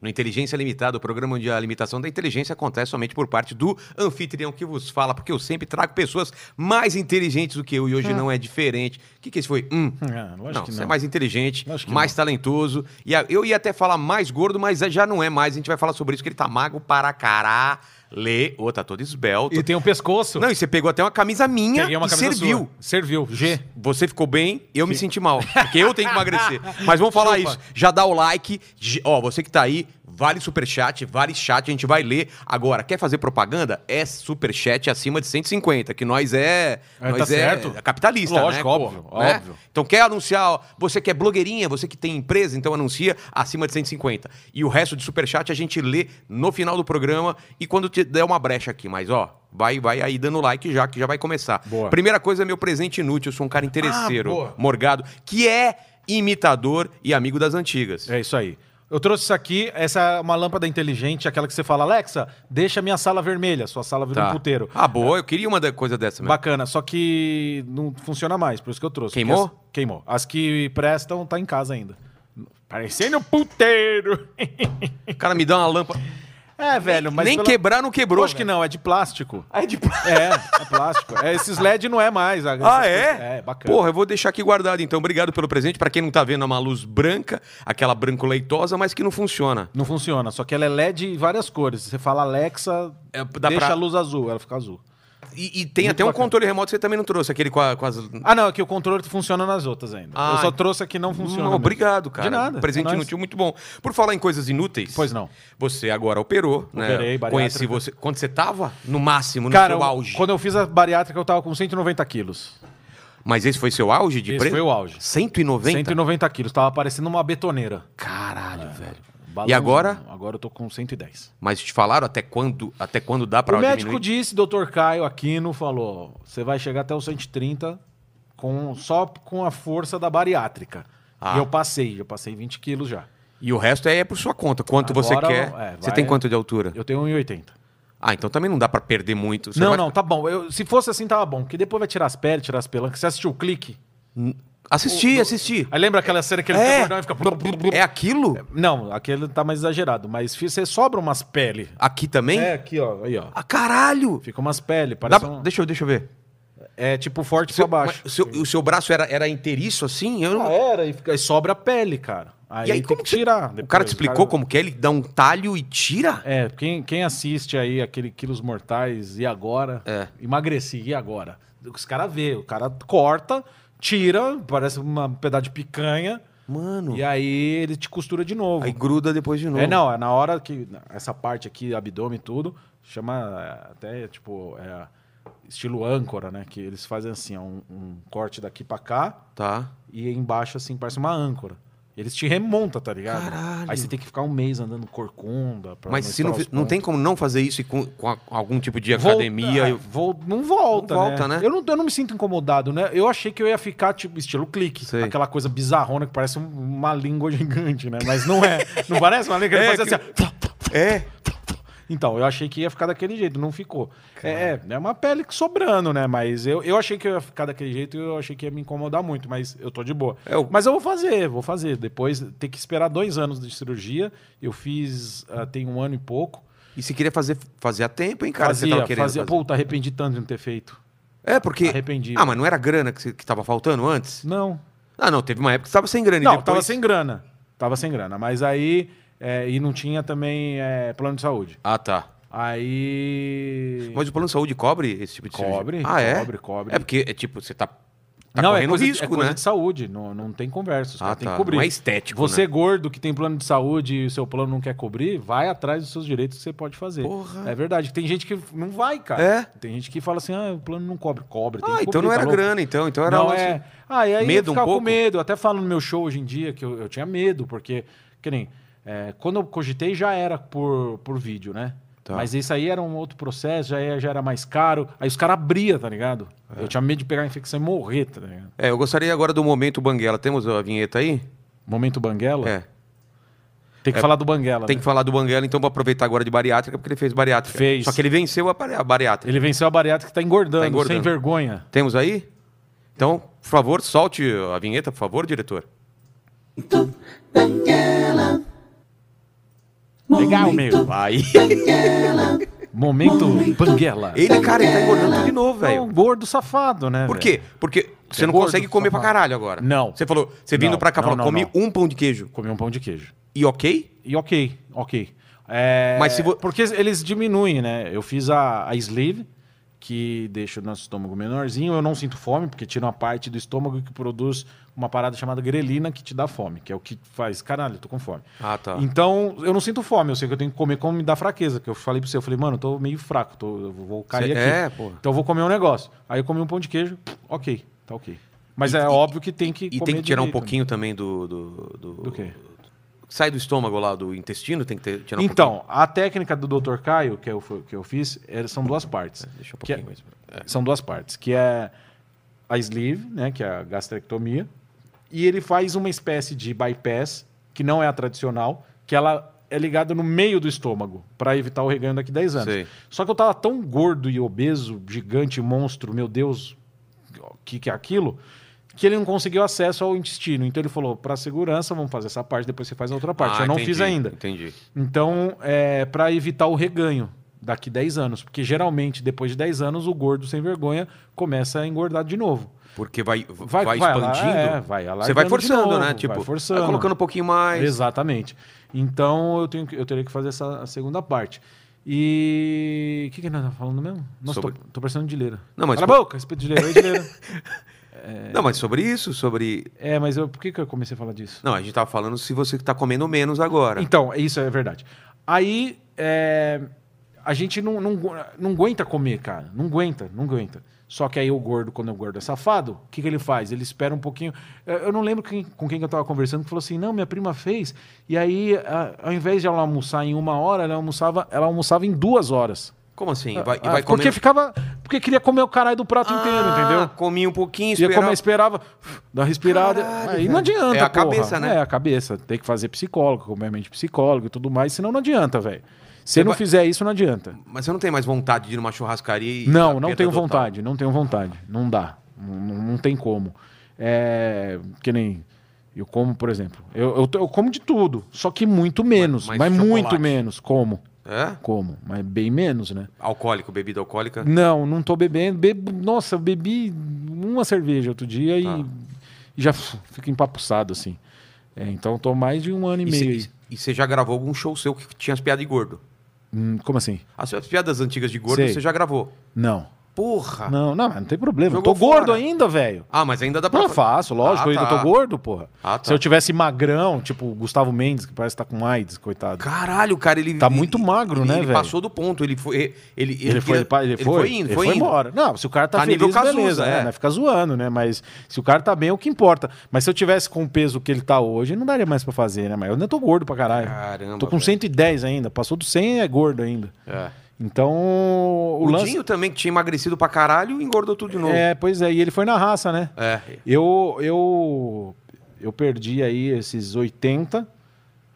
no Inteligência Limitada, o programa onde a limitação da inteligência acontece somente por parte do anfitrião que vos fala, porque eu sempre trago pessoas mais inteligentes do que eu e hoje não é diferente. O que, que esse foi? Hum. Ah, lógico não, que você não. é mais inteligente, Lógico que mais talentoso. E a- eu ia até falar mais gordo, mas já não é mais. A gente vai falar sobre isso, que ele tá magro para caralho. Ô, tá todo esbelto. E tem o um pescoço. Não, e você pegou até uma camisa minha Peguei uma e camisa serviu. sua. Serviu. G. Você ficou bem, eu me senti mal. Porque eu tenho que emagrecer. Mas vamos falar Chupa. isso. Já dá o like. j- Ó, você que tá aí, vale superchat, vale chat, a gente vai ler. Agora, quer fazer propaganda? É superchat acima de 150, que nós é. É, nós tá é certo. capitalista, Lógico, né? óbvio, pô, né? óbvio. Então quer anunciar, ó, você que é blogueirinha, você que tem empresa, então anuncia acima de 150. E o resto de superchat a gente lê no final do programa e quando te der uma brecha aqui, mas ó, vai vai aí dando like já que já vai começar. Boa. Primeira coisa é meu presente inútil, eu sou um cara interesseiro, Ah, boa. morgado, que é imitador e amigo das antigas. É isso aí. Eu trouxe isso aqui, essa é uma lâmpada inteligente, aquela que você fala, Alexa, deixa minha sala vermelha. Sua sala virou Tá. um puteiro. Ah, boa, eu queria uma da- coisa dessa mesmo. Bacana, só que não funciona mais, por isso que eu trouxe. Porque Queimou? as- queimou. As que prestam tá em casa ainda. Parecendo um puteiro. O cara me dá uma lâmpada. É, velho, mas... Nem pela- quebrar não quebrou. Acho que velho. não, é de plástico. Ah, é de plástico. É, é plástico. É, esses LED não é mais. essas Ah, coisas- é? É, bacana. Porra, eu vou deixar aqui guardado, então. Obrigado pelo presente. Pra quem não tá vendo, é uma luz branca, aquela branco-leitosa, mas que não funciona. Não funciona, só que ela é LED em várias cores. Você fala Alexa, É, dá deixa pra- a luz azul, ela fica azul. E, e tem Muito até um bacana. controle remoto que você também não trouxe, aquele com, a- com as... Ah, não, é que o controle funciona nas outras ainda. Ah, Eu só trouxe a que não funciona. Não, mesmo. obrigado, cara. De nada. Presente é nóis. inútil, muito bom. Por falar em coisas inúteis... Pois não. Você agora operou, né? Operei, bariátrica. Conheci você... Quando você tava? No máximo, no Cara, seu eu- auge. quando eu fiz a bariátrica, eu tava com 190 quilos. Mas esse foi seu auge de Esse preço? foi o auge. 190? 190 quilos, tava parecendo uma betoneira. É, Caralho, velho. Balãozão. E agora? Agora eu tô com 110. Mas te falaram até quando, até quando dá pra o médico diminuir? disse, doutor Caio Aquino, falou: você vai chegar até os 130 com, só com a força da bariátrica. Ah. E eu passei, eu passei 20 quilos já. E o resto é por sua conta. Quanto você Agora, quer. é, você vai- tem quanto de altura? Eu tenho 1,80. Ah, então também não dá pra perder muito. Você não, vai- não, tá bom. Eu- se fosse assim, tava bom. Porque depois vai tirar as peles, tirar as pelancas. Você assistiu o clique? Assisti, assisti. Aí lembra aquela cena que ele É. fica gordão e fica. blub, blub, blub? É aquilo? Não, aquele tá mais exagerado. Mas fi- você sobra umas peles. Aqui também? É, aqui, ó. Aí, ó. Ah, caralho! Fica umas peles. Dá Parece pra- um- deixa, eu, deixa eu ver. É tipo forte Seu- pra baixo. mas seu- o seu braço era, era inteiriço assim? Eu não- Ah, era, e, fica- e sobra a pele, cara. Aí, E aí, tem como que que você- tirar. o cara te explicou como como que é? Ele dá um talho e tira? É, quem, quem assiste aí aquele Quilos Mortais e agora, É. emagreci e agora. Os caras vê, o cara corta, tira, parece uma pedaço de picanha, Mano. e aí ele te costura de novo. Aí gruda depois de novo. é, não, é na hora que essa parte aqui, abdômen e tudo, chama é, até tipo é, estilo âncora, né? Que eles fazem assim, ó, um, um corte daqui pra cá Tá. e embaixo assim, parece uma âncora. Eles te remontam, tá ligado? Caralho. Aí você tem que ficar um mês andando corcunda. Pra Mas se não, estourar fi- os não pontos. tem como não fazer isso e com, com a- com algum tipo de Volta- academia. ah, eu- vol- não volta, Não né? volta, né? Eu, não, eu não me sinto incomodado, né? Eu achei que eu ia ficar, tipo, estilo clique. Sei. Aquela coisa bizarrona que parece um- uma língua gigante, né? Mas não é. não parece uma língua? Ele É, faz que- assim, ó. É. Então, eu achei que ia ficar daquele jeito, não ficou. É, é uma pele que sobrando, né? Mas eu, eu achei que eu ia ficar daquele jeito e eu achei que ia me incomodar muito, mas eu tô de boa. É, o- Mas eu vou fazer, vou fazer. Depois tem que esperar dois anos de cirurgia. Eu fiz ah, tem um ano e pouco. E se queria fazer, fazia tempo, hein, cara? que fazia, você tava querendo fazia. fazer. Puta, arrependi tanto de não ter feito. É, porque. Arrependido. Ah, mas não era grana que, você- que tava faltando antes? Não. Ah, não, teve uma época que você tava sem grana. e Não, depois... tava sem grana. Tava sem grana. Mas aí. é, e não tinha também é, plano de saúde. Ah, tá. Aí. Mas o plano de saúde cobre esse tipo de cirurgia? Cobre, Ah, é? cobre, cobre. É porque, é tipo, você tá, tá não, é correndo coisa, risco, é coisa né? de saúde, não, não tem conversa. Os Ah, caras têm tá. que cobrir. Não é estético, Você né? gordo que tem plano de saúde e o seu plano não quer cobrir, vai atrás dos seus direitos que você pode fazer. Porra. É verdade. Tem gente que não vai, cara. É? Tem gente que fala assim: ah, o plano não cobre. Cobre. tem Ah, que então cobrir, não tá era louco? grana, então. Então era não, lance- é. Ah, e aí Medo eu um ficava pouco? com medo. Eu até falo no meu show hoje em dia que eu, eu tinha medo, porque, que nem, é, quando eu cogitei já era por, por vídeo, né? Tá. Mas isso aí era um outro processo, já era, já era mais caro. Aí os caras abriam, tá ligado? Eu tinha medo de pegar a infecção e morrer, tá ligado? É, eu gostaria agora do momento Banguela. Temos a vinheta aí? Momento Banguela? É. Tem que É. falar do Banguela. Tem né? que falar do Banguela, então vou aproveitar agora de bariátrica, porque ele fez bariátrica. Fez. Só que ele venceu a bari- a bariátrica. Ele venceu a bariátrica que tá engordando, Tá engordando. sem vergonha. Temos aí? Então, por favor, solte a vinheta, por favor, diretor. Legal, meu. Aí. Momento Banguela. Ele, cara, ele tá engordando tudo de novo, É um velho. gordo safado, né? Por velho? quê? Porque você É não gordo, consegue comer pra safado. caralho agora. Não. Você falou, você vindo Não, pra cá, não, falou, não, comi não. um pão de queijo. Comi um pão de queijo. E ok? E ok, ok. É, Mas se vo- Porque eles diminuem, né? Eu fiz a, a sleeve, que deixa o nosso estômago menorzinho. Eu não sinto fome, porque tira uma parte do estômago que produz uma parada chamada grelina, que te dá fome. Que é o que faz, caralho, eu tô com fome. Ah, tá. Então, eu não sinto fome. Eu sei que eu tenho que comer como me dá fraqueza. Que eu falei pra você, eu falei, mano, eu tô meio fraco. Tô, eu vou cair Cê- aqui. é, porra. Então, eu vou comer um negócio. Aí eu comi um pão de queijo, ok, tá ok. Mas E- é e- óbvio que tem que E comer tem que tirar um direito, né? pouquinho também do. Do, do, Do quê? Sai do estômago lá, do intestino, tem que ter- tirar um pouquinho. Então, a técnica do Dr. Caio, que eu, fu- que eu fiz, era- são duas partes. Deixa um Que é- pouquinho mais. São duas partes, que é a sleeve, né, que é a gastrectomia, e ele faz uma espécie de bypass, que não é a tradicional, que ela é ligada no meio do estômago, para evitar o reganho daqui 10 anos. Sei. Só que eu tava tão gordo e obeso, gigante, monstro, meu Deus, o que, que é aquilo? Que ele não conseguiu acesso ao intestino. Então ele falou: para segurança, vamos fazer essa parte, depois você faz a outra parte. Ah, eu não entendi, fiz ainda. Entendi. Então, é para evitar o reganho daqui 10 anos, porque geralmente depois de 10 anos o gordo sem vergonha começa a engordar de novo. Porque vai, vai, Vai, vai lá, expandindo. é, vai você vai alargando de forçando, novo, né? vai Tipo, forçando. vai colocando um pouquinho mais. Exatamente. Então, eu tenho que- eu teria que fazer essa a segunda parte. E o que que nós estamos falando mesmo? Nossa, Sobre- tô, tô parecendo de leira. Não, mas- Cala a boca, respeito de leira, oi, de leira. Não, mas sobre isso, sobre. É, mas eu, por que que eu comecei a falar disso? Não, a gente tava falando se você tá comendo menos agora. Então, isso é verdade. Aí é, a gente não, não, não aguenta comer, cara. Não aguenta, não aguenta. Só que aí o gordo, quando o gordo é safado, o que, que ele faz? Ele espera um pouquinho. Eu eu não lembro quem- com quem que eu estava conversando que falou assim: não, minha prima fez. E aí, a- ao invés de ela almoçar em uma hora, ela almoçava, ela almoçava em duas horas. Como assim? Vai, Ah, vai porque comer. ficava. Porque queria comer o caralho do prato inteiro, Ah, entendeu? Comi um pouquinho, Ia esperava. comer, esperava, dá uma respirada. Caralho, aí não velho. adianta, É a porra. cabeça, né? É, a cabeça. Tem que fazer psicólogo, obviamente, psicólogo e tudo mais, senão não adianta, velho. Se não vai- fizer isso, não adianta. Mas você não tem mais vontade de ir numa churrascaria e. Não, dar tá não perda tenho total. vontade, não tenho vontade. Não dá. Não, não- não tem como. É. Que nem. Eu como, por exemplo. Eu, eu, eu como de tudo, só que muito menos. mas Mas, muito chocolate. menos. Como? É? Como? Mas bem menos, né? Alcoólico, bebida alcoólica. Não, não tô bebendo. Bebo, nossa, eu bebi uma cerveja outro dia e, Tá. e já fu- fico empapuçado, assim. É, então tô mais de um ano e, E meio. você- E você já gravou algum show seu que tinha as piadas de gordo? aí. Hum, como assim? As suas piadas antigas de gordo Sei. você já gravou. Não. Porra! Não, não, mas não tem problema. Eu Ah. Jogou tô gordo fora. ainda, velho. Ah, mas ainda dá pra. Não, eu faço, lógico, Ah, eu ainda tá. tô gordo, porra. Ah, tá. Se eu tivesse magrão, tipo o Gustavo Mendes, que parece que tá com AIDS, coitado. Caralho, cara, ele. Tá muito ele- magro, ele- né, Ele velho? passou do ponto, ele foi. Ele, ele, Ele foi, ele, pa- ele foi, indo, ele foi, indo. embora. Não, se o cara tá, Tá feliz, nível Cazuza, beleza, é. né? Fica zoando, né? Mas se o cara tá bem, é o que importa. Mas se eu tivesse com o peso que ele tá hoje, não daria mais pra fazer, né? Mas eu ainda tô gordo pra caralho. Caramba. tô com velho. 110 ainda. Passou do 100 e é gordo ainda. É. Então, o, O lance... Dinho também, que tinha emagrecido pra caralho, engordou tudo de novo. É, pois é. E ele foi na raça, né? É. Eu, eu, eu perdi aí esses 80,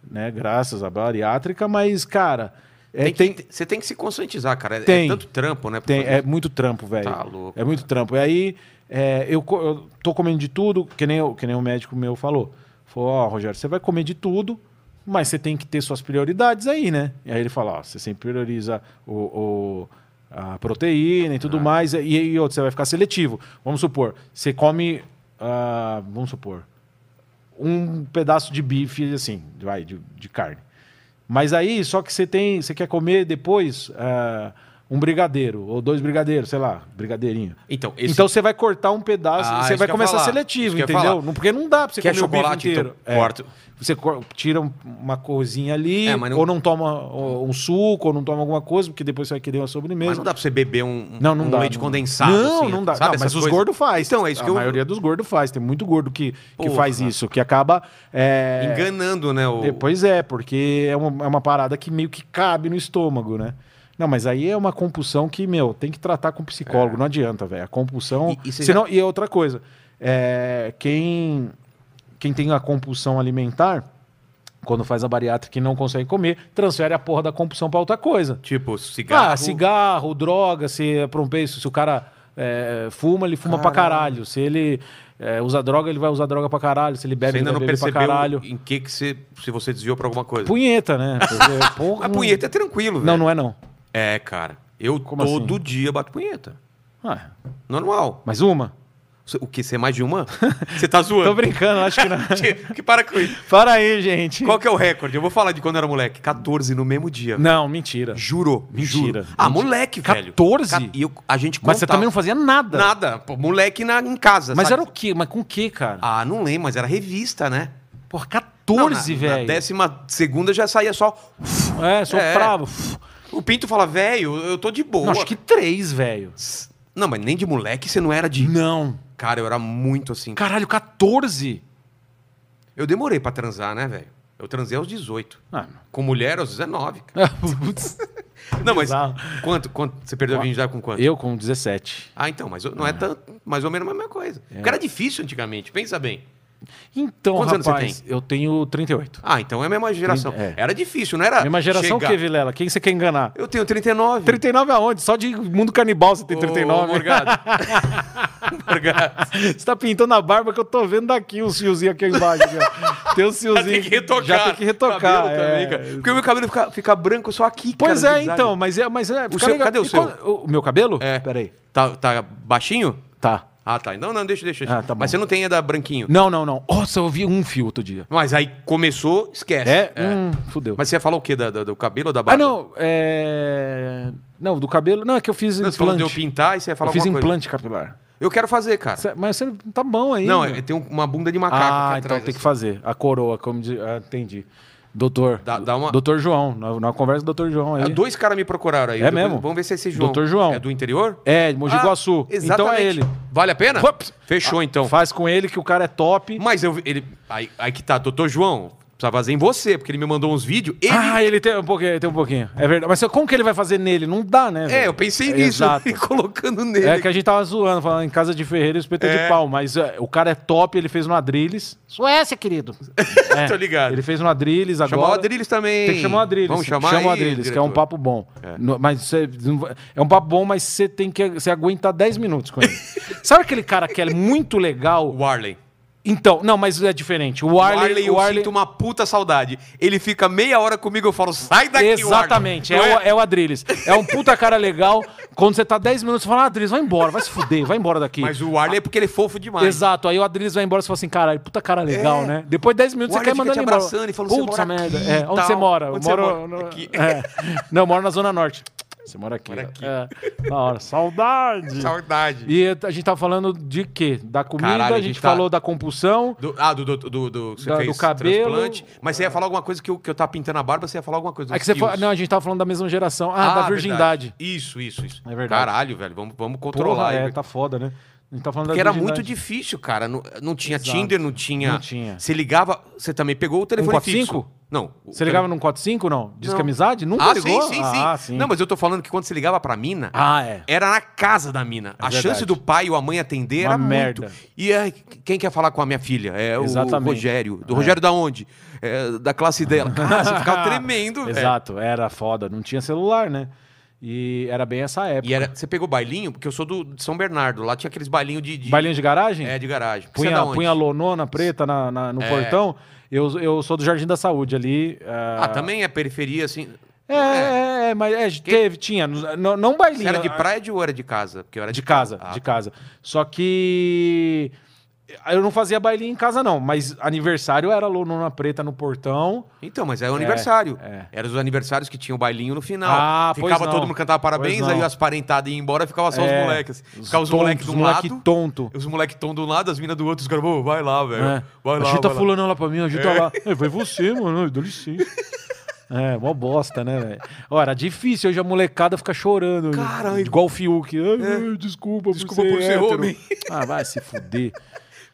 né? Graças à bariátrica. Mas, cara... É, Tem tem, que- Você tem que se conscientizar, cara. É- É Tem. tanto trampo, né? pra Tem- fazer é isso. muito trampo, velho. Tá louco, É muito trampo. E aí, é, eu, co- eu tô comendo de tudo, que nem, eu- que nem o médico meu falou. Falou, ó, Rogério, você vai comer de tudo, mas você tem que ter suas prioridades aí, né? E aí ele fala, ó, você sempre prioriza o... o- a proteína e Ah. tudo mais, e, e outro, você vai ficar seletivo. Vamos supor, você come, ah, vamos supor, um pedaço de bife, assim, vai, de, de carne. Mas aí, só que você tem, você quer comer depois ah, um brigadeiro, ou dois brigadeiros, sei lá, brigadeirinho. Então, esse Então você vai cortar um pedaço, Ah, você isso vai que eu ia começar falar, isso seletivo, que eu ia entendeu? falar. Não- Porque não dá pra você Quer comer o bife chocolate, então inteiro. É. corta. Você co- tira um- uma coisinha ali, É, mas não- ou não toma ó, um suco, ou não toma alguma coisa, porque depois você vai querer uma sobremesa. Mas não dá pra você beber um, um- Não, não um dá. leite não dá. condensado. Não, assim, não dá. Sabe Não, mas essas os coisas? gordos fazem. Então, é isso a que eu. maioria dos gordos faz. Tem muito gordo que, que Porra. faz isso, que acaba. é, Enganando, né? O... é, Pois é, porque é uma, é uma parada que meio que cabe no estômago, né? Não, mas aí é uma compulsão que, meu, tem que tratar com psicólogo, não adianta, velho. A compulsão. É. E- e você senão, e é outra coisa. é, quem, quem tem a compulsão alimentar, quando faz a bariátrica e não consegue comer, transfere a porra da compulsão pra outra coisa. Tipo, cigarro. Ah, cigarro, droga, se é pra um peixe, se o cara é, fuma, ele fuma pra caralho. Se ele é, usa droga, ele vai usar droga pra caralho. Se ele Você bebe, ele ainda não vai beber pra percebeu caralho. em que, que você, se você desviou pra alguma coisa. Punheta, né? Porque, porra, A punheta é tranquilo, Não, velho. não é não. É, cara. Eu Como assim? todo dia bato punheta. Ah, Normal. mas uma? O que? Você é mais de uma? Você tá zoando. Tô brincando, né? acho que não. Que- que para com isso. Para aí, gente. Qual que é o recorde? Eu vou falar de quando eu era moleque. 14 no mesmo dia. Não, mentira. Juro. Mentira. juro. Ah, moleque, velho. 14? Ca- E eu- a gente Mas você contava. também não fazia nada. Nada. Pô, moleque na, em casa. Mas sabe? era o quê? Mas com o quê, cara? Ah, não lembro, mas era revista, né? Porra, Não, na- 14, Na velho. décima segunda já saía só. É, soprava. O Pinto fala, velho, eu tô de boa. Não, acho que 3, velho. Não, mas nem de moleque você não era de. Não. Cara, eu era muito assim. Caralho, 14? Eu demorei pra transar, né, velho? Eu transei aos 18. Ah, Com mulher aos 19. cara. putz. Não, mas. Bizarro. Quanto, quanto? Você perdeu a virgindade com quanto? Eu com 17. Ah, então, mas não é tanto. Mais ou menos a mesma coisa. É. Porque era difícil antigamente, pensa bem. Então, Quantos anos rapaz, você eu tenho 38. Ah, então é a mesma geração. É. Era difícil, não era. Minha geração o chegar- quê, Vilela? Quem você quer enganar? Eu tenho 39. 39 aonde? Só de mundo canibal você tem 39. Ô, Morgado. Morgado. Você tá pintando a barba que eu tô vendo daqui os fiozinhos aqui embaixo. cara. Tem os Já fiozinhos. tem que retocar. Já tem que retocar. Cabelo também, é. cara. Porque o meu cabelo fica, fica branco só aqui, Pois cara, é, zigue-zague. então, mas é. Mas é fica seu- legal. cadê o E seu? qual- o meu cabelo? É. Peraí. Tá, tá baixinho? Tá. Ah, tá. Não, não, deixa, deixa. deixa. Ah, tá bom. Mas você não tem ainda branquinho. Não, não, não. Nossa, eu vi um fio outro dia. Mas aí começou, esquece. É? Hum, fudeu. Mas você falou o quê? Da, da- do cabelo ou da ah, barba? não. É. Não, do cabelo. Não, é que eu fiz Não, você falou de eu implante. pintar e você ia falar eu fiz alguma coisa. implante capilar. Eu quero fazer, cara. Cê- Mas você não tá bom aí. Não, meu. é- tem um- uma bunda de macaco Ah, aqui então atrás, tem que assim. fazer. A coroa, como diz. Ah, entendi. Doutor. Dá- dá uma- Doutor João. Na, na conversa do Doutor João aí. Ah, Dois caras me procuraram aí. É mesmo? Vamos ver se é esse João. Doutor João. É do interior? É, de Mogi Guaçu. Ah, então é ele. Ah. exatamente. Vale a pena? Ups. Fechou, então. Faz com ele que o cara é top. Mas eu... Ele, aí, aí que tá, doutor João, precisa fazer em você, porque ele me mandou uns vídeos. Ele... Ah, ele tem um pouquinho, tem um pouquinho. É verdade. Mas como que ele vai fazer nele? Não dá, né? é, velho? eu pensei É, nisso. Exato. E colocando nele. É que a gente tava zoando, falando em casa de Ferreira e espeta É. de pau, mas é, o cara é top, ele fez no Adrilles. Suécia, querido. É, Tô ligado. Ele fez no Adrilles agora. Chamar o Adriles também. Tem que chamar o Adrilles. Vamos chamar Chama o aí, Adrilles, que é diretor. um papo bom. No- mas você não vai- é um papo bom, mas você tem que você aguentar 10 minutos com ele. Sabe aquele cara que é muito legal? O Arley. Então, não, mas é diferente. O O Arley, Arley, eu sinto uma puta saudade. Ele fica meia hora comigo, eu falo, sai daqui, Warley. Exatamente, é, Não O, é o Adrilles. É um puta cara legal. Quando você tá 10 minutos, você fala, ah, Adrilles, vai embora, vai se fuder, vai embora daqui. Mas o Arley é porque ele é fofo demais. Exato, aí o Adriles vai embora e você fala assim, caralho, puta cara legal, É. né? Depois de 10 O minutos você Arley quer fica mandar te ele embora. abraçando e falando, "Você Puta mora aqui É, e onde você tal. mora? Eu Onde você moro mora? no- Aqui." é. Não, eu moro na Zona Norte. Você mora aqui. Mora ó. É, da hora. Saudade. Saudade. E a gente tava falando de quê? Da comida, Caralho, tá a gente falou da compulsão. Do- ah, do, do, do, do, que você Da- do fez cabelo. transplante. Mas você ia falar alguma coisa que eu, que eu tava pintando a barba, você ia falar alguma coisa. É dos que você fios. fa- Não, a gente tava falando da mesma geração. Ah, da verdade. virgindade. Isso, isso, isso. É verdade. Caralho, velho, vamos, vamos controlar. Porra, aí, é, velho. tá foda, né? A gente tá falando da Porque era virgindade. muito difícil, cara. Não, não tinha Exato. Tinder, não tinha... Não tinha. Você ligava... Você também pegou o telefone fixo. 145? Não. o Você ligava num 45, não? Diz que é Não. amizade? Nunca Ah, ligou? sim, sim, sim. Ah, sim. Não, mas eu tô falando que quando você ligava pra mina, Ah, é. era na casa da mina. a verdade. chance do pai ou a mãe atender Uma era merda. muito. E aí, quem quer falar com a minha filha? É Exatamente. o Rogério. Do Rogério da onde? É, da classe dela. Cara, você ficava tremendo, velho. Exato, era foda. Não tinha celular, né? E era bem essa época. E é era, você pegou bailinho? Porque eu sou do de São Bernardo. Lá tinha aqueles bailinhos de... de Bailinho de garagem? É, de garagem. Você é punha, da onde? É. punha a lonona preta na, na- no portão. Eu, eu sou do Jardim da Saúde ali. Ah, também é periferia, assim... É, é, é, mas é, teve, tinha. Não, não Você bailinho. era de ah, prédio ou era de casa? Porque eu era de casa, Ah, de casa. Só que eu não fazia bailinho em casa, não. Mas aniversário era lonona preta no portão. Então, mas é o aniversário. é. Era os aniversários que tinha o bailinho no final. Ah, pois ficava não. todo mundo cantava parabéns, Pois não. aí as parentadas iam embora, ficava só É, os moleques. Ficava os tontos, moleques de os um moleque lado, tonto. os moleques tão do lado, as minas do outro, os caras, "Ô, vai lá, velho. É. Vai lá, ajuda vai lá." fulano lá pra mim, ajuda lá. É, foi você, mano. Dá licença. É, mó bosta, né, velho? Ó, era difícil hoje a molecada ficar chorando. né? Caralho. É. Igual o Fiuk. Ai, ai, desculpa, Desculpa por ser hétero. homem. Ah, vai se fuder.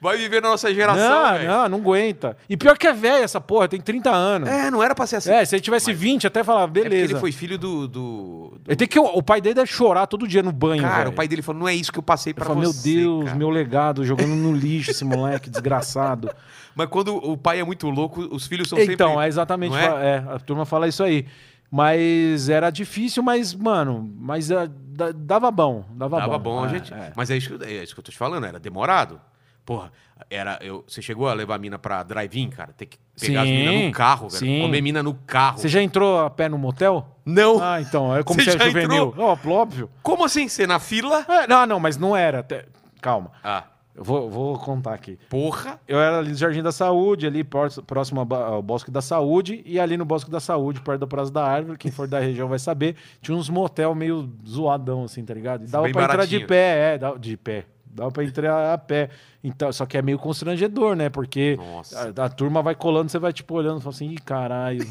Vai viver na nossa geração, não, velho. não, não aguenta. E pior que é velha essa porra, tem 30 anos. É, É, não era pra ser assim. se ele tivesse 20, até falava, É porque beleza. ele foi filho do. do- do- Eu tenho que, o pai dele deve chorar todo dia no banho, Cara, velho. o pai dele falou: não é isso que eu passei Ele pra fala, meu você. Deus, cara." meu legado, jogando no lixo esse moleque desgraçado. Mas quando o pai é muito louco, os filhos são sempre. então, é exatamente. não é? fa- é, a turma fala isso aí. Mas era difícil, mas, mano, mas ah, da- dava bom. Dava, Dava bom, bom, É, gente. é. Mas é isso, que- é isso que eu tô te falando, era demorado. Porra, era, eu, você chegou a levar a mina pra drive-in, cara? Ter que pegar as Sim, minas no carro, velho. sim. Comer mina no carro. Você já entrou a pé no motel? Não! Ah, então, é como Você se já é juvenil. Ó, óbvio. Como assim? Você na fila? É, não, não, mas não era. até- Calma, Ah, eu vou, vou contar aqui. porra! Eu era ali no Jardim da Saúde, ali pró- próximo ao ba- ao Bosque da Saúde, e ali no Bosque da Saúde, perto da Praça da Árvore, quem for da região vai saber, tinha uns motel meio zoadão, assim, tá ligado? E dava Bem pra entrar baratinho. de pé, é, dava- de pé. Dava pra entrar a pé. Então, só que é meio constrangedor, né? Porque Nossa, a, a turma vai colando, você vai, tipo, olhando e fala assim, ih, caralho.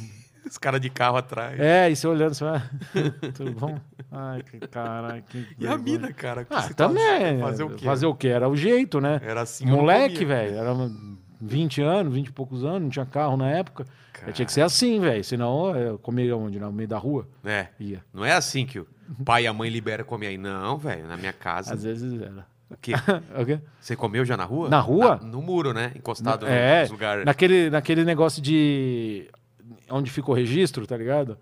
os caras de carro atrás. É, e você olhando, você vai. Tudo bom? Ai, que caralho. Que E a vergonha." mina, cara? que Ah, você tá- também. Fazer o quê? Era o jeito, né? Era assim, eu não Moleque, comia. velho. Era 20 anos, 20 e poucos anos, não tinha carro na época. Cara. Tinha que ser assim, velho. Senão eu comia onde? No meio da rua? É. Ia. Não é assim que o pai e a mãe liberam comer aí. Não, velho, na minha casa. Às vezes era. O quê? O quê? Você comeu já na rua? Na rua? no muro, né? Encostado é, nos lugares. Naquele, naquele negócio de. Onde fica o registro, tá ligado?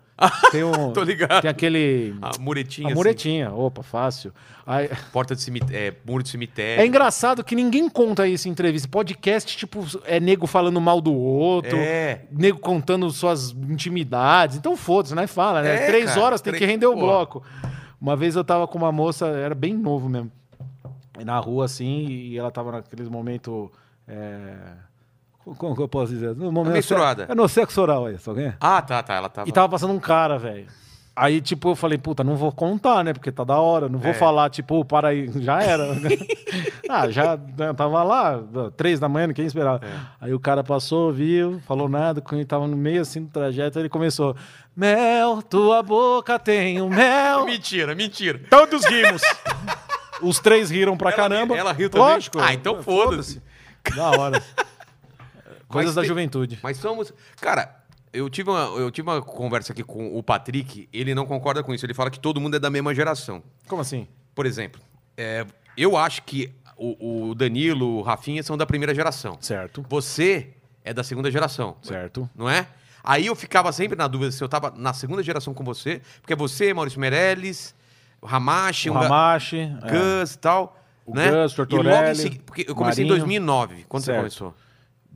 Tem um. Tô ligado. Tem aquele. A muretinha. A assim, muretinha, opa, fácil. Aí- porta de cemitério, é, muro de cemitério. É engraçado que ninguém conta isso em entrevista. Podcast, tipo, é nego falando mal do outro, É. nego contando suas intimidades. Então foda-se, né? Fala, né? É, Três cara, horas tem três- que render o pô. bloco. Uma vez eu tava com uma moça, era bem novo mesmo, na rua assim, e ela tava naqueles momentos. É... Como como que eu posso dizer? No momento menstruada. É no sexo oral aí, é? alguém? Ah, tá, tá. Ela tava. E tava passando um cara, velho. Aí, tipo, eu falei, puta, não vou contar, né? Porque tá da hora. Não vou É. falar, tipo, "Ô, para aí. Já era. ah, já né, tava lá, três da manhã, ninguém esperava. É. Aí o cara passou, viu, falou nada, quando ele tava no meio, assim, do trajeto, ele começou, mel, tua boca tem o mel. Mentira, mentira. Todos rimos. Os três riram pra Ela- caramba. ela riu também? Lógico. Ah, então foda-se. Da hora. Coisas Mas da tem- juventude. Mas somos. Cara, eu tive, uma, eu tive uma conversa aqui com o Patrick, ele não concorda com isso. Ele fala que todo mundo é da mesma geração. Como assim? Por exemplo, é, eu acho que o, o Danilo, o Rafinha são da primeira geração. Certo, Você é da segunda geração. certo. Não é? Aí eu ficava sempre na dúvida se eu tava na segunda geração com você, porque é você, Maurício Meirelles, o Hamashi, O um ga- Hamashi. é. Gus e tal. O né? Gus, e logo em Tortorelli, seguida, porque eu comecei em Marinho. 2009, quando Certo. você começou.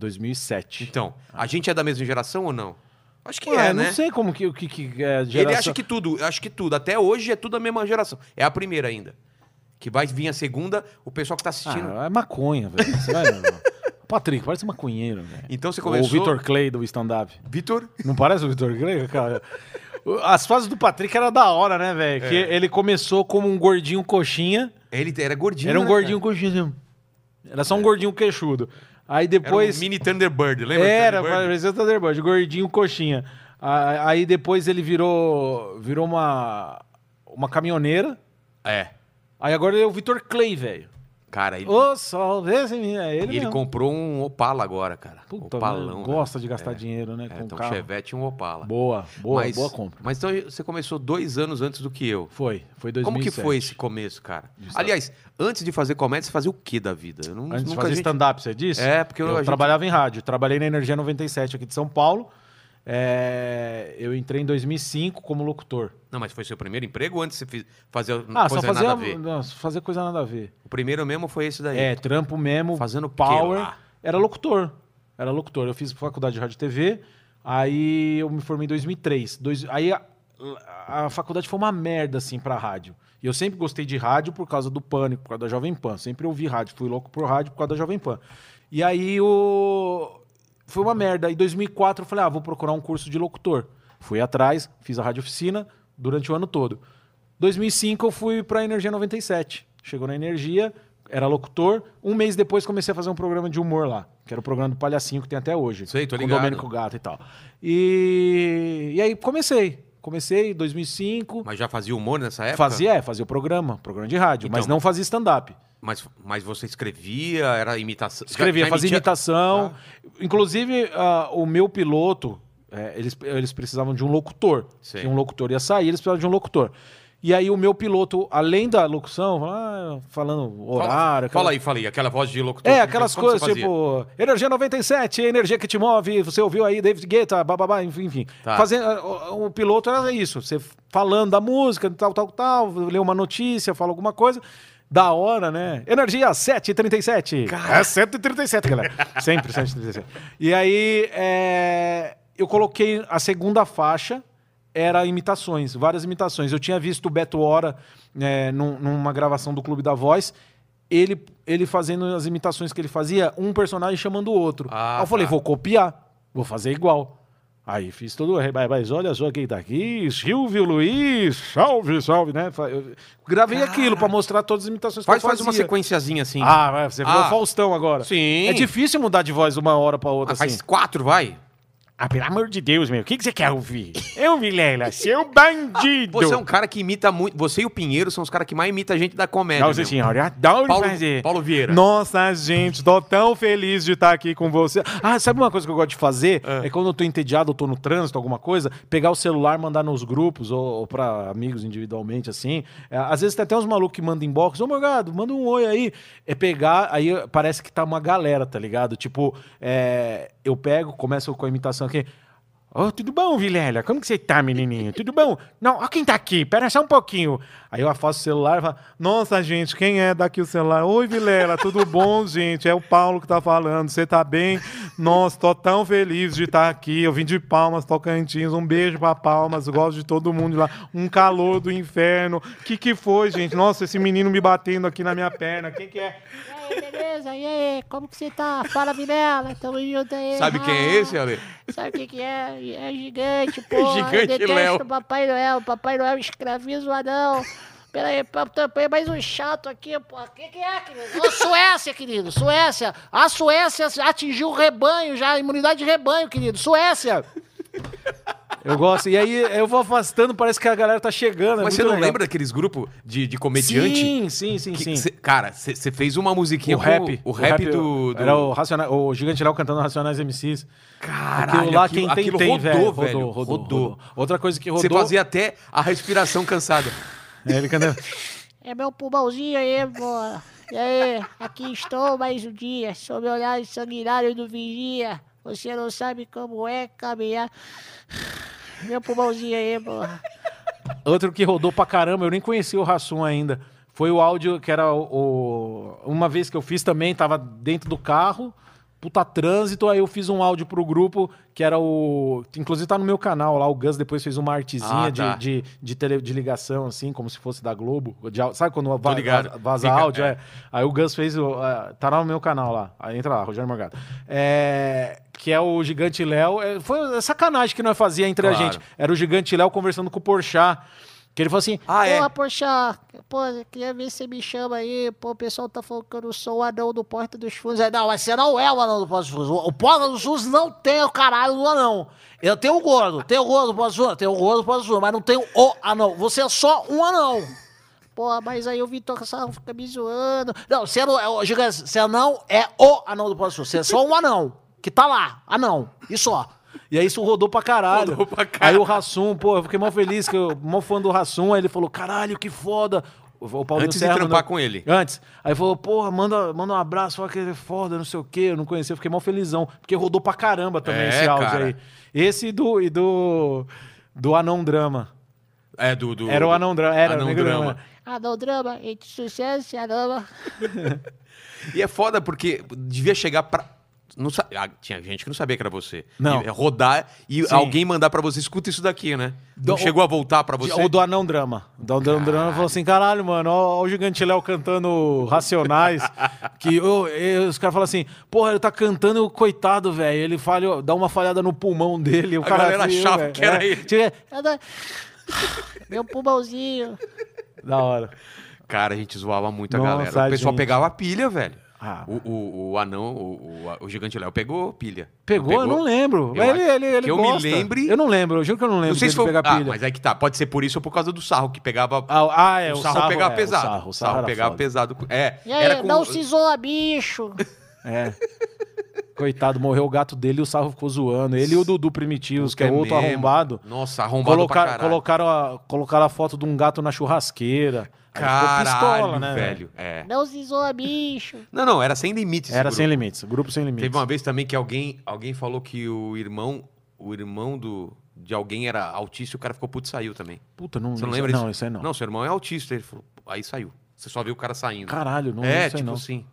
2007. Então, a gente é da mesma geração ou não? Acho que Ué, é, não né? sei como que o que, que é geração. Ele acha que tudo, acho que tudo. Até hoje é tudo a mesma geração. É a primeira ainda. Que vai vir a segunda, o pessoal que tá assistindo. ah, é maconha, velho. Você vai- Patrick, parece maconheiro, velho. Então você Ou O começou. Vitor Clay do stand-up. Vitor. Não parece o Vitor Clay, cara? O- As fases do Patrick era da hora, né, velho? Que É. ele começou como um gordinho coxinha. Ele era gordinho. Era um né, gordinho cara? É. coxinha. assim. Era só um gordinho queixudo. Aí Era um depois. mini Thunderbird, lembra? do Era, Thunderbird? parecia o Thunderbird, gordinho, coxinha. A- Aí depois ele virou, virou uma, uma caminhoneira. É. Aí agora ele é o Vitor Clay, velho. Cara, ele, Ô, sol, vê se me- é ele, ele mesmo. comprou um Opala agora, cara. Puta, Opalão. mano, gosta de gastar dinheiro, né? velho. É, com então, um carro. Chevette e um Opala. Boa, boa, Mas- boa compra. Mas então você começou dois anos antes do que eu. Foi, foi 2007. Como que foi esse começo, cara? stand-up. Aliás, antes de fazer comédia, você fazia o que da vida? Eu não, Antes de nunca fazer a gente- stand-up, você disse? É, porque eu- eu, a gente- trabalhava em rádio. Trabalhei na Energia 97 aqui de São Paulo. É, eu entrei em 2005 como locutor. Não, mas foi seu primeiro emprego ou antes você fiz- fazer Ah, Hum, coisa só fazer, nada a ver? fazer coisa nada a ver. O primeiro mesmo foi esse daí. É, trampo mesmo. Fazendo o quê power. lá? Era locutor. Era locutor. Eu fiz faculdade de rádio e TV. Aí eu me formei em 2003. Dois, aí a, a faculdade foi uma merda, assim, pra rádio. E eu sempre gostei de rádio por causa do Pânico, por causa da Jovem Pan. Sempre ouvi rádio. Fui louco pro rádio por causa da Jovem Pan. E aí o... foi uma merda. Em 2004 eu falei, ah, vou procurar um curso de locutor. Fui atrás, fiz a rádio oficina durante o ano todo. 2005 eu fui para Energia 97. Chegou na Energia, era locutor. Um mês depois comecei a fazer um programa de humor lá, que era o programa do Palhacinho que tem até hoje. Sei, tô com o ligado. Domênico Gato e tal. E, e aí comecei. Comecei em 2005. Mas já fazia humor nessa época? Fazia, é, fazia o programa, programa de rádio, Então. mas não fazia stand-up. Mas, mas você escrevia, era imitação? Escrevia, Já- já fazia emitia- imitação. Inclusive, ah, o meu piloto, é, eles, eles precisavam de um locutor. Sim. Que um locutor ia sair, eles precisavam de um locutor. E aí o meu piloto, além da locução, fala- ah, falando Fala- horário... Fala aquela- aí, fala aí. Aquela voz de locutor. É, Como- aquelas como você coisas fazia? tipo Energia 97, energia que te move, você ouviu aí David Guetta, bababá, enfim, enfim. Tá. Fazer, ah, o, o piloto era isso, você falando da música, tal, tal, tal, lê uma notícia, fala alguma coisa, da hora, né? Energia 737. Cara. É 137, galera. Sempre 137. E aí, é, eu coloquei a segunda faixa, era imitações, várias imitações. Eu tinha visto o Beto Hora é, num- numa gravação do Clube da Voz, ele, ele fazendo as imitações que ele fazia, um personagem chamando o outro. Ah, aí eu falei, tá. vou copiar, vou fazer igual. Aí fiz tudo, mas- mas olha só quem tá aqui, Silvio Luiz, salve, salve, né? Fa- eu gravei aquilo pra mostrar todas as imitações Faz, que eu faz fazia. uma sequenciazinha assim. Ah, vai, você virou Ah. Faustão agora. Sim. É difícil mudar de voz de uma hora pra Ah, outra, assim. faz quatro, vai. Ah, pelo amor de Deus, meu, o que, que você quer ouvir? Eu, Vilela, seu bandido! Você é um cara que imita muito. Você e o Pinheiro são os caras que mais imita a gente da comédia. Nossa mesmo. senhora, eu adoro Paulo, fazer. Paulo Vieira. um Nossa, gente, tô tão feliz de estar aqui com você. Ah, sabe uma coisa que eu gosto de fazer? Ah. É, quando eu tô entediado, eu tô no trânsito, alguma coisa, pegar o celular, mandar nos grupos ou, ou pra amigos individualmente, assim. É, às vezes tem até uns malucos que mandam inbox, ô Morgado, manda um oi aí. É pegar, aí parece que tá uma galera, tá ligado? Tipo, é, eu pego, começo com a imitação aqui. Ô, tudo bom, Vilela? Como que você tá, menininho? Tudo bom? Não, ó quem tá aqui, pera só um pouquinho. Aí eu afasto o celular e falo, nossa, gente, quem é daqui o celular? Oi, Vilela, tudo bom, gente? É o Paulo que tá falando, você tá bem? Nossa, tô tão feliz de estar aqui, eu vim de Palmas, Tocantins, um beijo pra Palmas, gosto de todo mundo lá. Um calor do inferno. Que que foi, gente? Nossa, esse menino me batendo aqui na minha perna, quem que é? E aí, beleza? E aí, como que você tá? Fala, Vilela, tamo junto aí. Ah, Sabe quem é esse, Ale? Sabe o que, que é? É gigante, pô. Gigante Eu detesto Léo. o Papai Noel. Papai Noel escraviza o anão. Pera aí, pa- tampei mais um chato aqui, pô. O que, que é, querido? Ô, Suécia, querido, Suécia. A Suécia atingiu o rebanho já, a imunidade de rebanho, querido. Suécia. Eu gosto, e aí eu vou afastando, parece que a galera tá chegando. Mas você não lembra daqueles grupos de, de comediante? Sim, sim, sim, Que sim. cê- cara, você fez uma musiquinha o com rap. O rap, do. do... Era o, Racionais, o Gigante Léo cantando Racionais MCs. Caralho, aquilo lá, quem tem, aquilo tem, rodou, velho. velho. Rodou, rodou, Rodou. rodou. Outra coisa que Você rodou... fazia até a respiração cansada. É, ele cantando... É meu pulmãozinho aí, pô. E aí, aqui estou mais um dia, sob o olhar sanguinário do vigia. Você não sabe como é caminhar. Meu pulmãozinho aí, pô. Outro que rodou pra caramba, eu nem conhecia o Rassum ainda. Foi o áudio que era o, o- Uma vez que eu fiz também, tava dentro do carro, puta trânsito, aí eu fiz um áudio pro grupo que era o. Inclusive tá no meu canal lá, o Gus depois fez uma artezinha Ah, tá. de, de, de, tele- de ligação, assim, como se fosse da Globo. de áudio. sabe quando va- ligado. va- vaza Fica- áudio? é. É. Aí o Gus fez. o- ah, tá lá no meu canal lá. Aí entra lá, Rogério Morgado. É, que é o Gigante Léo. É, foi sacanagem que nós fazia entre a Claro. gente. Era o Gigante Léo conversando com o Porchat. Que ele falou assim... Ah, é. Porra, poxa, pô, queria ver se me chama aí. Pô, o pessoal tá falando que eu não sou o anão do Porta dos Fundos. Aí, Não, mas você não é o anão do Porta dos Fundos. O Porta dos Fundos não tem o caralho do anão. Eu tenho o gordo, tenho o gordo do Porta dos Fundos, tenho o gordo do Porta dos Fundos, mas não tenho o anão. Você é só um anão. Pô, mas aí o Vitor Sarro fica me zoando. Não, você não é, o- Gigante, você não é o anão do Porta dos Fundos. Você é só um anão que tá lá, anão, e só. E aí isso rodou pra caralho. Rodou pra caralho. Aí o Rassum, pô, eu fiquei mó feliz, que eu mó fã do Rassum. Aí ele falou, caralho, que foda. O o Paulinho Antes de Serra trampar mandou- com ele. Antes. Aí falou, porra, manda, manda um abraço, fala que ele é foda, não sei o quê, eu não conhecia, eu fiquei mó felizão. Porque rodou pra caramba também É, esse áudio cara. aí. Esse e do, e do, do Anão Drama. É, do. do- Era o Anão Drama, era né? Anão o Negro Drama. Drama. Anão Ah, drama, entre sucesso e anão. E é foda porque devia chegar pra. Não sa... ah, tinha gente que não sabia que era você. Não. E, é, rodar e Sim. alguém mandar pra você, escuta isso daqui, né? Não Do- chegou a voltar pra você. Ou do Anão Drama. O do Anão Drama falou assim: caralho, mano, ó, ó o Gigante Léo cantando Racionais. que ô, e os caras falam assim: porra, ele tá cantando, o coitado, velho. Ele falha, dá uma falhada no pulmão dele. O A cara galera assim, achava velho, que era é, ele. tinha- Cada- Ah, Meu pulmãozinho. Da hora. Cara, a gente zoava muito a Nossa, galera. O pessoal gente. pegava a pilha, velho. Ah, O, o- o anão, o, o- o gigante Léo pegou pilha. pegou? Eu não lembro. Eu Mas ele, acho ele, ele que eu me gosta. lembre- Eu não lembro, eu juro que eu não lembro Não sei dele se foi. pegar ah, pilha. mas é que tá. Pode ser por isso ou por causa do sarro que pegava. Ah, ah, é, o, o sarro, pegava é, pesado. O sarro, o sarro era pegava foda. pesado. É, E aí, um era com- não se isola, bicho. É. Coitado, morreu o gato dele e o sarro ficou zoando. Ele e o Dudu Primitivos, Puta, que é outro mesmo. arrombado. Nossa, arrombado pra Colocar, caralho. colocaram, a, colocaram a foto de um gato na churrasqueira. Aí ficou Caralho, pistola, né, velho. É. Não se isola, bicho. Não, não, era sem limites. Era esse sem grupo. limites, grupo sem limites. Teve uma vez também que alguém, alguém falou que o irmão, o irmão do, de alguém era autista e o cara ficou puto e saiu também. Puta, não, Você não Hum, isso- lembra Não, disso? isso aí não. Não, seu irmão é autista. Ele falou, aí saiu. Você só viu o cara saindo. Caralho, não é, isso aí tipo não. assim.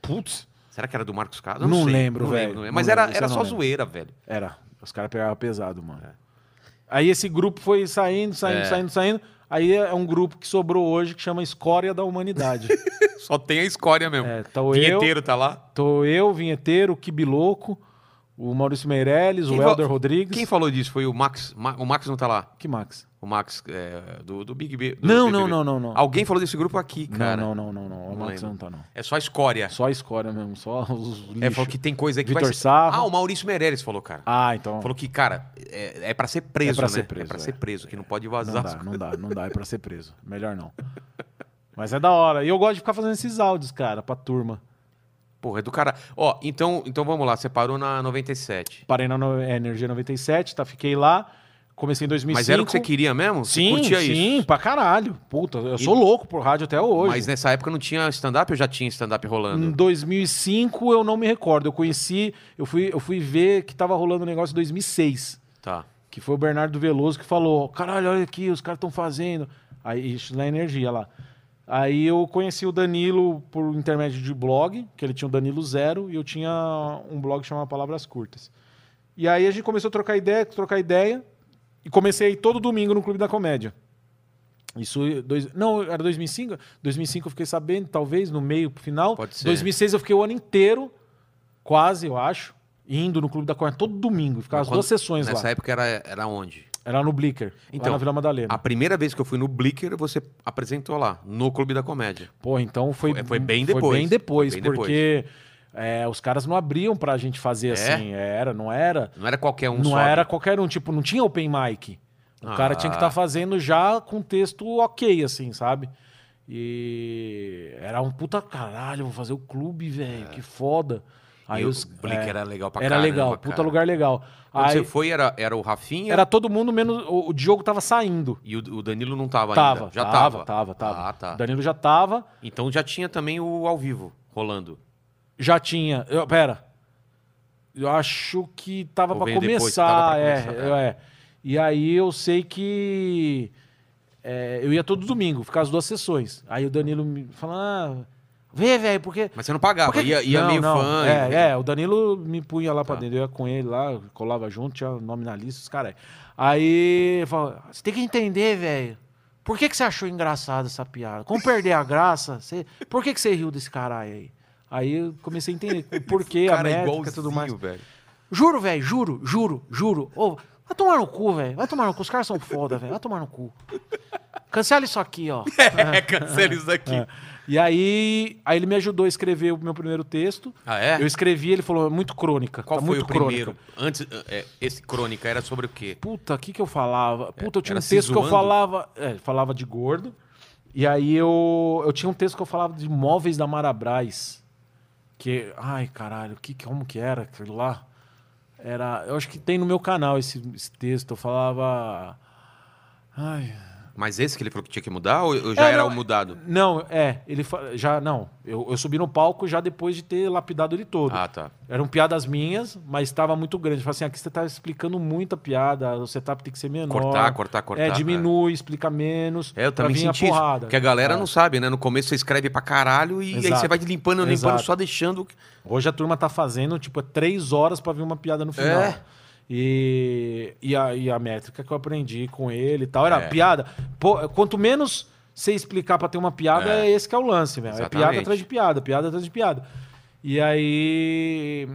Putz, Será que era do Marcos Carlos? Não sei, lembro, não velho. não Não Mas lembro, era, isso era eu não só lembro. zoeira, velho. era. Os caras pegavam pesado, mano. Aí esse grupo foi saindo, É. saindo, saindo, saindo. Aí é um grupo que sobrou hoje que chama Escória da Humanidade. Só tem a escória mesmo. é, tá o o eu, Vinheteiro tá lá. Tô eu, Vinheteiro, o Kibiloco, o Maurício Meirelles, Quem o fa- Helder Rodrigues. Quem falou disso? Foi o Max. Ma- O Max não tá lá. Que Max? O Max é, do, do Big B. do Não, BBB. não, não, não, não. Alguém falou desse grupo aqui, cara. não, não, não, não, não. O não Max lembro. não tá, não. É só escória. Só a escória mesmo, só os lixos. É, falou que tem coisa aí que Vitor vai ser... Sarro. Ah, o Maurício Meirelles falou, cara. Ah, então. Falou que, cara, é, é pra ser preso, É pra né? ser preso, é pra é. ser preso, que não pode vazar. Não as dá, coisas. não dá, não dá. É pra ser preso. Melhor não. Mas é da hora. E eu gosto de ficar fazendo esses áudios, cara, pra turma. Porra, é do cara. Ó, então, então vamos lá, você parou na 97. Parei na no- é, Energia 97, tá? Fiquei lá. Comecei em 2005. Mas era o que você queria mesmo? Você Sim, curtia sim, isso? pra caralho. Puta, eu E- sou louco por rádio até hoje. Hum, Mas é- nessa época não tinha stand-up ou já tinha stand-up Em rolando? 2005 eu não me recordo. Eu conheci, eu fui, eu fui ver que tava rolando um negócio em 2006, Tá. que foi o Bernardo Veloso que falou: "Caralho, olha aqui, os caras estão fazendo". Aí isso na energia lá. Aí eu conheci o Danilo por intermédio de blog, que ele tinha o Danilo Zero e eu tinha um blog chamado Palavras Curtas. E aí a gente começou a trocar ideia, trocar ideia e comecei a ir todo domingo no Clube da Comédia. Isso, em dois, não, era 2005? 2005 eu fiquei sabendo, talvez, no meio, pro final. Pode ser. 2006 eu fiquei o ano inteiro, quase, eu acho, indo no Clube da Comédia todo domingo. Ficava as Quando- duas sessões Nessa lá. época era, era onde? Era no Blicker, lá Então, na Vila Madalena. A primeira vez que eu fui no Blicker, você apresentou lá, no Clube da Comédia. Porra, então foi, Foi- foi bem depois. bem depois, Foi bem depois. porque é, os caras não abriam pra gente fazer É? assim. Era, não era. Não era qualquer um não só. era né? qualquer um, tipo, não tinha open mic. O Ah. cara tinha que estar fazendo já com texto ok, assim, sabe? E era um puta caralho, vou fazer o clube, velho, que foda. Aí É. E os, o Blicker é, era legal pra era caramba, legal, puta cara. lugar legal. Quando Aí você foi, era, era o Rafinha era todo mundo menos. O, o Diogo tava saindo. e o, o Danilo não tava, Tava, ainda. Já tava, tava. tava, tava. Ah, tá. O Danilo já tava, Então já tinha também o ao vivo rolando. já tinha. Eu, pera. Eu acho que tava Ou pra veio começar. depois, tava pra é, começar, eu- é. E aí eu sei que. é, eu ia todo domingo, ficar as duas sessões. Aí o Danilo me fala: ah, vê, velho, porque. Mas você não pagava, porque... ia, ia Não, meio não, fã. É, e- é, o Danilo me punha lá pra Tá. dentro. Eu ia com ele lá, eu colava junto, tinha nome na lista, os caras. Aí ele fala: você tem que entender, velho. Por que, que você achou engraçado essa piada? Como perder a graça? Você... Por que, que você riu desse caralho aí? Aí eu comecei a entender o porquê, a Cara, é métrica e igualzinho, tudo mais. velho. Juro, velho, juro, juro, juro. Ô, vai tomar no cu, velho. Vai tomar no cu. Os caras são foda, velho. Vai tomar no cu. Cancela isso aqui, ó. É, cancela isso daqui. E aí, aí ele me ajudou a escrever o meu primeiro texto. Ah, é? Eu escrevi, ele falou, é muito crônica. Qual tá foi muito o primeiro? Crônica. Antes, é, esse Crônica era sobre o quê? Puta, o que que eu falava? Puta, eu tinha É, Era um se texto que eu zoando? falava... É, falava de gordo. E aí eu, eu tinha um texto que eu falava de móveis da Marabras. Que, ai, caralho, que, como que era aquilo lá? Era, eu acho que tem no meu canal esse, esse texto. Eu falava... Ai, Mas esse que ele falou que tinha que mudar ou ou já É, era não, o mudado? Não, é, ele fa- já não. Eu, eu subi no palco já depois de ter lapidado ele todo. Ah, tá. Eram piadas minhas, mas estava muito grande. Eu Falei assim, aqui você tá explicando muita piada, o setup tem que ser menor. Cortar, cortar, cortar. É, diminui, explica menos. É, eu pra também vir a senti isso. porrada. Porque a galera É. não sabe, né? No começo você escreve pra caralho e aí Exato. você vai limpando, limpando, Exato. só deixando. Hoje a turma tá fazendo, tipo, três horas pra vir uma piada no final. É. E, e, a, e a métrica que eu aprendi com ele e tal, era É. piada. Pô, quanto menos você explicar pra ter uma piada, é, esse que é o lance, velho. É piada Exatamente. atrás de piada, piada atrás de piada. E aí.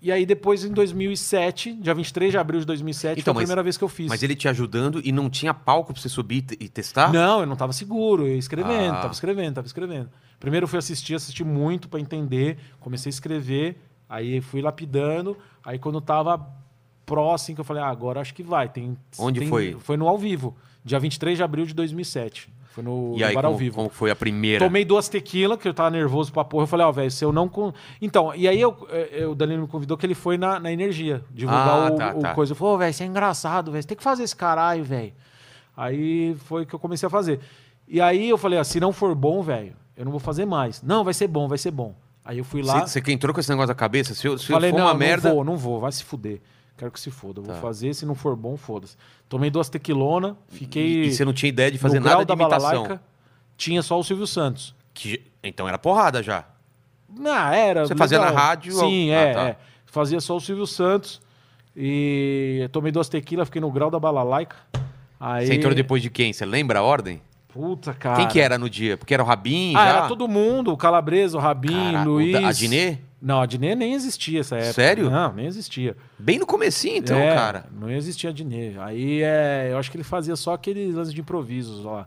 E aí depois, em 2007, dia 23 de abril de 2007, Então, foi a mas- primeira vez que eu fiz. Mas ele te ajudando e não tinha palco pra você subir e te- e testar? Não, eu não tava seguro, eu ia escrevendo, tá? Ah. tava escrevendo, tava escrevendo. Primeiro eu fui assistir, assisti muito pra entender, comecei a escrever, aí fui lapidando, aí quando tava próximo, que eu falei, ah, agora acho que vai. Tem, Onde tem- foi? Foi no Ao Vivo, dia 23 de abril de 2007. Foi no, E no aí, Bar como, Ao Vivo. como foi a primeira? Tomei duas tequilas, que eu tava nervoso pra porra. Eu falei, ó, velho, se eu não. con- Então, e aí eu, eh, o Danilo me convidou que ele foi na, na energia, divulgar Ah, o, tá, o tá. coisa. Eu falei, ô, velho, isso é engraçado, velho. Você tem que fazer esse caralho, velho. Aí foi que eu comecei a fazer. E aí eu falei, ó, se não for bom, velho, eu não vou fazer mais. Não, vai ser bom, vai ser bom. Aí eu fui lá. Você que entrou com esse negócio da cabeça? Se, eu- se Falei, for não, uma não merda. vou, não vou, vai se fuder. Quero que se foda. Eu Vou Tá. fazer, se não for bom, foda-se. Tomei duas tequilonas, fiquei. E, e você não tinha ideia de fazer no nada grau de da imitação. balalaica, tinha só o Silvio Santos. Que- então era porrada já. Não, era. Você fazia na rádio, Sim, ou- é, Ah, tá. é. Fazia só o Silvio Santos. E eu tomei duas tequilas, fiquei no grau da balalaica. Aí. Você entrou depois de quem? Você lembra a ordem? Puta, cara. Quem que era no dia? Porque era o Rabin? Ah, já? era todo mundo, o Calabresa, o Rabin, Caraca, o Luiz. da- a Diné? Não, a Diné nem existia essa época. Sério? Não, nem existia. Bem no comecinho, então, É, cara. Não existia dinheiro. Aí é, eu acho que ele fazia só aqueles lances de improvisos lá.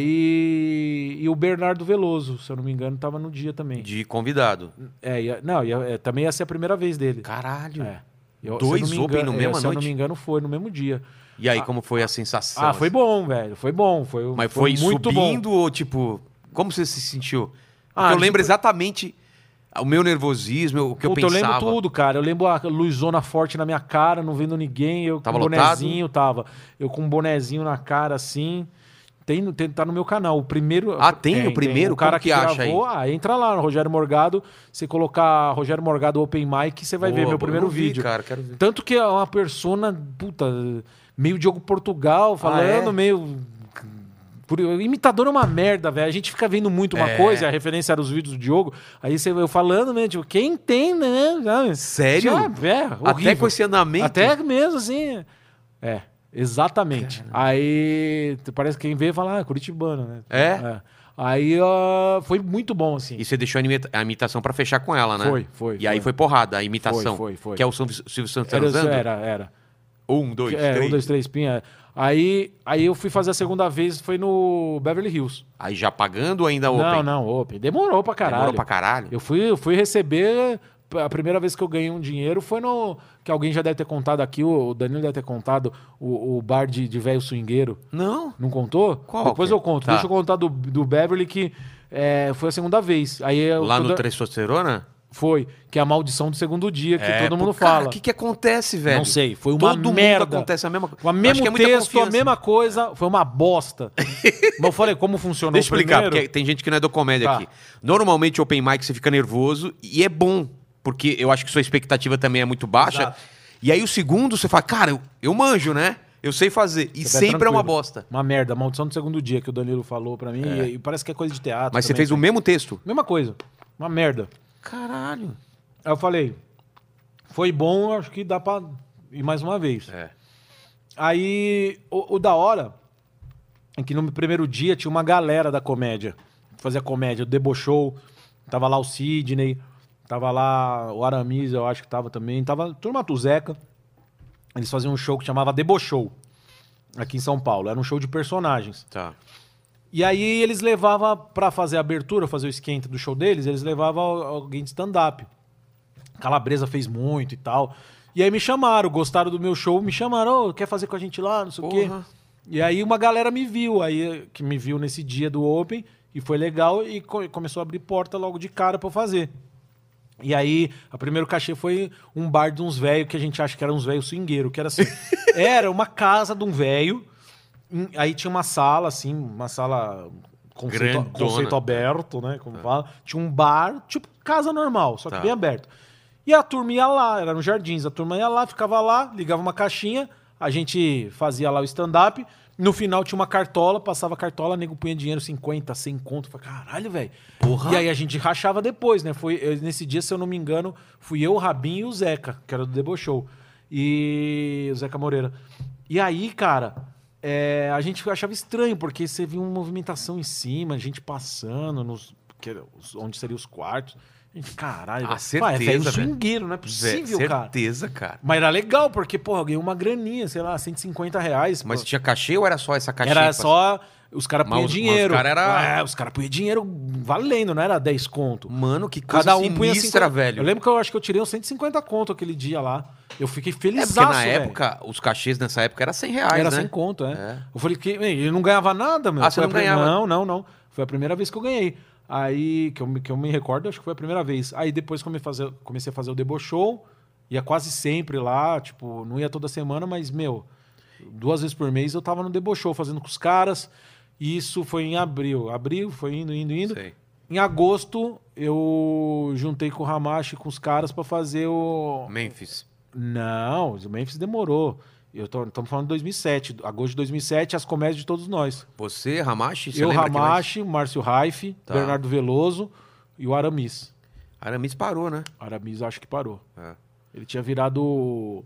Aí. E o Bernardo Veloso, se eu não me engano, tava no dia também. De convidado. É, ia- não, ia- é, também ia ser a primeira vez dele. Caralho. É. Eu- se Dois eu não me open engano- no é, mesma Se eu não noite? me engano, foi no mesmo dia. E aí, como foi a sensação? ah, foi assim? bom, velho. Foi bom. Foi, Mas foi, muito bom. subindo ou, tipo, como você se sentiu? Porque Ah, eu lembro tipo- exatamente o meu nervosismo, o que Puta, eu eu pensava. lembro tudo, cara. Eu lembro a luzona forte na minha cara, não vendo ninguém. Eu Tava com um bonezinho, tava. Eu com um bonezinho na cara, assim. Tem, no- tem, tá no meu canal. O primeiro. Ah, tem? O primeiro? O cara Como que, que acha gravou. Ah, entra lá no Rogério Morgado. Você colocar Rogério Morgado Open Mic, você vai ver Boa, meu boa. primeiro Eu não vi, vídeo. cara, quero ver. Tanto que é uma persona, puta, meio Diogo Portugal falando, é? meio. Por- Imitador é uma merda, velho. A gente fica vendo muito uma É. coisa, a referência era os vídeos do Diogo. Aí você eu falando, né? Tipo, quem tem, né? sabe? Sério? Já, é, Até horrível. com esse andamento. Até mesmo, assim. É, exatamente. Aí parece que quem vê fala, ah, Curitibano, né? É? Aí ó, foi muito bom, assim. E você deixou a imita- a imitação pra fechar com ela, né? Foi, foi, E aí foi. foi porrada, a imitação. Foi, foi, foi. Que é o Silvio Silvio Santos Era, transando? era, era. Um, dois, é, três. um, dois, três, pinha. Aí, aí eu fui fazer a segunda vez, foi no Beverly Hills. Aí já pagando ou ainda Ah, open? Não, não, open. Demorou pra caralho. Demorou pra caralho. Eu fui, eu fui receber. A primeira vez que eu ganhei um dinheiro foi no. Que alguém já deve ter contado aqui, o o Danilo deve ter contado, o, o bar de, de velho swingueiro. Não. Não contou? Qual Depois que é? eu conto. Tá. Deixa eu contar do, do Beverly que é, foi a segunda vez. Aí é eu- Lá no toda- Testosterona? Foi, que é a maldição do segundo dia, que todo mundo É, pô, cara, fala. O que, que acontece, velho? Não sei, foi uma Todo merda. mundo acontece a mesma coisa. Com o mesmo Acho que é muita texto, a confiança. mesma coisa, foi uma bosta. Mas eu falei, como funcionou Deixa eu o explicar, primeiro? porque tem gente que não é do comédia Tá. aqui. Normalmente, open mic, você fica nervoso e é bom, porque eu acho que sua expectativa também é muito baixa. E aí, o segundo, você fala, cara, eu, eu manjo, né? Eu sei fazer. E Você vai sempre é uma tranquilo. bosta. Uma merda, a maldição do segundo dia que o Danilo falou pra mim, e, e parece que é coisa de teatro. Mas você também, fez o né? mesmo texto. Mesma coisa, uma merda. Caralho. Aí eu falei, foi bom, acho que dá pra ir mais uma vez. É. Aí, o, o da hora é que no primeiro dia tinha uma galera da comédia. Fazia comédia, o Debochou, tava lá o Sidney, tava lá o Aramis, eu acho que tava também, tava turma do Zeca. Eles faziam um show que chamava Debochou, aqui em São Paulo. Era um show de personagens. Tá. E aí eles levavam, pra fazer a abertura, fazer o esquenta do show deles, eles levavam al- alguém de stand-up. Calabresa fez muito e tal. E aí me chamaram, gostaram do meu show, me chamaram, "Ô, quer fazer com a gente lá, não sei o quê. Porra. E aí uma galera me viu, aí que me viu nesse dia do Open, e foi legal, e co- começou a abrir porta logo de cara pra eu fazer. E aí, o primeiro cachê foi um bar de uns velhos que a gente acha que era uns velhos swingueiro, que era assim. era uma casa de um velho. em- Aí tinha uma sala, assim, uma sala. Conceito, Grandona. conceito aberto, né? Como fala. Tinha um bar, tipo casa normal, só que Tá. bem aberto. E a turma ia lá, era no Jardins. A turma ia lá, ficava lá, ligava uma caixinha, a gente fazia lá o stand-up. No final tinha uma cartola, passava a cartola, nego punha dinheiro, 50, 100 conto. Falei, caralho, velho. Porra. E aí a gente rachava depois, né? Foi, eu- nesse dia, se eu não me engano, fui eu, o Rabinho e o Zeca, que era do Debochou. E o Zeca Moreira. E aí, cara, é, a gente achava estranho, porque você viu uma movimentação em cima, gente passando, nos, que era os- onde seriam os quartos. Gente, Caralho, Ah, velho. Pá, é velho certeza, velho. swingueiro, não é possível, Zé, cara. certeza, cara. Mas era legal, porque, porra, eu ganhei uma graninha, sei lá, 150 reais. Mas pô. tinha cachê ou era só essa cachê? era pra- só. Os caras Mas punham os- mas os dinheiro. cara era- É, os caras punham dinheiro valendo, não era 10 conto. Mano, que coisa Cada um punha sinistra, 50, velho. Eu lembro que eu acho que eu tirei uns 150 conto aquele dia lá. Eu fiquei É feliz porque na época, os cachês nessa época era 100 reais, Era né? 100 conto, é. É. Eu falei que "Ei, eu não ganhava nada, meu. Ah, você Foi a não prim- ganhava? Não, não, não. Foi a primeira vez que eu ganhei. Aí, que eu, me- que eu me recordo, acho que foi a primeira vez. Aí depois come- fazer- comecei a fazer o debochou, ia quase sempre lá, tipo, não ia toda semana, mas, meu, duas vezes por mês eu tava no debochou fazendo com os caras. E isso foi em abril. Abril, foi indo, indo, indo. É, Sei. Em agosto, eu juntei com o Hamashi e com os caras pra fazer o. Memphis. Não, o Memphis demorou. Eu tô, estamos falando de 2007. Agosto de 2007, as comédias de todos nós. Você, Ramache? Você eu, lembra quem mais? Ramache, Márcio Raif, Tá. Bernardo Veloso e o Aramis. Aramis parou, né? Aramis, eu acho que parou. É. Ele tinha virado.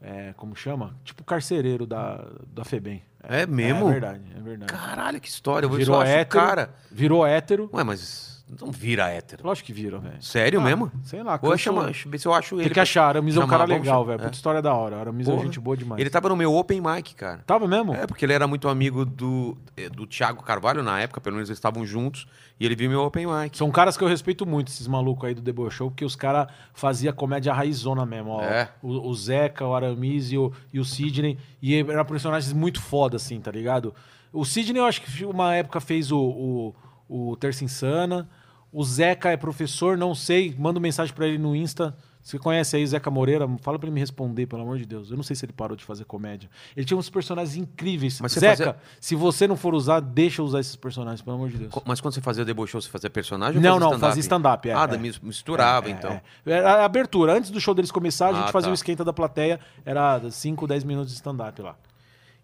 é, como chama? Tipo carcereiro da, da Febem. É mesmo? É verdade, é verdade. Caralho, que história. Eu vou virou só acho o hétero. cara. Virou hétero. Ué, mas não vira hétero. Lógico que virou, velho. Ah, Sério mesmo? Sei lá. Vou cansou. chamar, ver se eu acho ele. Tem que achar. Aramis é um chamar, cara vamos legal, chamar. velho. É. Puta história da hora. Aramis é Porra. gente boa demais. Ele tava no meu open mic, cara. Tava mesmo? É, porque ele era muito amigo do, eh, do Thiago Carvalho na época, pelo menos eles estavam juntos, e ele viu meu open mic. São caras que eu respeito muito, esses malucos aí do Deboche Show, porque os caras faziam comédia raizona mesmo. Ó. É. O, o Zeca, o Aramis e o, e o Sidney. E eram personagens muito foda, assim, tá ligado? O Sidney, eu acho que uma época fez o, o, o Terça Insana. O Zeca é professor, não sei. Manda mensagem pra ele no Insta. Você conhece aí o Zeca Moreira? Fala pra ele me responder, pelo amor de Deus. Eu não sei se ele parou de fazer comédia. Ele tinha uns personagens incríveis. Mas você Zeca, fazia- se você não for usar, deixa eu usar esses personagens, pelo amor de Deus. Co- Mas quando você fazia o debochou, você fazia personagem Não, ou não, fazia stand-up, é, ah, é. da- mis- misturava, É, então. é. Era a abertura. Antes do show deles começar, a gente Ah, fazia tá. o esquenta da plateia. Era 5, 10 minutos de stand-up lá.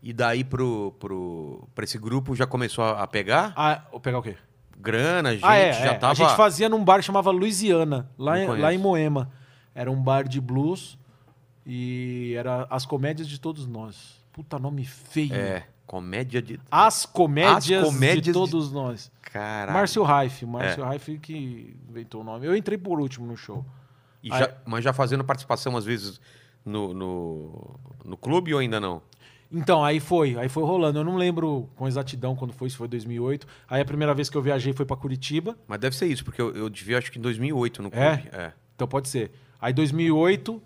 E daí pro, pro, pra esse grupo já começou a a pegar Ah, vou pegar o quê? grana, gente, ah, é, já é. tava. A gente fazia num bar que chamava Louisiana, Não lá, em, conheço. lá em Moema. Era um bar de blues e era as comédias de todos nós. Puta nome feio. É, comédia de. As, comédias As comédias de de- todos nós. Caralho. É. Márcio Raif, Márcio Raif que inventou o nome. Eu entrei por último no show. E já- mas já fazendo participação, às vezes, no, no, no clube ou ainda não? Então, aí foi, aí foi rolando. Eu não lembro com exatidão quando foi, se foi 2008. Aí a primeira vez que eu viajei foi pra Curitiba, Mas deve ser isso, porque eu, eu devia, acho que em 2008 no clube. É? É. então pode ser. Aí 2008,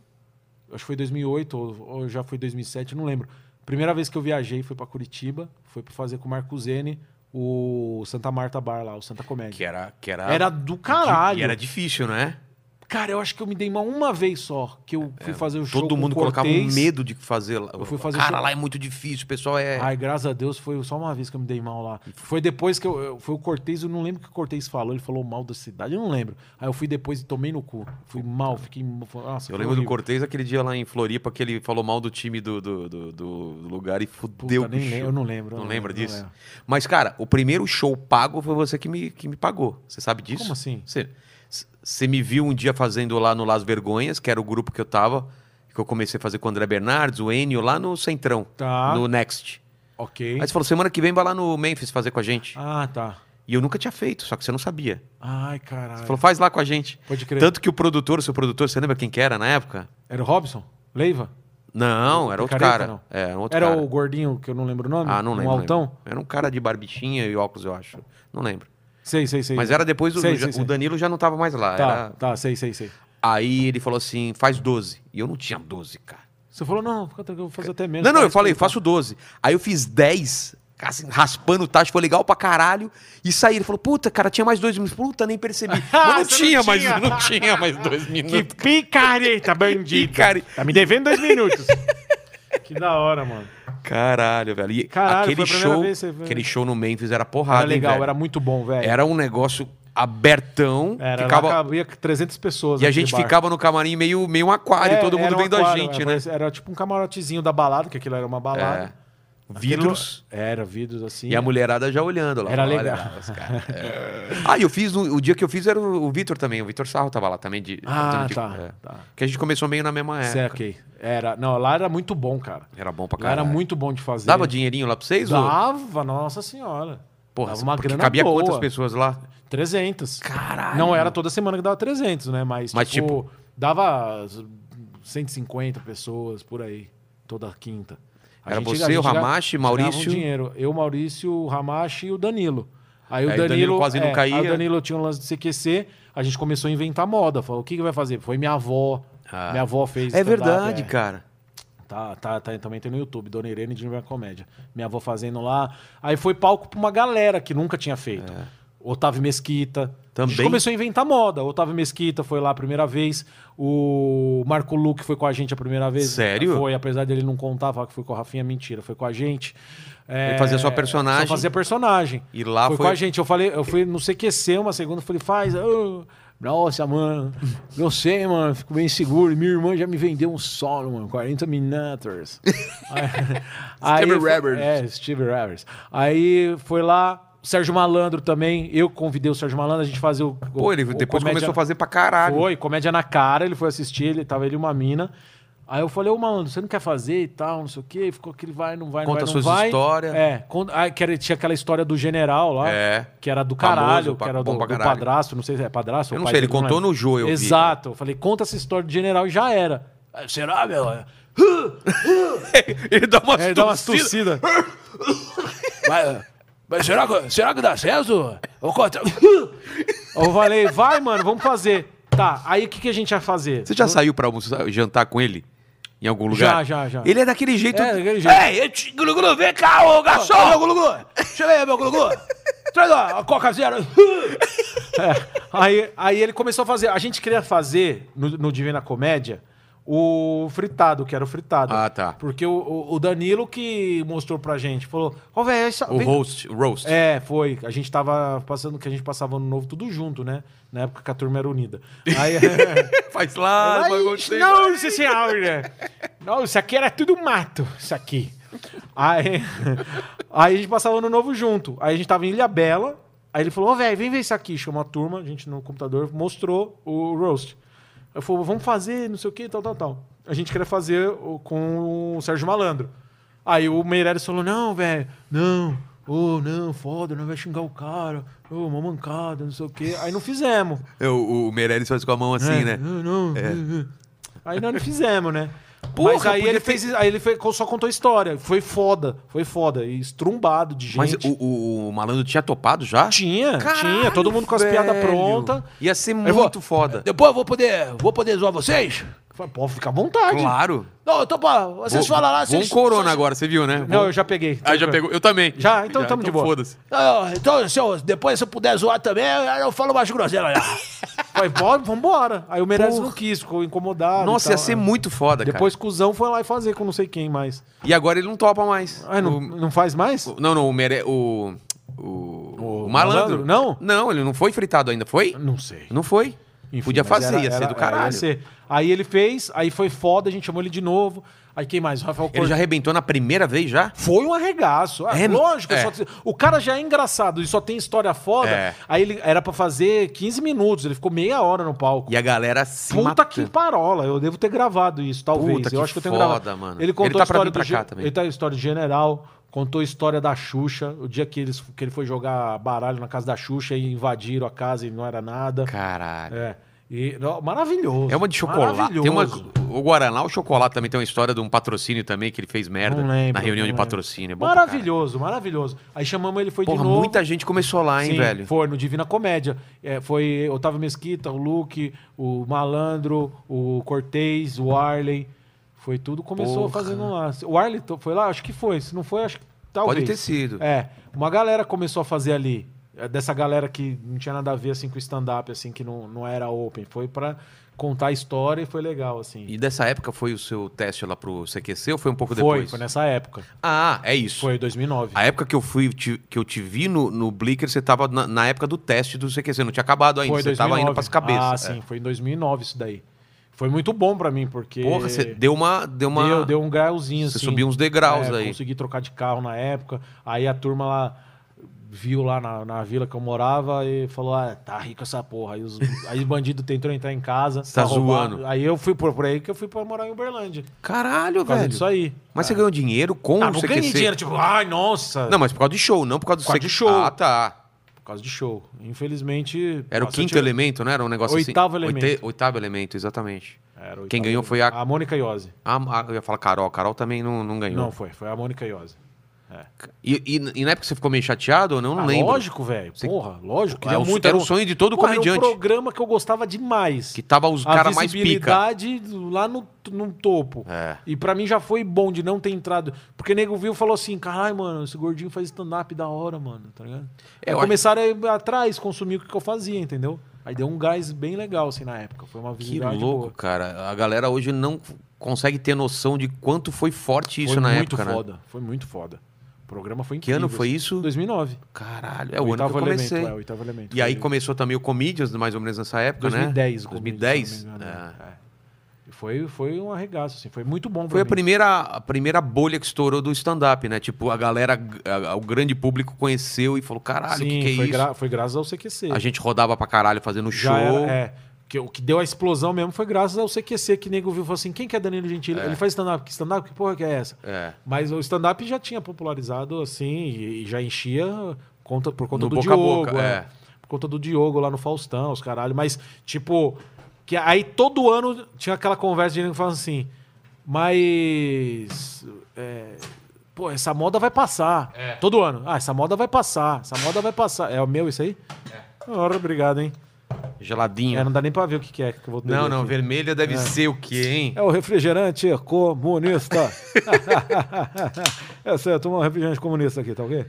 acho que foi 2008 ou, ou já foi 2007, não lembro. Primeira vez que eu viajei foi pra Curitiba, foi pra fazer com o Marco Zene o Santa Marta Bar lá, o Santa Comédia. Que é era. Que era, Era do E caralho. era difícil, né? Cara, eu acho que eu me dei uma, uma vez só que eu fui fazer o É, show Todo com o mundo colocava um Cortez. medo de fazer lá. Eu fui fazer Cara, show- lá é muito difícil, o pessoal é. Ai, graças a Deus, foi só uma vez que eu me dei mal lá. Foi depois que eu. eu- Foi o Cortez, eu não lembro o que o Cortez falou. Ele falou mal da cidade, eu não lembro. Aí eu fui depois e tomei no cu. Fui mal, fiquei. foi- Nossa, Eu foi lembro do horrível. Cortez aquele dia lá em Floripa que ele falou mal do time do, do, do- do lugar e Puta, fudeu com o nem lembro, show. Eu não lembro. eu Não lembra lembro, disso? lembro. Mas, cara, o primeiro show pago foi você que me, que me pagou. Você sabe disso? Como assim? Você, você me viu um dia fazendo lá no Las Vergonhas, que era o grupo que eu tava, que eu comecei a fazer com o André Bernardes, o Enio, lá no Centrão, Tá. no Next. Aí Ok. você falou, semana que vem vai lá no Memphis fazer com a gente. Ah, tá. E eu nunca tinha feito, só que você não sabia. Ai, Você caralho. falou, faz lá com a gente. É. Pode crer. Tanto que o produtor, seu produtor, você lembra quem que era na época? Era o Robson? Leiva? Não, era outro Picareta, cara. não? É, era um outro Era cara. o gordinho que eu não lembro o nome? Ah, não lembro. Um não lembro. altão? Era um cara de barbichinha e óculos, eu acho. Não lembro. Sei, sei, sei. Mas era depois do. Sei, já- sei, sei. O Danilo já não tava mais lá. Tá, era- tá, sei, sei, sei. Aí ele falou assim: faz 12. E eu não tinha 12, cara. Você falou, não, fica tranquilo, eu vou fazer até menos. Não, não, pra eu falei, respeitar. faço 12. Aí eu fiz 10, assim, raspando o tacho, foi legal pra caralho. E saí. Ele falou, puta, cara, tinha mais dois minutos. Puta, nem percebi. Mas não Você não tinha, mais, tinha. não tinha mais dois Que minutos. picareta, bandido. Picare- Tá me devendo dois minutos. que da hora, mano. Caralho, velho. E Caralho, foi aquele a primeira show. vez que você foi. Aquele show no Memphis era porrada. Era hein, legal, Ah, velho? era muito bom, velho. Era um negócio abertão. Era, ficava- lá cabia 300 pessoas. E a naquele gente bar. ficava no camarim meio, meio um aquário, É, todo era mundo um vendo a aquário, gente, é, né? mas Era tipo um camarotezinho da balada, que aquilo era uma É. balada. Aquilo- Vidros Era, vidros assim. e a mulherada já olhando lá. Era Olha legal. lá os caras. É. ah, e eu fiz, no- o dia que eu fiz era o o Vitor também, o Vitor Sarro tava lá também. De, Ah, fazendo de- tá. é. tá. Que a gente começou meio na mesma época. Certo, é, ok. Era, não, lá era muito bom, cara. Era bom É, pra Lá caralho. era muito bom de fazer. Dava dinheirinho lá pra vocês? ou- Dava, nossa senhora. Porra, Dava uma porque grana cabia boa. quantas pessoas lá? 300. Caralho. Não era toda semana que dava 300, né? Mas, Mas, tipo, dava 150 pessoas por aí, toda quinta. Era você, o ga- Hamashi, Maurício? ganhava um dinheiro. Eu, Maurício, o Hamashi e o Danilo. Aí o Aí o Danilo, Danilo quase não é, caía. Aí o Danilo tinha um lance de CQC, a gente começou a inventar moda. Falou, o que, que vai fazer? Foi minha avó. Ah. Minha avó fez. É stand-up, verdade, é. cara. Tá, tá, tá, também tem no YouTube, Dona Irene de Nova Comédia. Minha avó fazendo lá. Aí foi palco pra uma galera que nunca tinha feito. Otávio Mesquita. A É. Também? gente começou a inventar moda. Otávio Mesquita foi lá a primeira vez. O Marco Luque foi com a gente a primeira vez. Sério? Foi, apesar dele não contar, falar que foi com o Rafinha, mentira, foi com a gente. É, Ele fazia só personagem. Só fazia personagem. E lá foi, foi- com a gente. Eu falei, eu fui no CQC uma segunda, falei, faz. ah, nossa, mano, não sei, mano, fico bem seguro. Minha irmã já me vendeu um solo, mano, 40 minutos. Aí- Steve Roberts. É, Steve Roberts. Aí foi lá, Sérgio Malandro também. Eu convidei o Sérgio Malandro, a gente fazia o. Pô, o- ele o depois comédia- começou a fazer pra caralho. Foi, comédia na cara, ele foi assistir, ele tava ele e uma mina. Aí eu falei, ô Malandro, você não quer fazer e tal, não sei o quê. Ficou aquele vai, não vai, Conta não vai, não suas vai. histórias. É, conta- aí que era- tinha aquela história do general lá. É. Que era do Famoso, caralho, pa- que era do, bom pra do caralho. padrasto, não sei se é padrasto Eu ou não pai sei, ele dele, contou lembro. no Jô, eu vi. Exato. Eu falei, conta essa história do general e já era. Aí, Será, meu? ele dá umas É, ele dá umas tossidas. Mas, mas será, que, será que dá certo? Eu, conto- eu falei, vai, mano, vamos fazer. Tá, aí o que, que a gente ia fazer? Você já saiu pra almoçar, jantar com ele? Em algum lugar? Já, já, já. Ele é daquele jeito... É, daquele jeito. Ei, eu te- Glu, glu, vem cá, ô garçom! Deixa eu ver, meu Gugu. Traz lá, a Coca Zero. É, aí, aí ele começou a fazer. A gente queria fazer no, no Divina Comédia o fritado, que era o fritado. Ah, tá. Porque o, o- o Danilo que mostrou pra gente, falou: Ó, velho, essa- O vem- roast, o roast. É, foi. A gente tava passando, que a gente passava no novo tudo junto, né? Na época que a turma era unida. Aí. Faz lá, Ai, vai acontecer. Nossa senhora! é assim, Não, isso aqui era tudo mato, isso aqui. Aí, aí a gente passava no novo junto. Aí a gente tava em Ilha Bela. Aí ele falou, ô velho, vem ver isso aqui. Chamou a turma, a gente no computador, mostrou o roast. Eu falei, vamos fazer, não sei o que, tal, tal, tal. A gente queria fazer o- com o Sérgio Malandro. Aí o Meireles falou, não, velho, não, ô, não, foda, não vai xingar o cara, ô, uma mancada, não sei o quê. Aí não fizemos. É, O, o Meirelles faz com a mão assim, né? Não, não. Aí nós não fizemos, né? Porra, Mas aí podia ele, ter- fez, aí ele fe- só contou a história. Foi foda, foi foda. E estrumbado de gente. Mas o, o- o malandro tinha topado já? Tinha, tinha. Todo mundo com as Caralho, piadas velho. prontas. Ia ser Eu vou- muito foda. Depois eu vou poder, vou poder zoar vocês? Falei, Pô, fica à vontade. Claro. Não, eu tô pra... Vocês Vou- falam lá, vou vocês... um corona vocês- agora, você viu, né? Não, Vou- eu já peguei. Ah, já pegou. Eu também. Já? Então tamo de boa. Foda-se. Não, então, se eu, depois se eu puder zoar também, eu falo mais groselha lá. Falei, bora, vambora. Aí o Meirelles não quis, ficou incomodado. Nossa, e ia tal. ser muito foda, cara. tá Depois cuzão foi lá e fazer com não sei quem mais. E agora ele não topa mais. Ah, não, O- não faz mais? o- não, não, o, Mere... o... o- O o malandro. malandro, não? Não, ele não foi fritado ainda, foi? Não sei. Não foi. Enfim, Podia mas fazer, era- ia ser era- do era- ia caralho. ser. Aí ele fez, aí foi foda, a gente chamou ele de novo. Aí quem mais? O Rafael Ele Cordeiro. já arrebentou na primeira vez já? Foi um arregaço. Ah, É, lógico, é. só- o cara já é engraçado e só tem história foda. É. Aí ele era pra fazer 15 minutos, ele ficou meia hora no palco. E a galera se Puta matando. que parola, eu devo ter gravado isso, talvez. Puta que eu acho que eu tenho foda, gravado. mano. Ele Ele contou tá a pra história vir pra do cá ge- também. Ele tá a história de general, contou a história da Xuxa, o dia que, eles, que ele foi jogar baralho na casa da Xuxa e invadiram a casa e não era nada. Caralho. É. E, não, maravilhoso. É uma de chocolate. Tem uma, maravilhoso. o Guaraná, o chocolate também tem uma história de um patrocínio também que ele fez merda Não lembro, na reunião não de lembro. patrocínio. É bom pra Maravilhoso, maravilhoso. Aí chamamos ele, foi caralho. Porra, de novo. muita gente começou lá, hein, Sim, velho? Foi no Divina Comédia. É, foi Otávio Mesquita, o Luke, o Malandro, o Cortez, o Arley. Foi tudo, começou Porra. fazendo lá. O Arley to- foi lá? Acho que foi. Se não foi, acho que talvez. ter sido. É. Uma galera começou a fazer ali. é, Dessa galera que não tinha nada a ver assim, com stand-up, assim, que não, não era open. Foi pra contar a história e foi legal, assim. E dessa época foi o seu teste lá pro CQC ou foi um pouco foi, depois? foi nessa época. Ah, é isso. Foi 2009. A época que eu fui te- que eu te vi no, no Blicker, você tava na, na época do teste do CQC, não tinha acabado ainda, Foi você tava indo pras cabeças. Ah, É. sim, foi em 2009 isso daí. Foi muito bom pra mim, porque. É. Porra, você deu uma. Deu uma... Deu, deu um grauzinho Você assim. subiu uns degraus É, aí. Consegui trocar de carro na época. Aí a turma lá viu lá na, na vila que eu morava e falou: ah, tá rico essa porra. Aí os, aí os bandidos tentou entrar em casa. Você tá pra roubar. zoando. Aí eu fui por, por aí que eu fui pra morar em Uberlândia. Caralho, Por causa velho. disso aí. Mas você ganhou dinheiro com Ah, o não CQC? ganhei dinheiro, tipo, ai, nossa. Não, mas por causa de show, não por causa do Por causa de CQC. show. Ah, tá. Por causa de show. Infelizmente. Era o nossa, eu quinto tive- elemento, não era um negócio Oitavo assim? Oite- elemento. Oitavo elemento, exatamente. Era o Quem oitavo ganhou elemento. foi a- A Mônica Iose. A, a- eu ia falar Carol, a Carol também não, não ganhou. Não, foi. Foi a Mônica Iose. E, e- e na época você ficou meio chateado? Eu não Ah, lembro. Lógico, velho. Você- Porra, lógico. Era Queria um- muito. era um sonho de todo Porra, comediante. Era um programa que eu gostava demais. Que tava os a caras mais pica. visibilidade lá no, no topo. É. E pra mim já foi bom de não ter entrado. Porque nego viu e falou assim: caralho, mano, esse gordinho faz stand-up da hora, mano, tá ligado? É, eu Aí acho- começaram a ir atrás, consumir o que eu fazia, entendeu? Aí deu um gás bem legal, assim, na época. Foi uma Que visibilidade louco, boa. cara. A galera hoje não consegue ter noção de quanto foi forte isso foi na muito época, né? foda, foi muito foda. O programa foi Que incrível. ano foi assim. isso? 2009. Caralho, é o ano que eu comecei. Elemento, é, o oitavo elemento. E aí Foi começou também o Comedians, mais ou menos nessa época, 2010, né? o 2010. Comedians, se não me engano, É. é. E Foi, foi um arregaço, assim. Foi muito bom pra Foi a mim. primeira, a primeira bolha que estourou do stand-up, né? Tipo, a galera, a- o grande público conheceu e falou: caralho, o Sim, que, que é foi, isso? gra- foi graças ao CQC. A gente rodava pra caralho fazendo show. Já era- é. Que, o que deu a explosão mesmo foi graças ao CQC, que nego viu e falou assim: quem que é Danilo Gentili? Ele faz stand-up, que stand-up, que porra que é essa? É. Mas o stand-up já tinha popularizado assim e, e já enchia conta, por conta No do boca a Diogo. boca, é. Por conta do Diogo lá no Faustão, os caralho. Mas, tipo, que aí todo ano tinha aquela conversa de nego falando assim: mas. é, pô, essa moda vai passar. É. Todo ano. Ah, essa moda vai passar. Essa moda vai passar. É o meu isso aí? É. Ora, obrigado, hein? Geladinho. É, não dá nem pra ver o que, que é que eu vou beber Não, não, aqui. vermelha deve ser o quê, hein? É o refrigerante comunista. é certo, tomar um refrigerante comunista aqui, tá ok?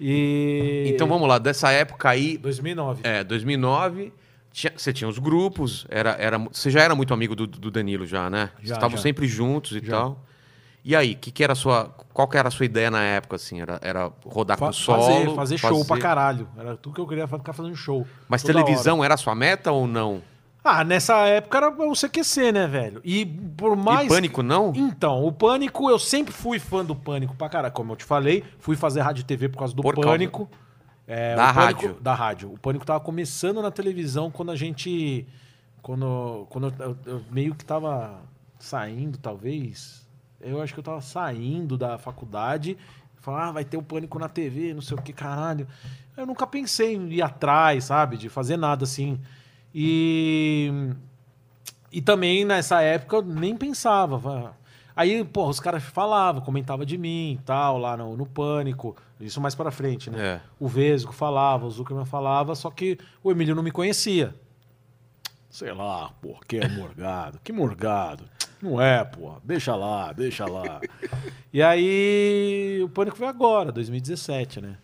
E. Então vamos lá, dessa época aí, 2009. é, 2009, tinha- você tinha os grupos, era, era, mu- você já era muito amigo do, do Danilo já, né? Vocês Já, estavam já. sempre juntos e tal. E aí, que que era a sua, qual que era a sua ideia na época, assim? Era, era rodar Fa- com solo? fazer, fazer show pra caralho. Era tudo que eu queria ficar fazendo show. Mas toda televisão era a sua meta ou não? hora. Ah, nessa época era o CQC, né, velho? E por mais. E pânico não? Então, o Pânico, eu sempre fui fã do Pânico pra caralho. Como eu te falei, fui fazer rádio e TV por causa do Por causa- Pânico. É, Da o Pânico- rádio. Da rádio. O Pânico tava começando na televisão quando a gente... Quando, quando eu, eu meio que tava saindo, talvez. Eu acho que eu tava saindo da faculdade. Falar, ah, vai ter o Pânico na TV, não sei o que, caralho. Eu nunca pensei em ir atrás, sabe? De fazer nada assim. E... E também nessa época eu nem pensava. vá. Aí, porra, os caras falavam, comentavam de mim e tal, lá no, no Pânico. Isso mais pra frente, né? É. O Vesgo falava, o Zuckerman falava, só que o Emílio não me conhecia. Sei lá, porra, que é morgado? Que morgado? Não é, porra. Deixa lá, deixa lá. e aí, o Pânico veio agora, 2017, né?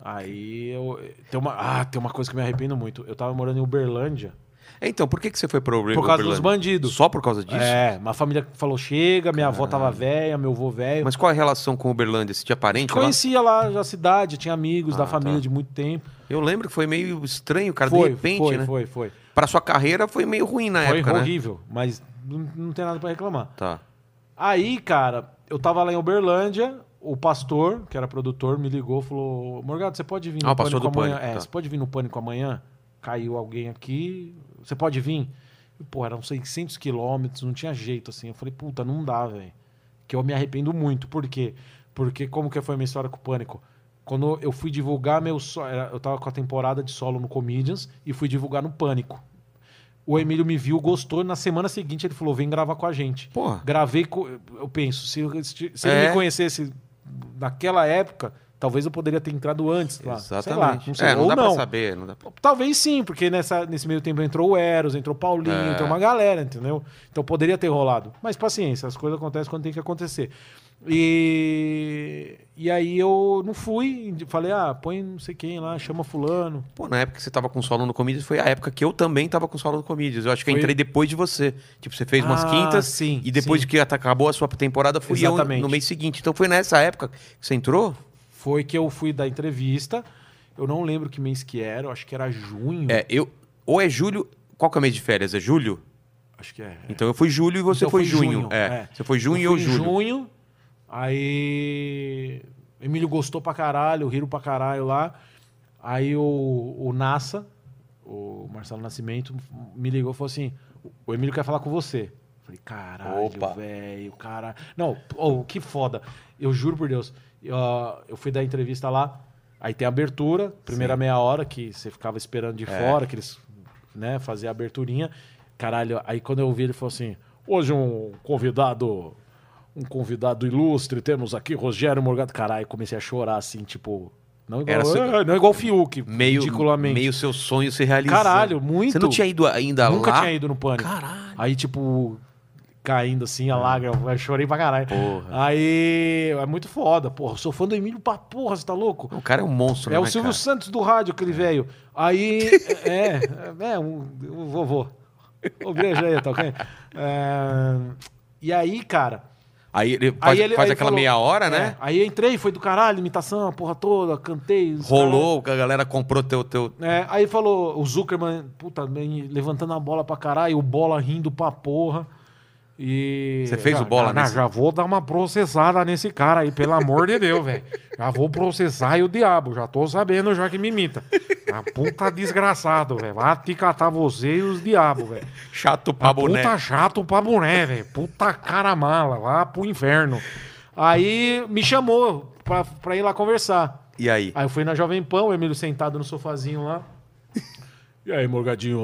Aí eu. Tem uma, ah, tem uma coisa que eu me arrependo muito. Eu tava morando em Uberlândia. Então, por que, que você foi pro Por causa dos Uberlândia? bandidos. Só por causa disso? É, uma família falou: chega, minha avó tava velha, meu avô velho. Mas qual é a relação com Uberlândia? Você tinha parente lá? Conhecia lá já a cidade, tinha amigos Ah, da família tá. de muito tempo. Eu lembro que foi meio estranho, cara, foi, de repente, foi, né? foi, foi. Pra sua carreira foi meio ruim na Foi época, né? horrível, mas não, não tem nada pra reclamar. Tá. Aí, cara, eu tava lá em Uberlândia, o pastor, que era produtor, me ligou falou: Morgado, você pode vir Ah, o pastor do amanhã? Pânico, É, tá. você pode vir no pânico amanhã? Caiu alguém aqui, você pode vir? E, Pô, eram 600 quilômetros, não tinha jeito assim. Eu falei: puta, não dá, velho. Que eu me arrependo muito. Por quê? Porque como que foi a minha história com o pânico? Quando eu fui divulgar meu solo, eu tava com a temporada de solo no Comedians e fui divulgar no Pânico. O Emílio me viu, gostou, na semana seguinte ele falou: vem gravar com a gente Porra. gravei com. Eu penso, se, eu- se ele É. me conhecesse naquela época, talvez eu poderia ter entrado antes lá. Sei lá, Exatamente. não sei, é, não ou dá não. pra saber. Não dá pra... Talvez sim, porque nessa, nesse meio tempo entrou o Eros, entrou o Paulinho, É. entrou uma galera, entendeu? Então poderia ter rolado. Mas paciência, as coisas acontecem quando tem que acontecer. E, e aí eu não fui, falei, ah, põe não sei quem lá, chama fulano. Pô, na época que você tava com solo no Comedians, foi a época que eu também tava com solo no Comedians. Eu acho que eu Foi- entrei depois de você. Tipo, você fez umas Ah, quintas sim, e depois sim. que at- acabou a sua temporada, fui eu Exatamente. no mês seguinte. Então foi nessa época que você entrou? Foi que eu fui dar entrevista. Eu não lembro que mês que era, eu acho que era junho. É, eu... Ou é julho... Qual que é o mês de férias? É julho? Acho que é. Então eu fui julho e você Então foi foi junho. junho, É. é. Você foi junho Eu e eu fui em julho. junho, aí O Emílio gostou pra caralho, riram pra caralho lá. Aí o, o Nassa, o Marcelo Nascimento, me ligou e falou assim: o Emílio quer falar com você. Falei, Opa. caralho, velho, caralho. Não, oh, que foda. Eu juro por Deus. Eu, ah, eu fui dar entrevista lá, aí tem a abertura, primeira meia hora, que você ficava esperando É. de fora, que eles né, faziam a aberturinha. Caralho, aí quando eu vi, ele falou assim: hoje um convidado um convidado ilustre, temos aqui Rogério Morgado. Caralho, comecei a chorar assim, tipo. Não igual, Era seu- é, não igual o Fiuk, Meio, ridiculamente. meio seu sonho se realizando. Caralho, muito. Você não tinha ido ainda Nunca lá? tinha ido no pânico. Caralho. É. Aí, tipo, caindo assim, a lágrima, eu chorei pra caralho. Porra. Aí, é muito foda, porra. eu Sou fã do Emílio pra porra, você tá louco? O cara é um monstro, É né, o Silvio cara? Santos do rádio, É. aquele velho. Aí, é, é um, um vovô. O beijo aí, tá ok? É, e aí, cara, Aí ele faz, Aí ele- faz aí aquela falou- meia hora, é, né? aí eu entrei, foi do caralho, imitação, a porra toda, cantei. os Rolou, a galera comprou teu... teu... é, aí falou o Zuckerman, puta, bem, levantando a bola pra caralho, o Bola rindo pra porra. E. Você fez Já- o Bola já, nesse- já vou dar uma processada nesse cara aí, pelo amor de Deus, velho. Já vou processar e o diabo, já tô sabendo já que me imita. A puta desgraçado, velho. Vai te catar você e os diabos, velho. Chato pra Ah, boné. Puta chato pra boné, velho. Puta cara mala, vá pro inferno. Aí me chamou pra, pra ir lá conversar. E aí? Aí eu fui na Jovem Pan, o Emílio sentado no sofazinho lá. E aí, Morgadinho,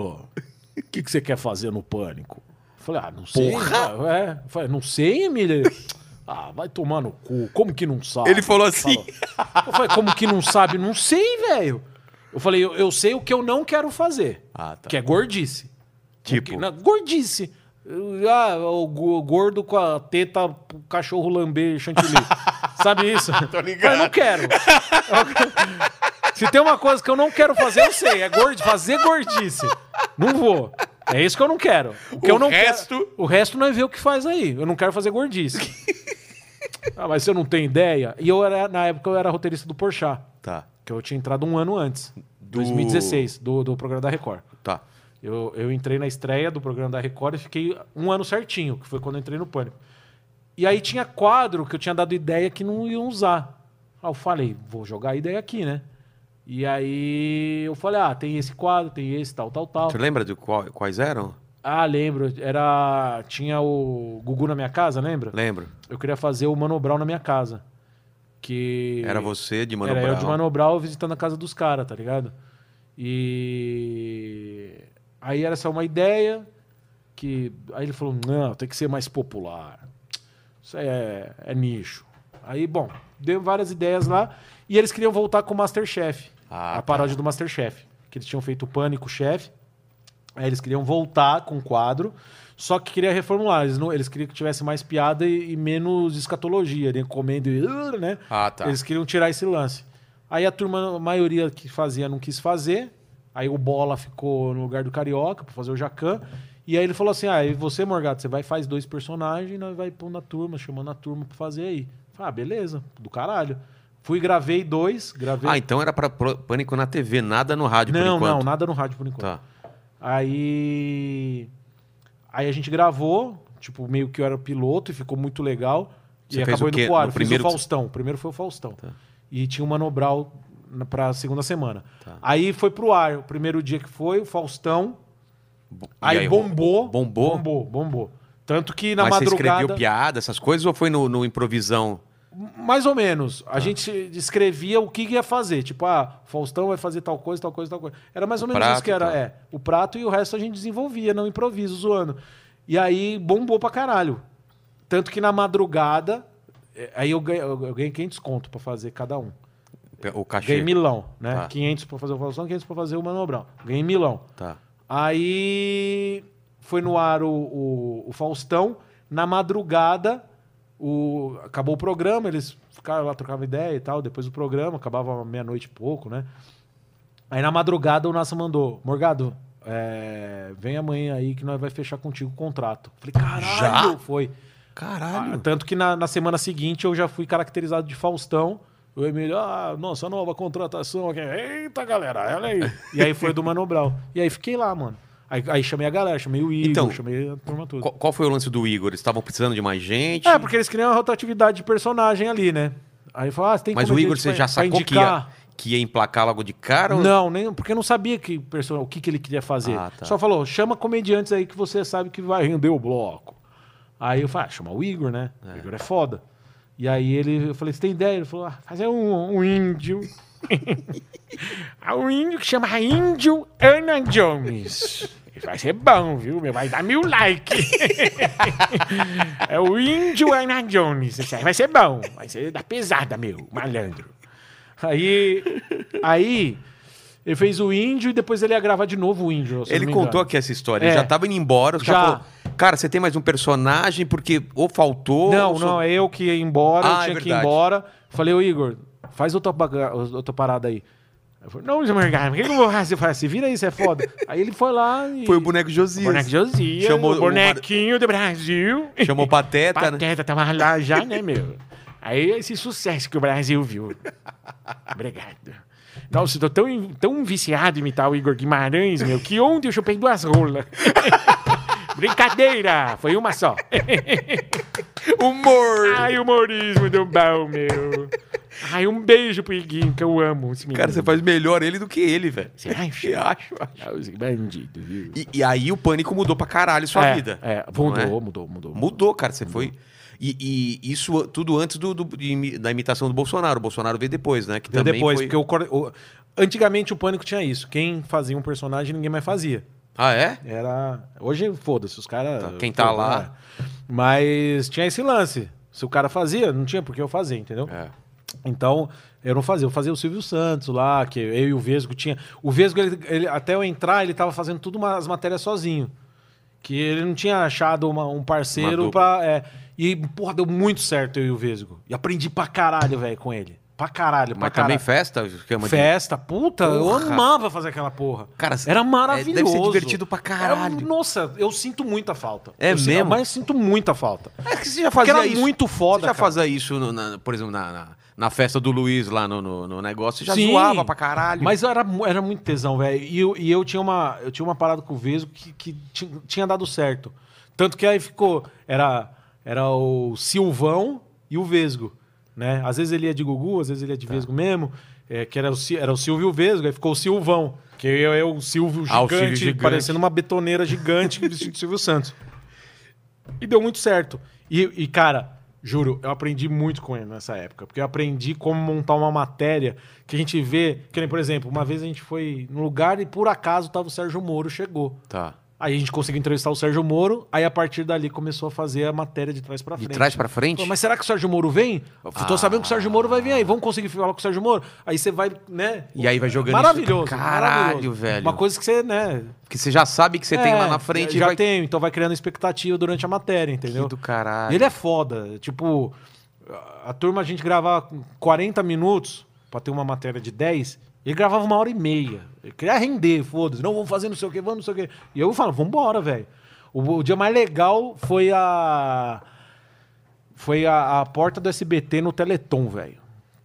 o que, que você quer fazer no pânico? Eu falei, ah, não sei. Porra! É, eu falei, não sei, Emílio. Ah, vai tomar no cu. Como que não sabe? Ele falou assim. Falou. Eu falei, como que não sabe? Não sei, velho. Eu falei, eu, eu sei o que eu não quero fazer. Ah, tá. Que é gordice. Tipo? O que- não, gordice. Eu- Ah, o go- gordo com a teta, o cachorro lamber chantilly. Sabe isso? Tô ligado. Eu não quero. Se tem uma coisa que eu não quero fazer, eu sei. É gordi, fazer gordice. Não vou. É isso que eu não quero. O, que O eu não resto- Quero, o resto não é ver o que faz aí. Eu não quero fazer gordice. ah, mas você não tem ideia? E eu era, na época, eu era roteirista do Porchat. Tá, Que eu tinha entrado um ano antes. 2016, do, do programa da Record. tá. Eu, eu entrei na estreia do programa da Record e fiquei um ano certinho, que foi quando eu entrei no Pânico. E aí tinha quadro que eu tinha dado ideia que não iam usar. Aí eu falei, vou jogar a ideia aqui, né? E aí eu falei, ah, tem esse quadro, tem esse, tal, tal, tal. Você lembra de qual- quais eram? Ah, lembro, era... Tinha o Gugu na minha casa, lembra? Lembro. Eu queria fazer o Manobral na minha casa. Que... Era você de Mano Era eu Brown. de Mano Brown visitando a casa dos caras, tá ligado? E aí era só uma ideia que aí ele falou: "Não, tem que ser mais popular. Isso é, é nicho". Aí, bom, deu várias ideias lá e eles queriam voltar com o MasterChef, Ah, a paródia do MasterChef, que eles tinham feito o Pânico Chef. Aí eles queriam voltar com o quadro, só que queria reformular. Eles, não, eles queriam que tivesse mais piada e, e menos escatologia, né? comendo e. "Ugh", né? Ah, tá. Eles queriam tirar esse lance. Aí a turma, a maioria que fazia não quis fazer. Aí o Bola ficou no lugar do Carioca pra fazer o Jacan. E aí ele falou assim: Ah, e você, Morgado, você vai e faz dois personagens, nós vai pôr na turma, chamando a turma pra fazer aí. Falei, ah, beleza, do caralho. Fui, gravei dois, gravei. Ah, então era pra pro- Pânico na TV, nada no rádio por não, não, enquanto. nada no rádio por enquanto. Tá. Aí. Aí a gente gravou, tipo, meio que eu era o piloto e ficou muito legal. Você e fez acabou o quê? indo pro ar. No Eu Fiz primeiro o que- Tá. Faustão. O primeiro foi o Faustão. E tinha o Manobral na- pra segunda semana. Tá. Aí foi pro ar. O primeiro dia que foi, o Faustão. Bo- e Aí, bombou. Bombou? Bombou, bombou. Tanto que na Mas madrugada. você escreveu piada, essas coisas, ou foi no, no improvisão? Mais ou menos. Ah. A gente escrevia o que ia fazer. Tipo, ah, Faustão vai fazer tal coisa, tal coisa, tal coisa. Era mais ou O menos prato isso que e era. tal. É, o prato e o resto a gente desenvolvia, não improviso, zoando. E aí bombou pra caralho. Tanto que na madrugada, eh, aí eu ganhei, eu ganhei 500 conto pra fazer cada um. O cachê? Ganhei milão, né? Tá. 500 pra fazer o Faustão, 500 pra fazer o Manobrão. Ganhei milão. Tá. Aí foi no ar o, o- o Faustão. Na madrugada, o- acabou o programa, eles ficaram lá, trocavam ideia e tal. Depois do programa, acabava meia-noite e pouco, né? Aí na madrugada o Nassa mandou: Morgado, é, vem amanhã aí que nós vai fechar contigo o contrato. Falei, caralho, Já? foi. Ah, Caralho. tanto que na, na semana seguinte eu já fui caracterizado de Faustão. O Emílio, ah, nossa nova contratação. aqui. Eita, galera, olha aí. E aí foi do Mano Brown. E aí fiquei lá, mano. Aí, aí chamei a galera, chamei o Igor, Então, chamei a turma toda. Qual, qual foi o lance do Igor? Eles estavam precisando de mais gente? É, porque eles criam uma rotatividade de personagem ali, né? Aí ele falou, ah, você tem Mas o Igor, comediante você pra- já pra sacou que ia, indicar? que ia emplacar logo de cara? ou- Não, nem, porque eu não sabia que perso- o que, que ele queria fazer. Ah, tá. Só falou, chama comediantes aí que você sabe que vai render o bloco. Aí eu falei, ah, chama o Igor, né? O Igor é foda. E aí ele, eu falei, você tem ideia? Ele falou, ah, fazer um, um índio. Ah, um índio que chama Índio Ana Jones. Vai ser bom, viu? meu? Vai dar mil likes. é o Índio Ana Jones. Esse aí vai ser bom. Vai ser da pesada, meu. Malandro. Aí, aí ele fez o índio e depois ele ia gravar de novo o índio. se eu não Ele me contou engano. aqui essa história. É. Ele já tava indo embora. Os Já. caras falaram, cara, você tem mais um personagem porque ou faltou... Não, ou so- não, é eu que ia embora, Ah, eu é tinha que ir verdade. embora. Falei, ô Igor, faz outra, baga- outra parada aí. Eu falei, não, Zé Morgado, por que que eu vou fazer? Eu falei, se vira aí, você é foda. aí ele foi lá e... Foi o boneco Josias. Boneco Josias, Chamou o bonequinho do Brasil. Chamou o Pateta, né? Pateta, tava lá já, né, meu? Aí esse sucesso que o Brasil viu. Obrigado. Nossa, eu tô tão, tão viciado em imitar o Igor Guimarães, meu, que ontem eu chupei duas rolas. Brincadeira, foi uma só. Humor! Ai, humorismo do bom, meu. Ai, um beijo pro Iguinho, que eu amo esse menino. Cara, você faz melhor ele do que ele, velho. Você acha? Eu acho, acho. Ah, os bandido, viu? E, e aí o pânico mudou pra caralho sua É, vida. É, não mudou, mudou, mudou. Mudou, cara. Você foi. E, e isso tudo antes do, do- de imi- da imitação do Bolsonaro. O Bolsonaro veio depois, né? Que Veio também depois, foi- porque o, cor- o- antigamente o Pânico tinha isso. Quem fazia um personagem, ninguém mais fazia. Ah, é? Era... Hoje, foda-se, os caras... Tá, quem tá Pô, lá. é. Mas tinha esse lance. Se o cara fazia, não tinha por que eu fazer, entendeu? É. Então, eu não fazia. Eu fazia o Silvio Santos lá, que eu e o Vesgo tinha. O Vesgo, ele- ele- até eu entrar, ele tava fazendo tudo uma- as matérias sozinho. Que ele não tinha achado uma- um Uma parceiro dupla. pra. é. e, porra, deu muito certo eu e o Vesgo. E aprendi pra caralho, velho, com ele. Pra caralho, pra Mas caralho. também festa? esquema de- Festa, puta, eu É Porra. amava fazer aquela porra. Cara, era é, maravilhoso. deve ser divertido pra caralho. Era- nossa, eu sinto muita falta. É eu sinto- mesmo? mas sinto muita falta. É que você já Porque fazia era isso. muito foda, Você já cara. fazia isso, no- na- por exemplo, na, na, na festa do Luiz lá no, no, no negócio. Você já Sim, zoava pra caralho. Mas era, mu- era muito tesão, velho. E, eu, e eu, tinha uma, eu tinha uma parada com o Vesgo que, que ti- tinha dado certo. Tanto que aí ficou. Era, era o Silvão e o Vesgo. Né? Às vezes ele ia de Gugu, às vezes ele ia Tá. de Vesgo mesmo. é, que era o, Si- era o Silvio e o Vesgo, aí ficou o Silvão. Que eu, eu o Silvio Ah, o gigante, Silvio gigante. parecendo uma betoneira gigante vestido de Silvio Santos. E deu muito certo. E, e, cara, juro, eu aprendi muito com ele nessa época. Porque eu aprendi como montar uma matéria que a gente vê. Que nem, por exemplo, uma vez a gente foi num lugar e por acaso tava o Sérgio Moro, chegou. Tá. Aí a gente conseguiu entrevistar o Sérgio Moro, aí a partir dali começou a fazer a matéria de trás pra De frente. trás pra frente? Pô, Mas será que o Sérgio Moro vem? Eu Tô Ah. sabendo que o Sérgio Moro vai vir aí. Vamos conseguir falar com o Sérgio Moro? Aí você vai, né? E aí vai jogando isso. Maravilhoso. Caralho, maravilhoso. velho. Uma coisa que você, né? Porque você já sabe que você tem É, lá na frente. e Já vai... tenho, então vai criando expectativa durante a matéria, entendeu? Que do caralho. Ele é foda. Tipo, a turma a gente gravava 40 minutos pra ter uma matéria de 10. Ele gravava uma hora e meia. Ele queria render, foda-se. Não, vamos fazer não sei o que, vamos não sei o que. E eu falo, vambora, velho. O, o dia mais legal foi a. Foi a, a porta do SBT no Teleton, velho.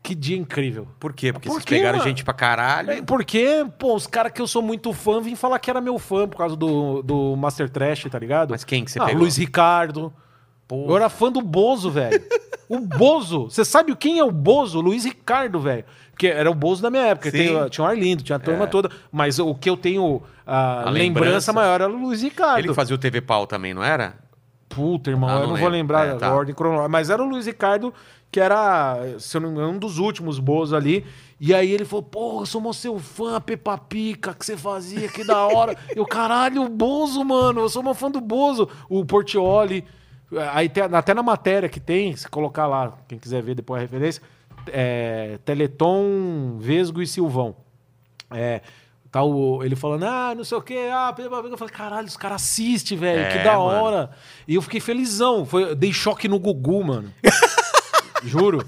Que dia incrível. Por quê? Porque Por vocês quê, pegaram mano? gente pra caralho. É, Porque, pô, os caras que eu sou muito fã vêm falar que era meu fã por causa do, do Master Trash, tá ligado? Mas quem que você ah, pegou? Luiz Ricardo. Porra. Eu era fã do Bozo, velho. o Bozo. Você sabe quem é o Bozo? Luiz Ricardo, velho. Porque era o Bozo da minha época. Sim. É. Tem- tinha o Arlindo, tinha a turma toda. Mas o que eu tenho a, A lembrança, lembrança. maior era o Luiz Ricardo. Ele fazia o TV Pau também, não era? Puta, irmão, Ah, eu não não vou lembro. lembrar É, a tá. ordem cronológica. Mas era o Luiz Ricardo, que era, se eu não me engano, um dos últimos boas ali. E aí ele falou, porra, eu sou mó seu fã, Peppa Pica, que você fazia, que da hora. eu, caralho, o Bozo, mano, eu sou mó fã do Bozo. O Portioli, aí tem- até na matéria que tem, se colocar lá, quem quiser ver depois a referência, é, Teleton, Vesgo e Silvão. É, tá o- ele falando, ah, não sei o que, ah, pelo amor de Deus. eu falei, caralho, os caras assistem, velho, É, que da mano. hora. E eu fiquei felizão, foi, eu dei choque no Gugu, mano. Juro.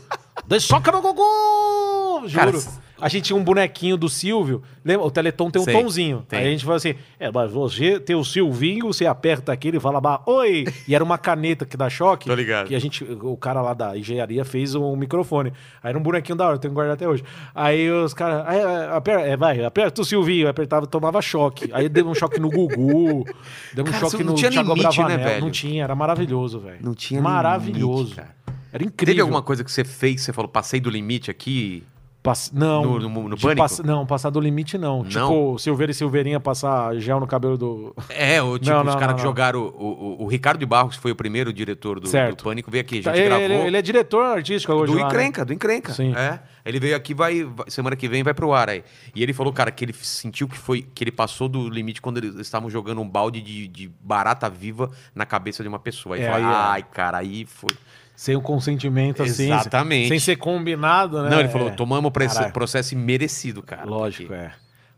Dei choque no Gugu! Cara, Juro. s- a gente tinha um bonequinho do Silvio, lembra? O Teleton tem um Sei, tomzinho. tem. Aí a gente falou assim: é, mas você tem o Silvinho, você aperta aqui, ele fala, bah, oi! E era uma caneta que dá choque. Tô ligado. Que a gente, o cara lá da engenharia fez um microfone. Aí era um bonequinho da hora, eu tenho que guardar até hoje. Aí os caras, "Ah, é, aper- é, vai, aperta o Silvinho, Eu apertava, tomava choque. Aí deu um choque no Gugu, deu um Cara, isso choque não no tinha Thiago limite, né, Abravanel. velho? Não tinha, era maravilhoso, velho. Não tinha Maravilhoso. limite, cara. Era incrível. Teve alguma coisa que você fez, que você falou, passei do limite aqui? Pass- No- Não. no- no de pânico? pass- Não, passar do limite não. Tipo, Silveira e Silveirinha passar gel no cabelo do. É, ou tipo, Não, os não, caras não, que não. jogaram. O, o- o Ricardo de Barros, que foi o primeiro diretor do, Certo. do Pânico, veio aqui. A gente ele, gravou. ele- ele é diretor artístico hoje. Do lá, né? encrenca, do encrenca. Sim. É. Ele veio aqui, vai, vai- semana que vem vai pro ar aí. E ele falou, cara, que ele sentiu que foi que ele passou do limite quando eles estavam jogando um balde de, de barata viva na cabeça de uma pessoa. Aí É, fala, aí é. ai, cara, aí foi. Sem o consentimento, assim. sem- Exatamente. Sem ser combinado, né? Não, ele falou, É. tomamos prece- Caralho. processo merecido, cara. Lógico, Porque- é.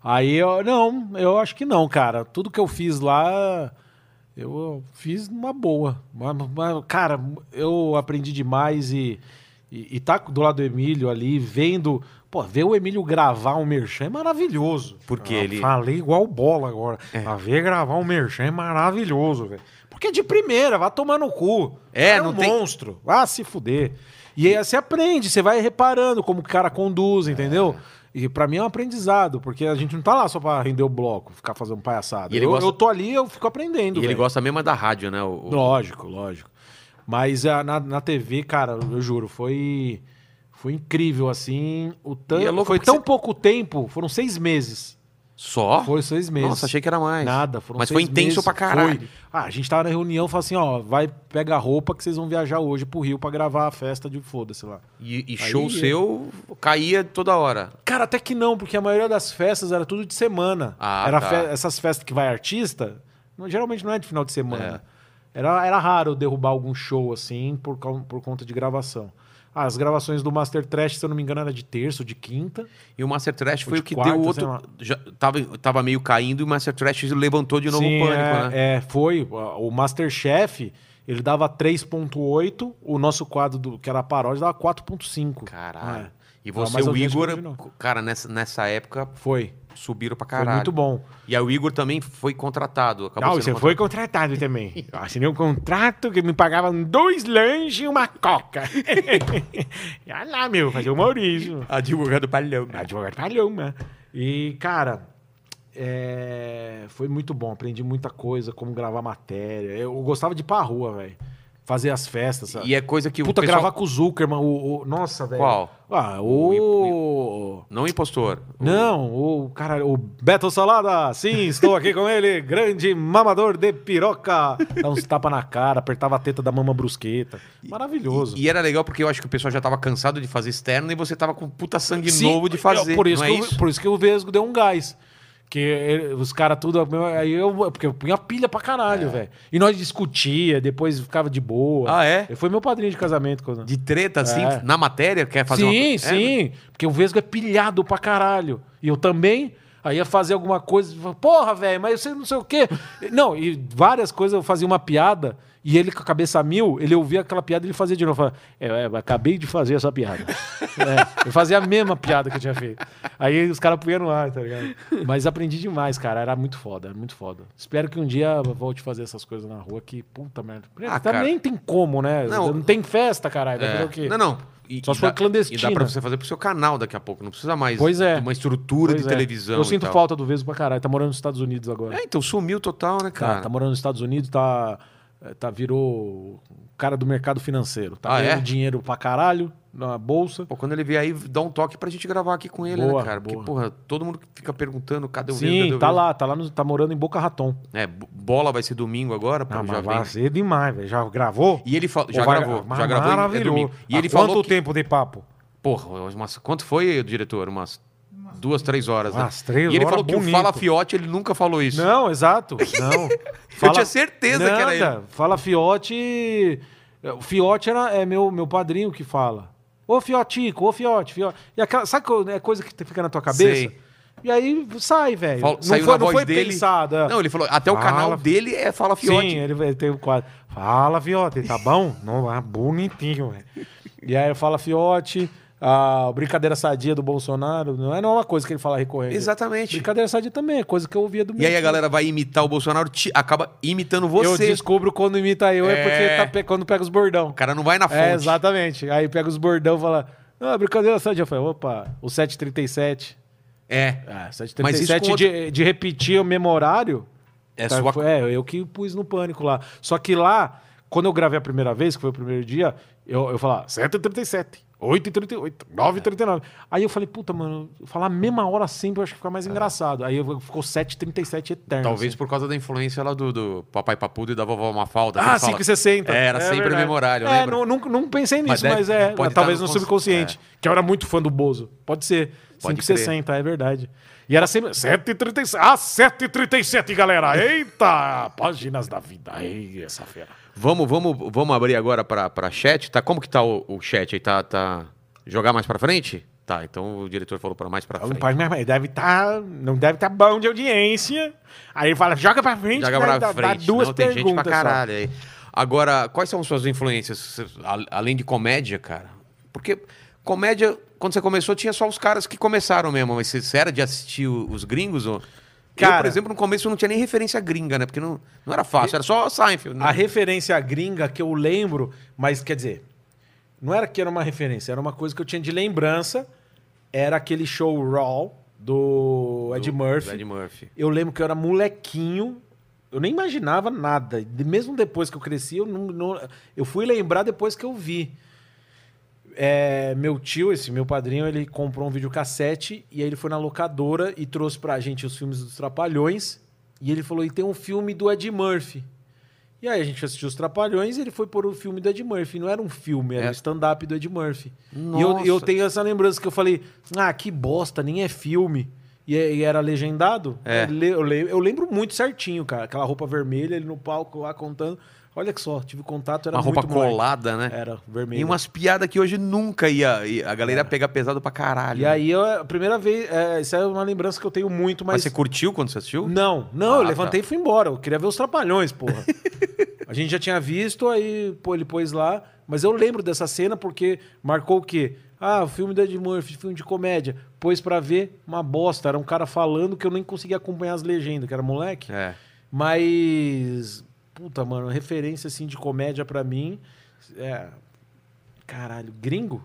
Aí eu. Não, eu acho que não, cara. Tudo que eu fiz lá, eu fiz numa boa. Mas, mas, cara, eu aprendi demais e, e, e tá do lado do Emílio ali, vendo. Pô, ver o Emílio gravar um merchan é maravilhoso. Porque Eu ele- É. Falei igual bola agora. Mas ver gravar um merchan é maravilhoso, velho. Porque de primeira, vai tomar no cu. É, Cara, não um tem- monstro. Ah, se fuder. E aí você aprende, você vai reparando como o cara conduz, entendeu? E pra mim é um aprendizado, porque a gente não tá lá só pra render o bloco, ficar fazendo palhaçada. E ele eu, gosta- eu tô ali, eu fico aprendendo. E ele é. velho. gosta mesmo da rádio, né? o- o- Lógico, lógico. Mas ah, na, na TV, cara, eu juro, foi, foi incrível, assim. O tan... E é louco foi porque tão você- pouco tempo, foram seis meses. Só? Foi seis meses. Nossa, achei que era mais. Nada, foram Mas foi seis intenso meses. pra caralho. Foi. Ah, a gente tava na reunião e falou assim, ó, vai, pega a roupa que vocês vão viajar hoje pro Rio pra gravar a festa de foda-se lá. E, e Aí- é. show seu caía toda hora. Cara, até que não, porque a maioria das festas era tudo de semana. Ah, era tá. fe- essas festas que vai artista, não- geralmente não é de final de semana. É. Era, era raro eu derrubar algum show assim por, cau- por conta de gravação. Ah, as gravações do Master Trash, se eu não me engano, era de terça ou de quinta. E o Master Trash foi de o que quarta, deu sei lá. outro. Já tava, tava meio caindo e o Master Trash levantou de novo Sim, o pânico, é, né? é, foi. O Masterchef, ele dava 3.8, o nosso quadro, do, que era a paródia, dava 4.5. Caralho. É, E Não, você, mas o eu vi, acho que Igor, não vi, não. cara, nessa, nessa época foi. subiram pra Foi caralho. muito bom. E aí o Igor também foi contratado. Acabou não, sendo você contratado. foi contratado também. Eu assinei um contrato que me pagavam dois lanches e uma coca. Olha lá, meu, fazer o Maurício. Advogado palhão. Advogado né? palhoma. E, cara, é, foi muito bom. Aprendi muita coisa, como gravar matéria. Eu gostava de ir pra rua, velho. Fazer as festas, sabe? E é coisa que Puta, o pessoal... gravar com o Zuckerman, o... o- nossa, velho. Qual? Ah, O Ip- o... Não impostor. O- Não, o cara, o Beto Salada, sim, estou aqui com ele, grande mamador de piroca. Dá uns tapa na cara, apertava a teta da mama brusqueta. Maravilhoso. E era legal porque eu acho que o pessoal já tava cansado de fazer externo e você tava com puta sangue Sim, novo de fazer. eu- Por isso, não que é o- isso? por isso que o Vesgo deu um gás. Que ele- os caras tudo. Aí eu, porque eu punha pilha pra caralho, velho. E nós discutia, depois ficava de boa. É. Ah, é? Ele foi meu padrinho de casamento. Quando... De treta, assim, É. na matéria, quer fazer sim, uma coisa? É, sim. Porque o Vesgo é pilhado pra caralho. E eu também. Aí ia fazer alguma coisa. falava, Porra, velho, mas você não sei o quê. Não, e várias coisas eu fazia uma piada. E ele com a cabeça a mil, ele ouvia aquela piada e ele fazia de novo. Falava, é, é, acabei de fazer essa piada. É, eu fazia a mesma piada que eu tinha feito. Aí os caras punham no ar, tá ligado? Mas aprendi demais, cara. Era muito foda, era muito foda. Espero que um dia eu volte a fazer essas coisas na rua, que puta merda. Ah, cara. Também tem como, né? Não. Não, tem festa, caralho. Vai fazer o É. quê? Não, não. E, Só e se dá- for E dá clandestina. pra você fazer pro seu canal daqui a pouco. Não precisa mais Pois é. de uma estrutura Pois de é. televisão. Eu e sinto tal. falta do Vesgo pra caralho. Tá morando nos Estados Unidos agora. É, então sumiu total, né, Tá, cara? tá morando nos Estados Unidos, tá, eh, tá virou o cara do mercado financeiro. Tá Ah, ganhando é? dinheiro pra caralho na bolsa. Pô, quando ele vier aí, dá um toque pra gente gravar aqui com ele, Boa, né, cara? Porque, boa. porra, todo mundo fica perguntando, cadê o um Vesgo, cadê Sim, o tá Vesgo? lá, tá lá, no- tá morando em Boca Raton. É, bo- bola vai ser domingo agora, pô, Ah, já vem. ser demais, velho. Já gravou? E ele falou, Ah, Pô, já vai- gravou, mas já gravou, é domingo. Maravilhoso. E ele Há falou Quanto que, tempo de papo? porra, umas, quanto foi, diretor? Umas duas, três horas, né? Umas três E ele horas, falou que o bonito. Fala Fiote, ele nunca falou isso. Não, exato. Não. Eu tinha certeza que era ele. Fala Fiote. O Fiote era, é meu, meu padrinho que fala. Ô Fiotico, ô Fiote, Fiote. E aquela, sabe que é coisa que fica na tua cabeça? Sei. E aí sai, velho. Fal- Não saiu foi, na não voz foi dele. pensado. é. Não, ele falou, até o Fala- canal dele é Fala Fiote. Sim, ele, ele tem o quadro. Fala, Fiote, tá bom? Não, ah, bonitinho, velho. E aí fala Fiote, a brincadeira sadia do Bolsonaro. Não é não é uma coisa que ele fala recorrente. Exatamente. Brincadeira sadia também, é coisa que eu ouvia do E aí tio. a galera vai imitar o Bolsonaro, ti- acaba imitando Eu você. descubro quando imita eu, é, É. porque tá pe- quando pega os bordão. O cara não vai na fonte. É, exatamente. Aí pega os bordão e fala, ah, brincadeira, sabe? Eu falei, opa, o 737. É. Ah, Mas isso 737 com de, de repetir o mesmo horário. É tá, sua- foi- é, eu que pus no pânico lá. Só que lá, quando eu gravei a primeira vez, que foi o primeiro dia, Eu, eu falava 7h37, 8h38, 9h39. Aí eu falei, puta, mano, falar a mesma hora sempre eu acho que fica mais engraçado. Aí eu- ficou 7h37 eterno. É. assim. Talvez por causa da influência lá do, do Papai Papudo e da Vovó Mafalda. Ah, que Tá fala- 5,60. É, era É sempre verdade. o mesmo horário, eu É, lembro. não, nunca- não pensei Mas nisso, deve- mas, é, pode talvez estar no no cons- é. subconsciente. Que eu era muito fã do Bozo. Pode ser. Pode 5,60, é verdade. E era sempre 7h37. Ah, 7h37, galera. Eita, páginas da vida. Ei, essa fera. Vamos, vamos, vamos abrir agora pra, pra chat, tá? Como que tá o, o chat aí? Tá, tá... Jogar mais pra frente? Tá, então o diretor falou pra mais pra Não frente. pode, mas deve tá, não deve estar bom de audiência. Aí ele fala, joga pra frente, Joga né? pra dá, dá frente. duas não, tem perguntas. gente pra só. caralho aí. Agora, quais são suas influências, a- além de comédia, cara? Porque comédia, quando você começou, tinha só os caras que começaram mesmo. Mas você você era de assistir o- os gringos? Ou... eu, por Cara- exemplo, no começo não tinha nem referência gringa, né? Porque não, não era fácil, era só Seinfeld. Né? A referência gringa que eu lembro, mas quer dizer, não era que era uma referência, era uma coisa que eu tinha de lembrança. Era aquele show Raw do Ed Do- Murphy. do Ed Murphy. Eu lembro que eu era molequinho, eu nem imaginava nada. De- Mesmo depois que eu cresci, eu, não, não- eu fui lembrar depois que eu vi. É, meu tio, esse meu padrinho, ele comprou um videocassete e aí ele foi na locadora e trouxe pra gente os filmes dos Trapalhões. E ele falou: e tem um filme do Ed Murphy. E aí a gente assistiu os Trapalhões e ele foi pôr o filme do Ed Murphy. Não era um filme, era É. um stand-up do Ed Murphy. E eu, eu Nossa. tenho essa lembrança que eu falei, ah, que bosta, nem é filme. E, é, e era legendado. É. Eu, le- eu le- eu lembro muito certinho, cara. Aquela roupa vermelha, ele no palco lá contando. Olha que só, tive contato, era Uma muito roupa moleque. colada, né? Era, vermelho. E umas piadas que hoje nunca ia. ia- A galera ia pegar pesado pra caralho. E né? aí, eu- a primeira vez, é, isso é uma lembrança que eu tenho muito, Mas mas... você curtiu quando você assistiu? Não, não, Ah, eu tá. levantei e fui embora. Eu queria ver os trapalhões, porra. a gente já tinha visto, aí pô, ele pôs lá. Mas eu lembro dessa cena porque marcou o quê? Ah, o filme do Ed Murphy, filme de comédia. Pôs pra ver uma bosta. Era um cara falando que eu nem conseguia acompanhar as legendas, que era moleque. É. Mas, puta, mano, referência assim de comédia pra mim. É. Caralho, gringo?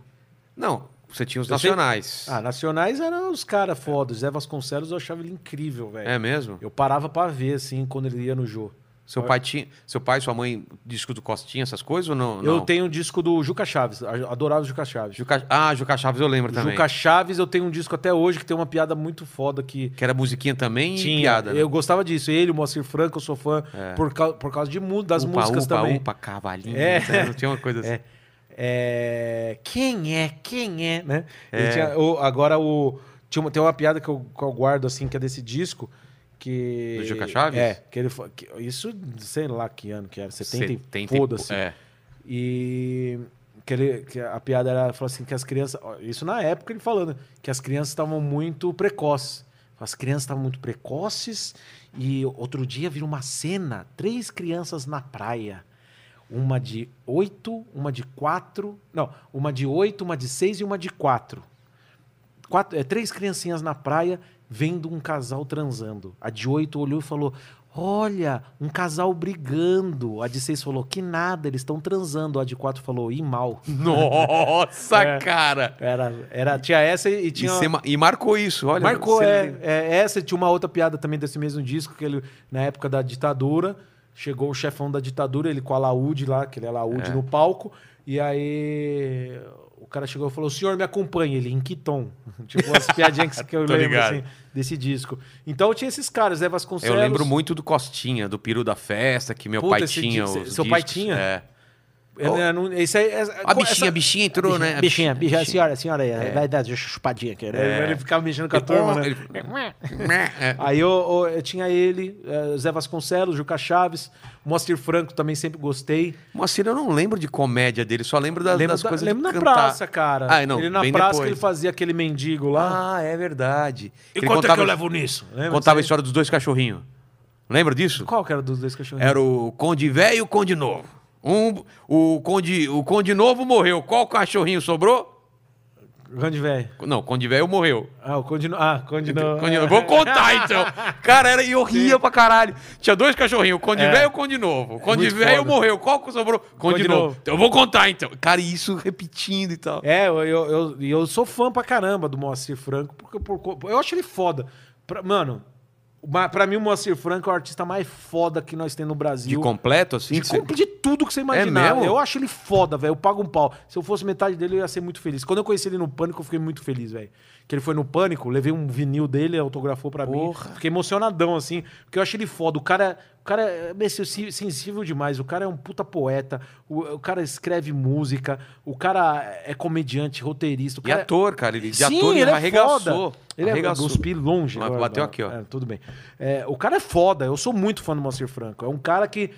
Não, você tinha os Eu sei- nacionais. Ah, nacionais eram os caras fodas. Zé Vasconcelos eu achava ele incrível, velho. É mesmo? Eu parava pra ver, assim, quando ele ia no jogo. Seu pai tinha. Seu pai, sua mãe, disco do Costinha, essas coisas ou não? Eu não? tenho um disco do Juca Chaves, a- adorava o Juca Chaves. Juca... Ah, Juca Chaves eu lembro também. Juca Chaves, eu tenho um disco até hoje que tem uma piada muito foda que Que era musiquinha também tinha. e piada. né? É. Eu gostava disso. Ele, o Moacir Franco, eu sou fã por, cau- por causa de mu- das upa, músicas upa, também. Upa, cavalinho. É. né? Não tinha uma coisa assim. É. É, Quem é? Quem é? Né? Ele tinha- o- agora o tinha uma- tem uma piada que eu, que eu guardo assim que é desse disco que Do Juca Chaves? É. Que ele fa- que- isso sei lá que ano que era 70, e 70 e foda-se. pou- É. E que, ele- que a piada era falou assim que as crianças, ó, isso na época ele falando, que as crianças estavam muito precoces. As crianças estavam muito precoces e outro dia viram uma cena, três crianças na praia. Uma de oito, uma de quatro, não, uma de oito, uma de seis e uma de quatro. Quatro- é, três criancinhas na praia vendo um casal transando. A de oito olhou e falou: Olha, um casal brigando. A de seis falou: Que nada, eles estão transando. A de quatro falou: Ih, mal. Nossa, É. cara! Era, era, tinha essa e E, tinha. cê ma- e marcou isso, olha. Marcou, cê é, lembra. é, Essa e tinha uma outra piada também desse mesmo disco, que ele, na época da ditadura, chegou o chefão da ditadura, ele com a Laúde lá, que ele é Laúde no palco, e aí o cara chegou e falou: senhor me acompanha, ele, em que tom? tipo, as piadinhas que- que eu Tô lembro ligado. assim, desse disco. Então tinha esses caras, Zé Eu Vasconcelos. lembro muito do Costinha, do Peru da Festa, que meu Puta, pai esse tinha. di- os seu pai discos, tinha? É. Eu- eu né, não- esse aí- é, essa- A bichinha, essa- a bichinha É. entrou, né? A Bichinha, bichinha, senhora, senhora, vai dar chupadinha aqui, né? Ele ficava mexendo com a turma, né? É. Aí eu, eu- eu tinha ele, eh, Zé Vasconcelos, Juca Chaves, Moacir Franco também sempre gostei. Moacir, eu não lembro de comédia dele, só lembro das, lembro das da- coisas lembro de na cantar. praça, cara. Ah, não, ele na bem praça que depois. ele fazia aquele mendigo lá. Ah, é verdade. E Ele quanto é que contava- eu levo nisso? Lembra Contava a disso história dos dois cachorrinhos. Lembra disso? aí? Qual que era dos dois cachorrinhos? Era o Conde Velho e o Conde Novo. Um, o, Conde, o Conde Novo morreu. Qual cachorrinho sobrou? O Conde Velho. Não, o Conde Velho morreu. Ah, o Conde... no- Ah, Conde não. Conde Novo. Vou contar então. Cara, era, e eu ria pra caralho. Tinha dois cachorrinhos, o Conde Velho e o Conde Novo. O Conde É. Muito Velho foda. morreu. Qual que sobrou? Conde, Conde novo. Novo. Então, eu vou contar então. Cara, e isso repetindo e tal. É, eu, eu, eu, e eu sou fã pra caramba do Moacir Franco, porque por co- eu acho ele foda. Pra- mano, ma- pra mim o Moacir Franco é o artista mais foda que nós temos no De Brasil. completo, assim? De, que você- É com- de tudo que você imaginar. mesmo? eu acho ele foda, velho. Eu pago um pau. Se eu fosse metade dele, eu ia ser muito feliz. Quando eu conheci ele no Pânico, eu fiquei muito feliz, velho. Que ele foi no Pânico, levei um vinil dele, autografou pra mim. Fiquei emocionadão, assim, porque eu acho ele foda. O cara, o cara é meu, sen- sensível demais. O cara é um puta poeta. O, o cara escreve música. O cara é comediante, roteirista. O E cara é ator, cara, ele de Sim, ator ele, ele é arregaçou. foda. Ele arregaçou. é cuspi longe. Mas agora, bateu agora. aqui, ó. É, tudo bem. É, o cara é foda. Eu sou muito fã do Moacir Franco. É um cara que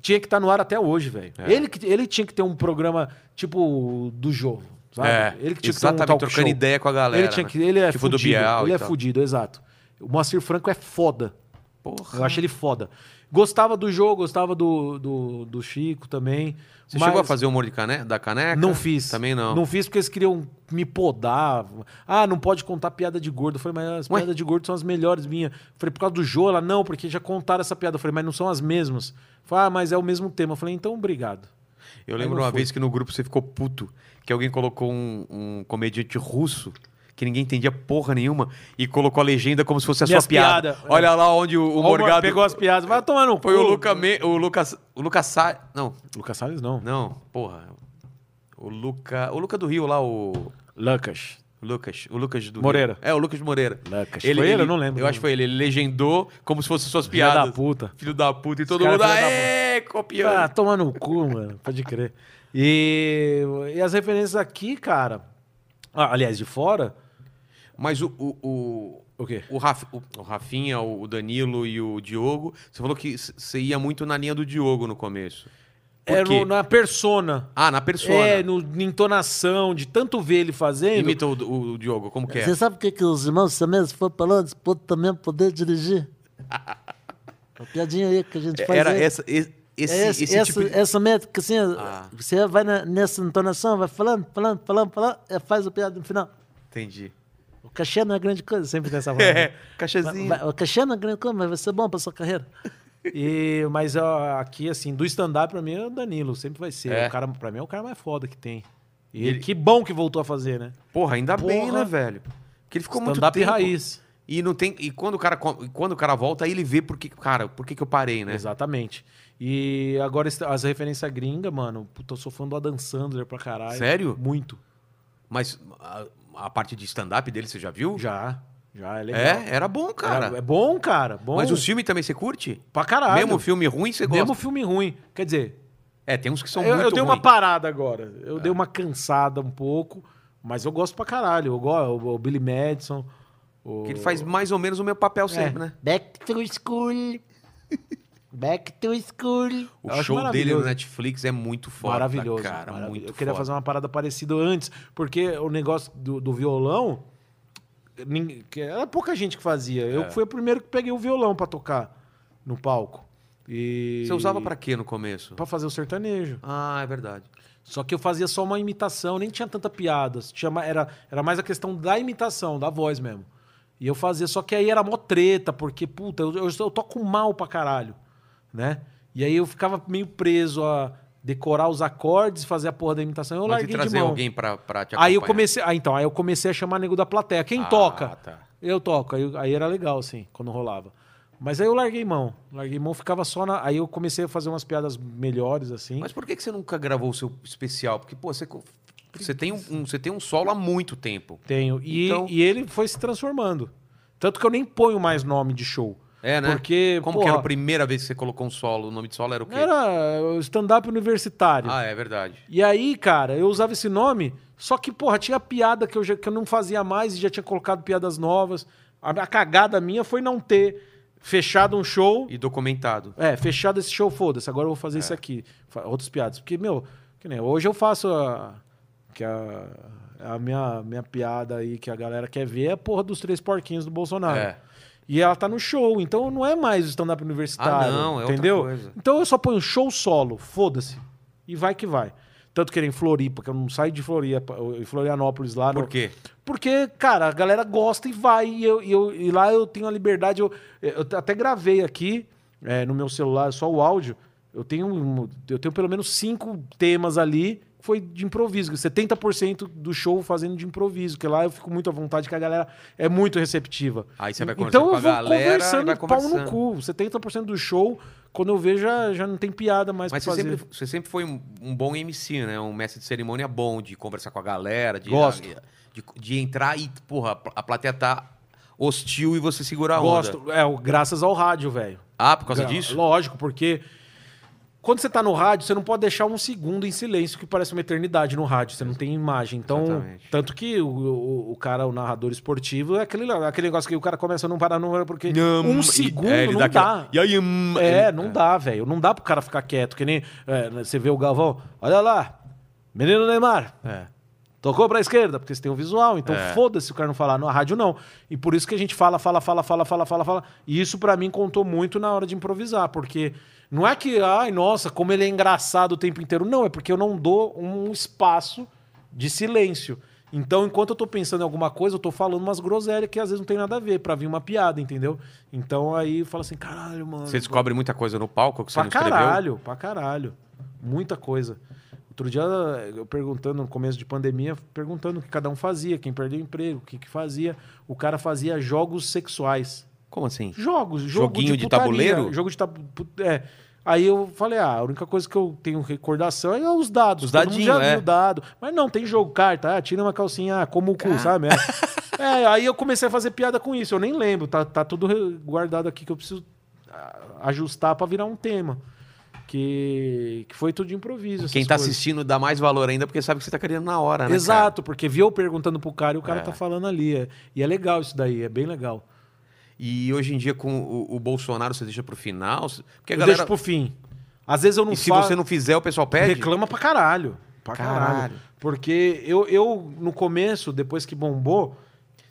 tinha que estar no ar até hoje, velho. É. Ele, que- ele tinha que ter um programa tipo do jogo. Sabe? É, ele que tinha que ter um exatamente, talk trocando show. ideia com a galera, Ele, tinha né? que, ele é Tipo do fudido. Bial ele e é tal. fudido, exato. O Moacir Franco é foda. Porra. Eu acho ele foda. Gostava do jogo, gostava do, do, do Chico também. Você mas- chegou a fazer o humor de cane... da caneca? não fiz. Também não. Não fiz porque eles queriam me podar. Ah, não pode contar piada de gordo. Eu falei, mas as Ué? piadas de gordo são as melhores minhas. Eu falei, por causa do Jô? Ela, não, porque já contaram essa piada. Eu falei, mas não são as mesmas. Eu Falei, ah, mas é o mesmo tema. Eu falei, então obrigado. Eu Aí lembro não uma fui. vez que no grupo você ficou puto, que alguém colocou um, um comediante russo que ninguém entendia porra nenhuma e colocou a legenda como se fosse a Minhas sua piada. piadas. é. Olha lá onde o, o Ó, Mor- Morgado pegou as piadas. Vai tomar no Foi cu. o Luca Me- o Lucas, o Lucas Sa... não, Lucas Salles não. não, porra. O Luca, o Luca do Rio lá, o Lucas. Lucas, o Lucas do Moreira. Rio. É, o Lucas Moreira. Lucas. Foi ele? Eu não lembro. Eu acho que foi ele, ele legendou como se fossem suas Filha piadas. da puta. Filho da puta e todo cara é mundo filho da aê, Ah, copiando. toma no cu, mano. Pode crer. E, e as referências aqui, cara. Ah, aliás, de fora. Mas o- o- o O quê? O, Raf, o, o Rafinha, o Danilo e o Diogo, você falou que c- você ia muito na linha do Diogo no começo. Por É quê? no- na persona. Ah, na persona. É, no, na entonação, de tanto ver ele fazendo. Imita o, o- o Diogo, como que é? Você sabe o que, que os irmãos Siamese foram falando? Esse ponto também poder dirigir. Uma piadinha aí que a gente faz. É, Era aí. essa, e- esse, É esse, esse, essa, tipo de... essa métrica, assim, Ah. você vai na- nessa entonação, vai falando, falando, falando, falando, é, faz o piada no final. é- Entendi. O cachê não é grande coisa, sempre tem essa né? palavra. É, cachezinho. Vai- vai- O cachê não é grande coisa, mas vai ser bom pra sua carreira. E, mas ó, aqui, assim, do stand-up, pra mim, é o Danilo. Sempre vai ser. É. O cara, pra mim, é o cara mais foda que tem. E ele- que bom que voltou a fazer, né? Porra, ainda bem, Porra. né, velho? Porque ele ficou muito Stand-up tempo. raiz. E não tem e quando o cara com- e quando o cara volta, aí ele vê por que, cara, por que, que eu parei, né? Exatamente. E agora est- as referências gringas, mano. Puta, eu sou fã do Adam Sandler pra caralho. Sério? Muito. Mas a, a parte de stand up dele você já viu? Já. Já, é legal. É, era bom, cara. Era- É bom, cara. Bom Mas os filmes também você curte? pra caralho. Mesmo filme ruim você gosta? Mesmo filme ruim. Quer dizer, É, tem uns que são eu, muito eu dei uma ruins. É. parada agora. Eu dei uma cansada um pouco, mas eu gosto pra caralho. Eu gosto o, o Billy Madison. O... Que ele faz mais ou menos o meu papel É. sempre, né? Back to school. Back to school. O Eu acho show dele no maravilhoso. Netflix é muito foda, maravilhoso. cara. maravilhoso. Muito eu queria foda. fazer uma parada parecida antes, porque o negócio do, do violão nin- que era pouca gente que fazia. Eu É. fui o primeiro que peguei o violão pra tocar no palco. E Você usava pra quê no começo? Pra fazer o sertanejo. Ah, é verdade. Só que eu fazia só uma imitação, nem tinha tanta piada. Tinha, ma- era, era mais a questão da imitação, da voz mesmo. E eu fazia, só que aí era mó treta, porque, puta, eu, eu, eu toco mal pra caralho, né? E aí eu ficava meio preso a decorar os acordes, fazer a porra da imitação. Eu Mas e larguei de trazer mão. alguém pra, pra te acompanhar? aí eu comecei, ah, então, aí eu comecei a chamar nego da plateia. Quem Ah, toca? tá. Eu toco. Aí, aí era legal, assim, quando rolava. Mas aí eu larguei mão. Larguei mão, ficava só na. Aí eu comecei a fazer umas piadas melhores, assim. Mas por que que você nunca gravou o seu especial? Porque, pô, você, co- você, tem, um, um- você tem um solo há muito tempo. Tenho. E, Então- e ele foi se transformando. Tanto que eu nem ponho mais nome de show. É, né? Porque, Como que porra, era a primeira vez que você colocou um solo? O nome de solo era o quê? Era o stand-up universitário. Ah, é verdade. E aí, cara, eu usava esse nome, só que, porra, tinha piada que eu, já, que eu não fazia mais e já tinha colocado piadas novas. A, a cagada minha foi não ter fechado um show. E documentado. É, fechado esse show, foda-se, agora eu vou fazer É. isso aqui. Fa- Outros piadas. Porque, meu, que nem hoje eu faço a. Que a, a minha, minha piada aí que a galera quer ver é a porra dos três porquinhos do Bolsonaro. É. E ela tá no show, então não é mais o stand-up universitário. Ah, não, é outra entendeu? coisa. Então eu só ponho show solo, foda-se. E vai que vai. Tanto que ele é em Floripa, que eu não saio de Floripa, eu- em Florianópolis lá. Por no- quê? porque, cara, a galera gosta e vai. E, eu, e eu- e lá eu tenho a liberdade. Eu, eu até gravei aqui é, no meu celular, só o áudio. Eu tenho, um- eu tenho pelo menos cinco temas ali. que Foi de improviso, 70% do show fazendo de improviso, porque lá eu fico muito à vontade, que a galera é muito receptiva. Aí você vai conversando Então eu com a vou galera e conversando vai pau no conversando. cu. 70% do show Quando eu vejo, já, já não tem piada mais Mas pra você fazer. sempre, você sempre foi um, um bom MC, né? Um mestre de cerimônia bom, de conversar com a galera, de, Gosto. de, de entrar e, porra, a plateia tá hostil e você segura a onda. Gosto. É, o- graças ao rádio, velho. Ah, por causa Gra- disso? Lógico, porque quando você tá no rádio, você não pode deixar um segundo em silêncio, que parece uma eternidade no rádio, você não tem imagem. Então, Exatamente. tanto que o, o, o cara, o narrador esportivo, é aquele, aquele negócio que o cara começa a não parar, não parar, porque um segundo é, ele não dá dá. aquela- E aí, hum, É, ele- não dá, velho. Não dá pro cara ficar quieto, que nem é, você vê o Galvão, olha lá, menino Neymar. É. Tocou pra esquerda, porque você tem o visual, então foda-se o cara não falar, na rádio não. E por isso que a gente fala, fala, fala, fala, fala, fala, fala. E isso pra mim contou muito na hora de improvisar, porque não é que, ai, nossa, como ele é engraçado o tempo inteiro. Não, é porque eu não dou um espaço de silêncio. Então, enquanto eu tô pensando em alguma coisa, eu tô falando umas groselhas que às vezes não tem nada a ver, pra vir uma piada, entendeu? Então aí fala assim, caralho, mano. Você descobre muita coisa no palco que você Pra não escreveu? caralho, pra caralho. Muita coisa. Outro dia, eu perguntando, no começo de pandemia, perguntando o que cada um fazia, quem perdeu o emprego, o que, que fazia. O cara fazia jogos sexuais. Como assim? Jogos, jogo Joguinho de putaria, tabuleiro? Jogo de tabuleiro. É. Aí eu falei, ah, a única coisa que eu tenho recordação é os dados. Os Todo mundo dadinho, já é. viu dado. Mas não, tem jogo, carta, ah, tira uma calcinha, ah, como o cu, sabe? É. É, aí eu comecei a fazer piada com isso. Eu nem lembro, tá, tá tudo re- guardado aqui que eu preciso ah, ajustar pra virar um tema. Que, que foi tudo de improviso. essas Quem tá coisas. assistindo dá mais valor ainda porque sabe que você tá querendo na hora, né? cara? Exato, porque viu eu perguntando pro cara e o cara É. tá falando ali. é. E é legal isso daí, é bem legal. E hoje em dia com o, o Bolsonaro você deixa pro final? Porque a Eu galera... deixo pro fim. Às vezes eu não E se falo- você não fizer, o pessoal pede? Reclama pra caralho. Pra caralho. Caralho. Porque eu, eu, no começo, depois que bombou,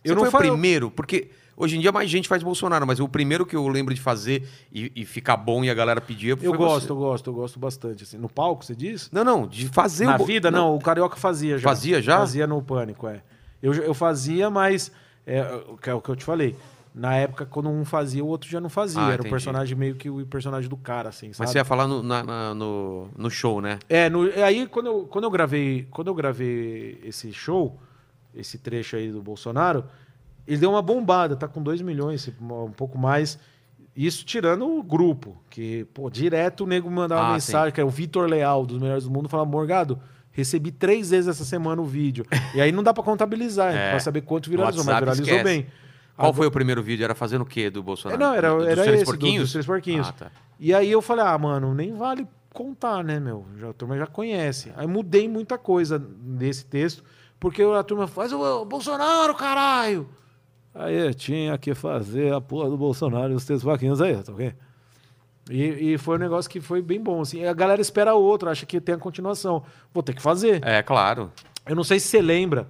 Você eu não foi falei. o primeiro, porque hoje em dia mais gente faz Bolsonaro, mas o primeiro que eu lembro de fazer e, e ficar bom e a galera pedia foi Eu você. gosto, eu gosto, eu gosto bastante. assim. No palco, você diz? Não, não, de fazer Na o... Bo- vida, não. o Carioca fazia já. Fazia já? Fazia no Pânico, é. Eu, eu fazia, mas é, o que é o que eu te falei. Na época, quando um fazia, o outro já não fazia. Ah, Era entendi. o personagem meio que o personagem do cara, assim, sabe? Mas você ia falar no, na- na- no, no show, né? É, no- é aí quando eu, quando eu gravei, quando eu gravei esse show, esse trecho aí do Bolsonaro, ele deu uma bombada, tá com 2 milhões, um pouco mais. Isso tirando o grupo, que, pô, direto o nego mandava Ah, uma mensagem, que é o Vitor Leal, dos melhores do mundo, falava, Morgado, recebi três vezes essa semana o vídeo. E aí não dá pra contabilizar, É. pra saber quanto viralizou, mas WhatsApp viralizou esquece. bem. Qual Agora- foi o primeiro vídeo? Era fazendo o quê do É, Bolsonaro? não, era, Do- dos era Três esse, do- porquinhos? dos Três Porquinhos. Ah, tá. E aí eu falei, ah, mano, nem vale contar, né, meu? Já, a turma já conhece. Aí mudei muita coisa nesse texto, porque a turma faz o Bolsonaro, caralho! Aí tinha que fazer a porra do Bolsonaro e os três vaquinhos aí, tá ok? E, e foi um negócio que foi bem bom, assim. A galera espera outro, acha que tem a continuação. Vou ter que fazer. É, claro. Eu não sei se você lembra.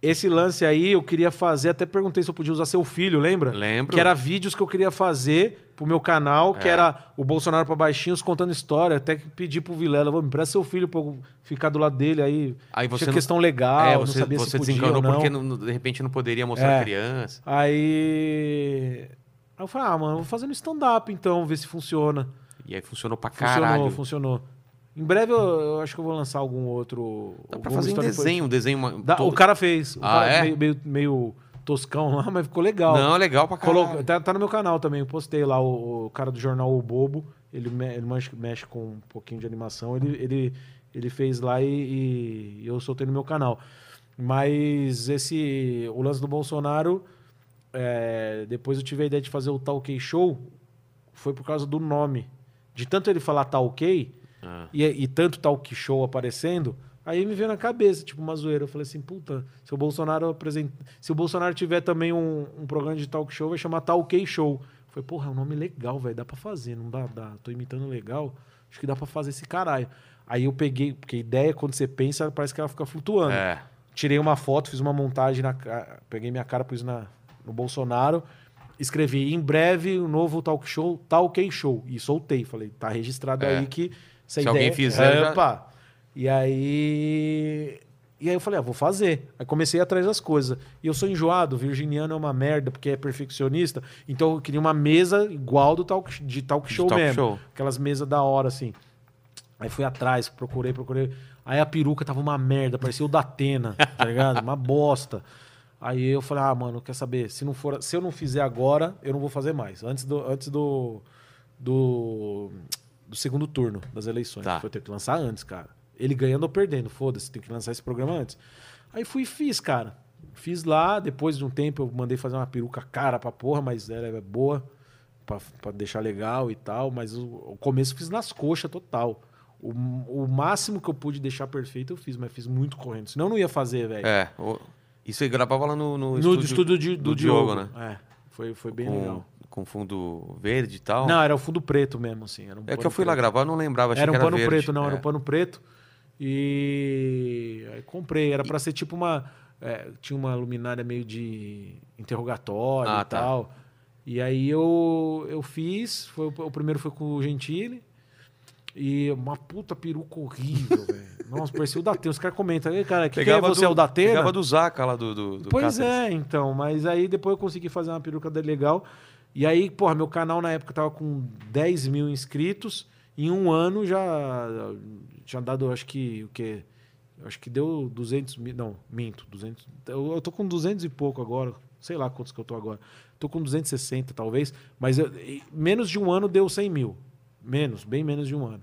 Esse lance aí eu queria fazer, até perguntei se eu podia usar seu filho, lembra? Lembro. É. Que era vídeos que eu queria fazer pro meu canal, que era o Bolsonaro pra baixinhos contando história, até que pedi pro Vilela, "Vô, me presta seu filho pra eu ficar do lado dele aí. Aí você Tinha não- questão legal, é, Ah, não você, sabia você se podia desencanou ou não. porque não- não- de repente não poderia mostrar É. criança. Aí... aí eu falei, ah, mano, vou fazer no stand-up então, ver se funciona. E aí funcionou pra Funcionou, caralho. funcionou. Em breve eu, eu acho que eu vou lançar algum outro... Dá pra alguma fazer um história desenho, um desenho... uma- Dá- todo- O cara fez. O Ah, cara é? meio, meio- meio toscão lá, mas ficou legal. Não, é legal pra caralho. Colo- tá, tá no meu canal também. Eu postei lá o, o cara do jornal O Bobo. Ele, me- ele mexe, mexe com um pouquinho de animação. Ele, ele, ele fez lá e, e eu soltei no meu canal. Mas esse o lance do Bolsonaro, é, depois eu tive a ideia de fazer o Talk Show, foi por causa do nome. De tanto ele falar Talk, Ah. e, e tanto tal que show aparecendo, aí me veio na cabeça, tipo, uma zoeira. Eu falei assim, puta, se o Bolsonaro apresenta... Se o Bolsonaro tiver também um, um programa de talk show, vai chamar tal que show. Eu falei, porra, é um nome legal, velho, dá pra fazer, não dá, dá. Tô imitando legal, acho que dá pra fazer esse caralho. Aí eu peguei, porque a ideia, quando você pensa, parece que ela fica flutuando. É. Tirei uma foto, fiz uma montagem, na, ca- peguei minha cara, pus na, no Bolsonaro, escrevi em breve o novo talk show, talk show. E soltei, falei, tá registrado É. aí que essa Se ideia... alguém fizer, já- Opa! E aí... E aí eu falei, ah, vou fazer. Aí comecei atrás das coisas. E eu sou enjoado, virginiano é uma merda, porque é perfeccionista. Então eu queria uma mesa igual do talk, de talk De show talk mesmo. show. Aquelas mesas da hora, assim. Aí fui atrás, procurei, procurei. Aí a peruca tava uma merda, parecia o da Atena, tá ligado? Uma bosta. Aí eu falei, ah, mano, quer saber? Se, não for, se eu não fizer agora, eu não vou fazer mais. Antes do, antes do, do, do segundo turno das eleições. Tá. Foi ter que lançar antes, cara. Ele ganhando ou perdendo, foda-se, tem que lançar esse programa antes. Aí fui e fiz, cara. Fiz lá, depois de um tempo eu mandei fazer uma peruca cara pra porra, mas ela é boa, pra, pra deixar legal e tal. Mas o, o começo eu fiz nas coxas total. O, o máximo que eu pude deixar perfeito eu fiz, mas fiz muito correndo. Senão eu não ia fazer, velho. É. o- Isso aí gravava lá no, no, no estúdio, de- do, Diogo, né? É, foi, foi bem Com, legal. com fundo verde e tal. Não, era o fundo preto mesmo, assim. Era um é que pano eu fui lá preto. gravar, eu não lembrava. Achei Era um que era pano verde. preto, não, é. era um pano preto. E aí comprei. Era pra ser tipo uma. é, tinha uma luminária meio de interrogatório Ah, e tá. tal. E aí eu, eu fiz. Foi, o- o primeiro foi com o Gentili. E uma puta peruca horrível, velho. Nossa, parecia o Datena. Os caras comentam. "Ei, Cara, que, que é Pegava você? do, é o Datena? Pegava do Zaca lá do. do, do Pois Cáceres. é, então. Mas aí depois eu consegui fazer uma peruca dele legal. E aí, porra, meu canal na época tava com 10 mil inscritos. Em um ano já tinha dado, acho que, o quê? Acho que deu 200 mil. Não, minto. 200, eu, eu tô com 200 e pouco agora. Sei lá quantos que eu tô agora. Tô com 260, talvez. Mas eu- e menos de um ano deu 100 mil. Menos, bem menos de um ano.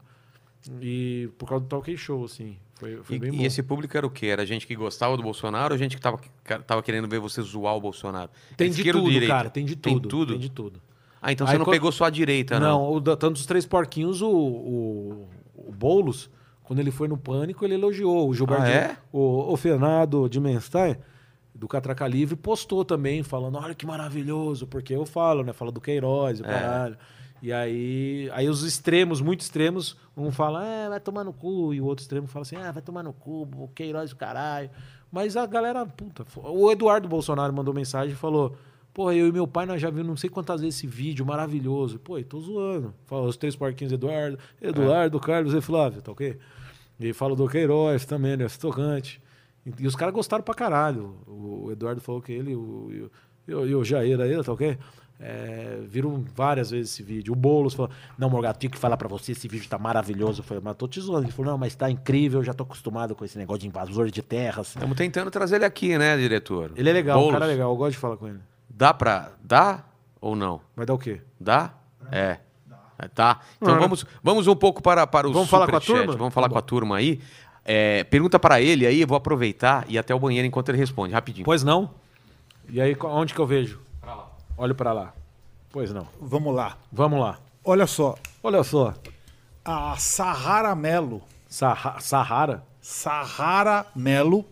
E por causa do talk show, assim. Foi, foi E- bem E, bom. esse público era o quê? Era gente que gostava do Bolsonaro ou gente que tava, que- tava querendo ver você zoar o Bolsonaro? É Tem de Esquerda ou tudo, direita? cara. Tem de Tem tudo. tudo? Tem de tudo. Ah, então Aí você não co- pegou só a direita, não? Não, o da- tanto os três porquinhos, o, o, o Boulos, quando ele foi no pânico, ele elogiou. O Gilberto. Ah, é? o, o Fernando de Menstein, do Catraca Livre, postou também, falando: olha que maravilhoso, porque eu falo, né? Falo do Queiroz, o É. caralho. E aí, aí os extremos, muito extremos, um fala, é, vai tomar no cu, e o outro extremo fala assim, ah, vai tomar no cu, o Queiroz do caralho. Mas a galera, puta, fo- o Eduardo Bolsonaro mandou mensagem e falou, porra, eu e meu pai, nós já vimos não sei quantas vezes esse vídeo maravilhoso. Pô, eu tô zoando. Fala os três porquinhos, Eduardo, É. Eduardo, Carlos e Flávio, tá ok? E fala do Queiroz também, né, Tocante. E, e os caras gostaram pra caralho. O, o Eduardo falou que ele, o, e o- e o, e o Jair aí, tá ok? É, viram várias vezes esse vídeo. O Boulos falou: Não, Morgado, tinha que falar pra você, esse vídeo tá maravilhoso. Eu falei, mas tô te zoando. Ele falou: Não, mas tá incrível, eu já tô acostumado com esse negócio de invasor de terras. Estamos tentando trazer ele aqui, né, diretor? Ele é legal, o Boulos, cara é legal, eu gosto de falar com ele. Dá pra. Dá ou não? Vai dar o quê? Dá? É. É, Tá. Então vamos, vamos um pouco para, para o Vamos falar com a superchat. turma? Tá Vamos falar com a turma aí. É, pergunta para ele aí, eu vou aproveitar e ir até o banheiro enquanto ele responde, rapidinho. Pois não? E aí, co- onde que eu vejo? Pra lá. Olho pra lá. Pois não. Vamos lá. Vamos lá. Olha só, Olha só. a Sahara Melo, Sarra- Sahara. Sahara Melo,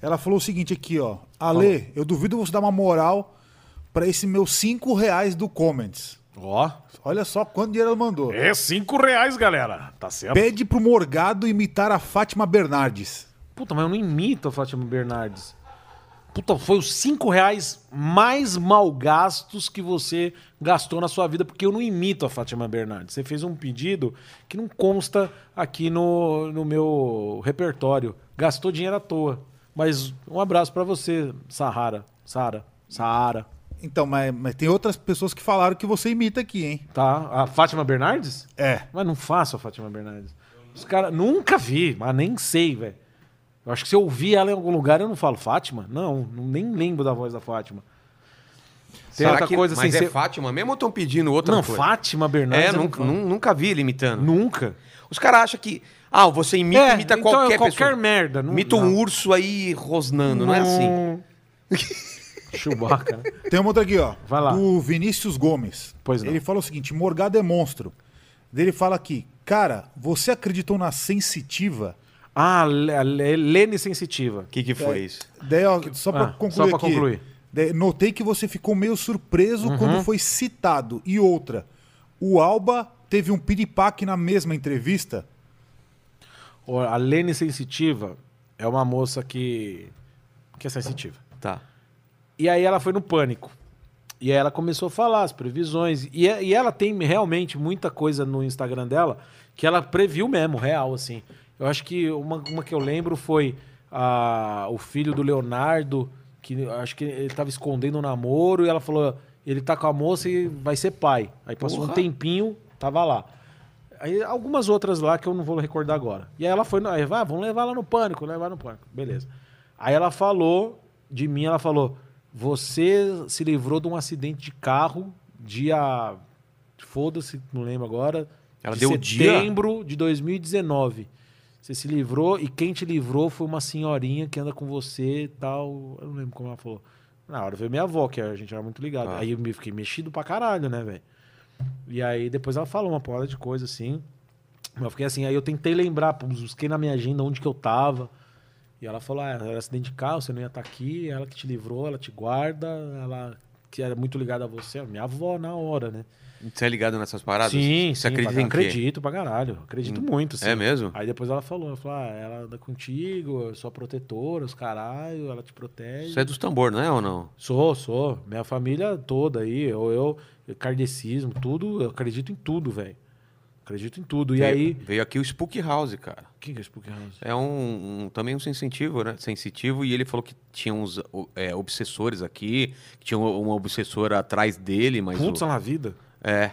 ela falou o seguinte aqui, ó. Ale, eu duvido você dar uma moral pra esse meu 5 reais do Comments. Ó. Olha só quanto dinheiro ela mandou. É cinco reais, galera. Tá certo. Pede pro Morgado imitar a Fátima Bernardes. Puta, mas eu não imito a Fátima Bernardes. Puta, foi os cinco reais mais mal gastos que você gastou na sua vida, porque eu não imito a Fátima Bernardes. Você fez um pedido que não consta aqui no, no meu repertório. Gastou dinheiro à toa. Mas um abraço pra você, Sahara. Sara. Sahara. Então, mas, mas tem outras pessoas que falaram que você imita aqui, hein? Tá? A Fátima Bernardes? É. Mas não faço a Fátima Bernardes. Os caras. Nunca vi, mas nem sei, velho. Eu acho que se eu ouvir ela em algum lugar, eu não falo Fátima. Não, não- nem lembro da voz da Fátima. Tem Será outra que- coisa sem Mas é ser. Fátima mesmo ou estão pedindo outra Não, coisa? Fátima Bernardes. É, eu não nunca, falo. nun- nunca vi ele imitando. Nunca. Os caras acham que. Ah, você imita, É, imita então é qualquer, qualquer pessoa. merda, não- imita um não. urso aí rosnando, não é assim? Chewbacca. né? Tem uma outra aqui, ó. Vai lá. Do Vinícius Gomes. Pois não. Ele fala o seguinte: Morgado é monstro. Daí Ele fala aqui, cara, você acreditou na sensitiva? ah, Le- Le- Lene Sensitiva. O que, que É. foi isso? Daí, ó, só pra Ah, concluir só pra aqui. concluir. Uhum. Daí, notei que você ficou meio surpreso quando foi citado. E outra, o Alba teve um piripaque na mesma entrevista. Ó, A Lene Sensitiva é uma moça que. que é sensitiva. Tá. E aí ela foi no pânico. E aí ela começou a falar as previsões. E, é- e ela tem realmente muita coisa no Instagram dela que ela previu mesmo, real, assim. Eu acho que uma, uma que eu lembro foi a, o filho do Leonardo, que eu acho que ele tava escondendo o namoro, e ela falou: ele tá com a moça e vai ser pai. Aí passou um Porra. tempinho, tava lá. Aí algumas outras lá que eu não vou recordar agora. E aí ela foi, aí, ah, vamos levar ela no pânico, levar no pânico. Beleza. Aí ela falou de mim, ela falou: "Você se livrou de um acidente de carro dia foda-se, não lembro agora. Ela de deu o dia? setembro de 2019. Você se livrou e quem te livrou foi uma senhorinha que anda com você e tal. Eu não lembro como ela falou. Na hora veio minha avó, que a gente era muito ligado. Ah. Aí eu me fiquei mexido pra caralho, né, velho? E aí depois ela falou uma porrada de coisa assim. Mas eu fiquei assim, aí eu tentei lembrar, pô, busquei na minha agenda onde que eu tava. E ela falou: ah, era acidente de carro, você não ia estar aqui, ela que te livrou, ela te guarda, ela que era muito ligada a você, minha avó na hora, né? Você é ligado nessas paradas? sim, Você sim, acredita pra- em quê? acredito pra caralho, acredito muito. Assim. É mesmo? Aí depois ela falou, ela falou, ah, ela anda contigo, eu sou a protetora, os caralho, ela te protege. Você é dos tambor, não é ou não? Sou, sou. Minha família toda aí, eu, eu kardecismo, tudo, eu acredito em tudo, velho. Acredito em tudo. E veio, aí... Veio aqui o Spook House, cara. Quem que é Spook House? É um, um- também um sensitivo, né? Sensitivo, e ele falou que tinha uns o- é, obsessores aqui, que tinha um, uma obsessora atrás dele, mas. Putz, o, na vida. é.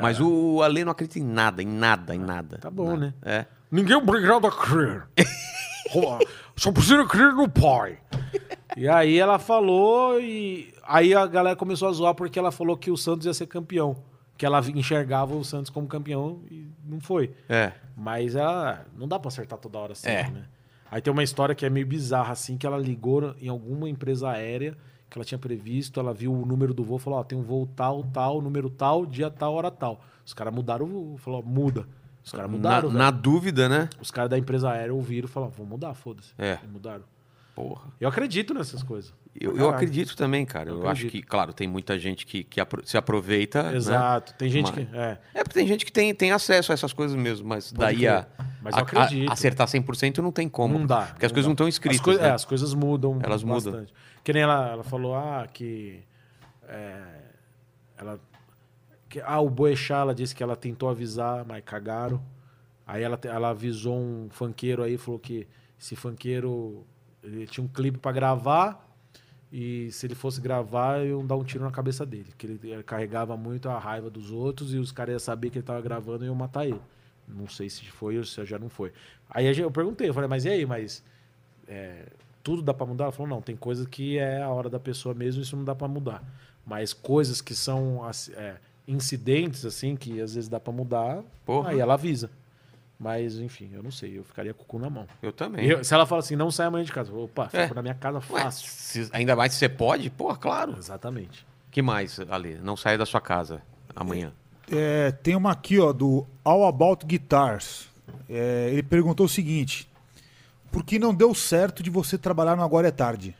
Mas o Ale não acredita em nada, em nada, em nada. Tá bom, Nada. né? É. Ninguém é obrigado a crer. Ó, Só precisa crer no pai. E aí ela falou e aí a galera começou a zoar porque ela falou que o Santos ia ser campeão, que ela enxergava o Santos como campeão e não foi. É. Mas ela não dá pra acertar toda hora assim, É. né? Aí tem uma história que é meio bizarra assim, que ela ligou em alguma empresa aérea que ela tinha previsto, ela viu o número do voo, falou, ó, tem um voo tal, tal, número tal, dia tal, hora tal. Os caras mudaram o voo, falou, ó, muda. Os caras mudaram, na, velho. na dúvida, né? Os caras da empresa aérea ouviram e falaram, vou mudar, foda-se. É. E mudaram. Porra. Eu acredito nessas coisas. Eu, eu Caralho. acredito também, cara. Eu, Eu acho que, acredito. claro, tem muita gente que, que apro- se aproveita. né? Exato. Tem gente Mas- que... É. É porque tem gente que tem, tem acesso a essas coisas mesmo, mas daí crer. a, Mas a- eu acredito. a- acertar 100% não tem como. Não dá. Porque as coisas não dá. não estão As, escritas. coi- né? é, as coisas mudam Elas mudam. bastante. Que nem ela, ela falou, ah, que... é, ela, que ah, o Boechat, ela disse que ela tentou avisar, mas cagaram. Aí ela, te- ela avisou um funkeiro aí, falou que esse funkeiro ele tinha um clipe pra gravar e se ele fosse gravar, iam dar um tiro na cabeça dele. Que ele eh, carregava muito a raiva dos outros e os caras iam saber que ele tava gravando e iam matar ele. Não sei se foi ou se já não foi. Aí a gente- eu perguntei, eu falei, mas e aí, mas eh, tudo dá pra mudar? Ela falou, não, tem coisa que é a hora da pessoa mesmo, isso não dá pra mudar. Mas coisas que são assim, eh, incidentes, assim, que às vezes dá pra mudar, Porra. aí ela avisa. Mas, enfim, eu não sei, eu ficaria com o cu na mão. Eu também. E é. eu- se ela fala assim, não sai amanhã de casa, opa, fico É. na minha casa Ué, fácil. se- ainda mais se você pode? Pô, claro. Exatamente. que mais, Ale? Não saia da sua casa amanhã. É, tem uma aqui, ó, do All About Guitars. É, ele perguntou o seguinte: Por que não deu certo de você trabalhar no Agora é Tarde?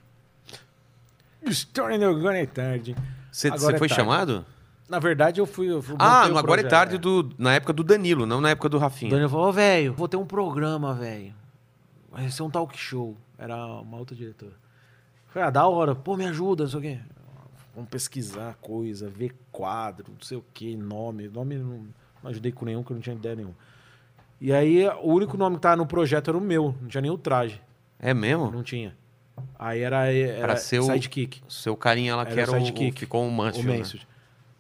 Story no Agora é Tarde. Você Agora você é foi tarde. chamado? Na verdade, eu fui. Eu fui- Ah, montei no o Agora é projeto, Tarde, é. do, na época do Danilo, não na época do O Rafinha. Daniel falou, ô, velho, vou ter um programa, velho. Vai ser um talk show. Era uma outra diretora. Falei, ah, da hora, pô, me ajuda, não sei o quê. Vamos pesquisar coisa, ver quadro, não sei o quê, nome. Nome não, não ajudei com nenhum, que eu não tinha ideia nenhuma. E aí, o único nome que tava no projeto era o meu, não tinha nem o traje. É mesmo? Não tinha. Aí era, era, Era seu- sidekick. Seu carinha lá que era, Era o o, o. sidekick. Ficou um Mansfield. O Mansfield.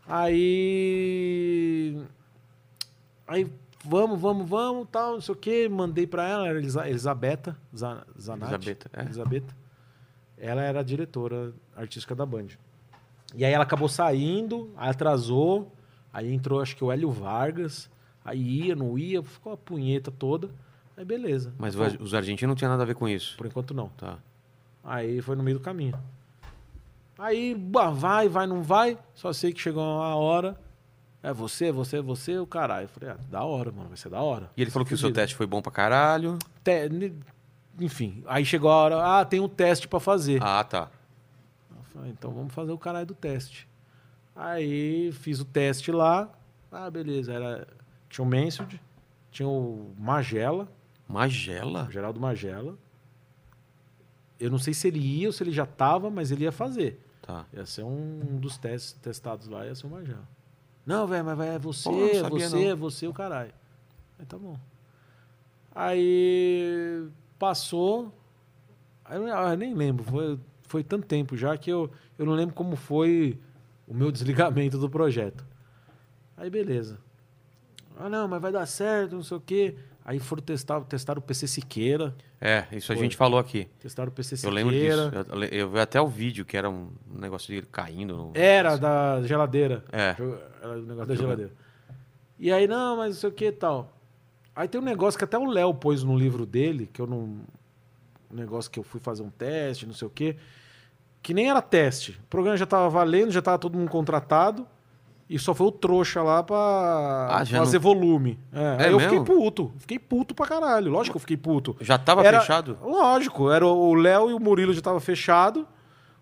Aí. Aí, vamos, vamos, vamos, tal, não sei o quê. Mandei pra ela, era Elisa- Elisabetta Za- Zanatti. Elisabetta, é. Elisabetta. Ela era a diretora artística da Band. E aí ela acabou saindo, aí atrasou. Aí entrou, acho que o Hélio Vargas. Aí ia, não ia, ficou a punheta toda. Aí beleza. Mas Ela falou, os argentinos não tinham nada a ver com isso. Por enquanto não. Tá. Aí foi no meio do caminho. Aí bah, vai, vai, não vai. Só sei que chegou uma hora. É você, você, você, o caralho. Eu falei, ah, da hora, mano, vai ser da hora. E ele falou que o seu Fudido. teste foi bom pra caralho. Te- ne- Enfim, aí chegou a hora, ah, tem um teste pra fazer. Ah, tá. Eu falei, então vamos fazer o caralho do teste. Aí fiz o teste lá. Ah, beleza. Era... Tinha o Mansfield, tinha o Magela, Magela? Geraldo Magela. Eu não sei se ele ia ou se ele já tava, mas ele ia fazer. Tá. Ia ser um, um dos testes testados lá, ia ser um o Magela. Não, velho, mas vai, é você, Pô, não é sabia, você, não. é você, o caralho. Aí tá bom. Aí passou. Aí eu, ah, eu nem lembro, foi, foi tanto tempo já que eu, eu não lembro como foi o meu desligamento do projeto. Aí beleza. Ah, não, mas vai dar certo, não sei o quê. Aí foram testar, testaram o PC Siqueira, É, isso a gente falou aqui. testaram o PC Eu Siqueira. lembro disso. Eu, le- eu vi até o vídeo que era um negócio dele caindo. No... assim. Era da geladeira. É. Jogo- Era o negócio da geladeira. E aí, não, mas não sei o que e tal. Aí tem um negócio que até o Léo pôs no livro dele, que eu não. Um negócio que eu fui fazer um teste, não sei o quê. Que nem era teste. O programa já tava valendo, já tava todo mundo contratado. E só foi o trouxa lá pra Ah, já fazer não- volume. É, É aí eu mesmo? fiquei puto. Fiquei puto pra caralho. Lógico que eu fiquei puto. Já tava Era- fechado? Lógico, era o o Léo e o Murilo já tava fechado,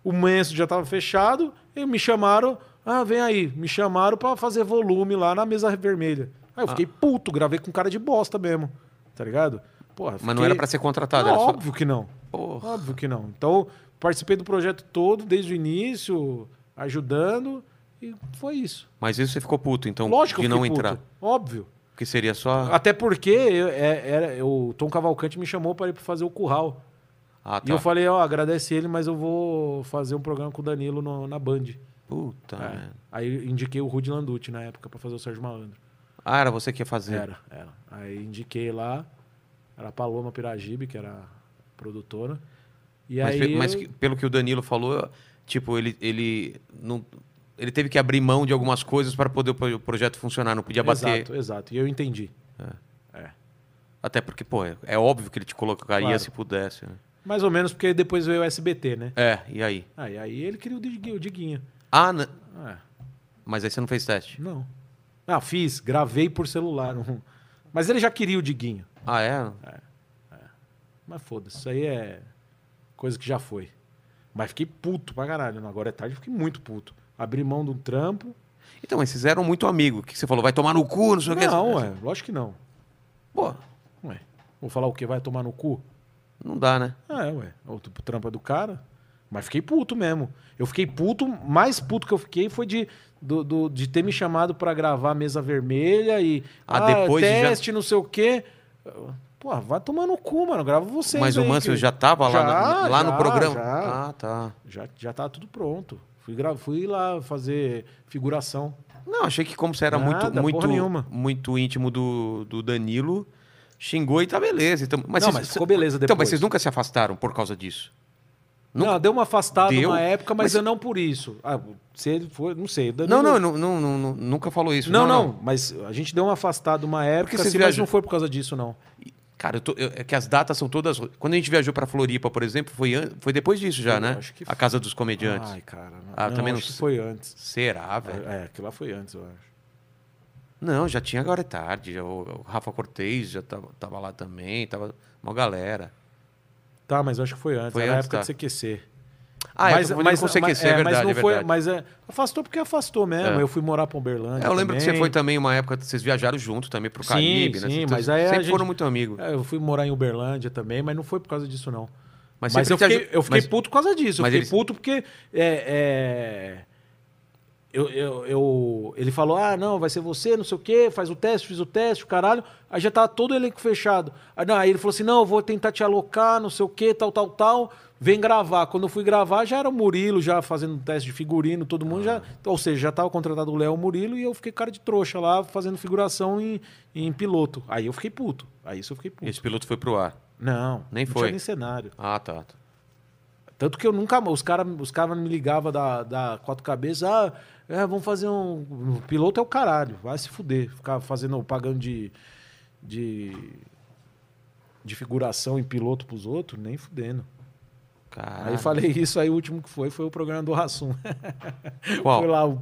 o Manso já tava fechado, e me chamaram, ah, vem aí, me chamaram pra fazer volume lá na mesa vermelha. Aí eu fiquei Ah. puto, gravei com cara de bosta mesmo, tá ligado? Porra, Mas não era pra ser contratado. não, era só... óbvio que não. Porra. Óbvio que não. Então, participei do projeto todo, desde o início, ajudando, e foi isso. Mas isso você ficou puto, então, Lógico que de eu não fiquei entrar. puto, Ah, Óbvio. Porque seria só. Até porque eu- é- era, o Tom Cavalcante me chamou pra ir fazer o curral. Ah, E tá. eu falei, ó, agradece ele, mas eu vou fazer um programa com o Danilo no- na Band. Puta. É. merda. Aí indiquei o Rudy Landucci na época pra fazer o Sérgio Malandro. Ah, era você que ia fazer. Era, era. Aí indiquei lá, era a Paloma Piragibe, que era a produtora. E mas, aí. pe- mas eu- que- pelo que o Danilo falou, tipo, ele, ele, não, ele teve que abrir mão de algumas coisas para poder o pro- o projeto funcionar, não podia bater. Exato, exato. E eu entendi. Até porque, pô, é, é óbvio que ele te colocaria Claro. se pudesse. Né? Mais ou menos porque depois veio o SBT, né? É, e aí? Aí, aí ele queria o Diguinha. O Diguinha. Ah, na- Ah, mas aí você não fez teste. não. Ah, fiz, gravei por celular. um- Mas ele já queria o Diguinho. Ah, é? Mas foda-se, isso aí é coisa que já foi. Mas fiquei puto pra caralho. Agora é tarde, eu fiquei muito puto. Abri mão de um trampo. Então, mas vocês eram muito amigos. Que você falou, vai tomar no cu, não sei o que. é Não, ué, lógico que não. Pô, Ué, vou falar o quê? Vai tomar no cu? não dá, né? Ah, é, ué. O t- trampo é do cara. Mas fiquei puto mesmo. Eu fiquei puto, mais puto que eu fiquei foi de, do- do- de ter me chamado pra gravar a mesa vermelha e. Ah, depois de já- teste, não sei o quê. Pô, vai tomar no cu, mano. Grava vocês. mas o aí, Mansell que- já tava lá, Já, na- lá já, no programa. já. Ah, tá. Já, já tá tudo pronto. Fui, gra- fui lá fazer figuração. Não, achei que como você era Nada, porra muito, nenhuma. muito, muito íntimo do, do Danilo, xingou e tá beleza. Então, mas Não, vocês, mas ficou beleza Então, mas depois. vocês nunca se afastaram por causa disso? Não, deu uma afastada Deu, uma época, mas, mas- eu não por isso. Ah, se ele foi, não sei. o Danilo- Não, não, não, não, não, não, nunca falou isso. Não, não, mas a gente deu uma afastada uma época, vocês sim, mas viajam- não foi por causa disso, não. Cara, eu tô- eu- é que as datas são todas. Quando a gente viajou pra Floripa, por exemplo, foi, an- foi depois disso já, Eu né? acho que A foi. Casa dos Comediantes. Ai, cara. Não, Ah, também não acho que sei. foi antes. Será, velho? É, aquilo lá foi antes, eu acho. Não, já tinha agora é tarde. já- O, o Rafa Cortez já tava, tava lá também, tava uma galera. Tá, mas eu acho que foi antes. Foi Era a antes, época tá. de CQC. Ah, mas, eu tô mas, com CQC, é, é, verdade, mas não é foi, verdade. mas é, afastou porque afastou mesmo. É. Eu fui morar pra Uberlândia. É, eu lembro que você também. foi também uma época, vocês viajaram junto também pro Sim, Caribe, né? sim, Vocês mas aí a sempre gente- foram muito amigos. É, eu fui morar em Uberlândia também, mas não foi por causa disso, não. Mas Mas, sempre eu te fiquei, aju- eu fiquei mas- puto por causa disso. Eu mas fiquei eles- puto porque. é, é, eu, eu, eu- ele falou: ah, não, vai ser você, não sei o quê, faz o teste, fiz o teste, o caralho. Aí já tava todo o elenco fechado. Aí, não, aí ele falou assim: não, eu vou tentar te alocar, não sei o quê, tal, tal, tal. Vem gravar. Quando eu fui gravar, já era o Murilo, já fazendo teste de figurino, todo mundo Ah. já. Ou seja, já tava contratado o Léo e o Murilo e eu fiquei cara de trouxa lá, fazendo figuração em, em piloto. Aí eu fiquei puto. Aí isso eu fiquei puto. Esse piloto foi pro ar. Não, Nem não foi. tinha nem cenário. Ah, tá. tá. Tanto que eu nunca. Os caras os cara me ligavam da, da quatro cabeças. Ah, é, vamos fazer um. O piloto é o caralho, vai se fuder. Ficar fazendo, pagando de. de, de figuração em piloto pros outros, nem fudendo. Caralho. Aí falei isso, aí o último que foi foi o programa do Rassum. Qual? Foi lá o,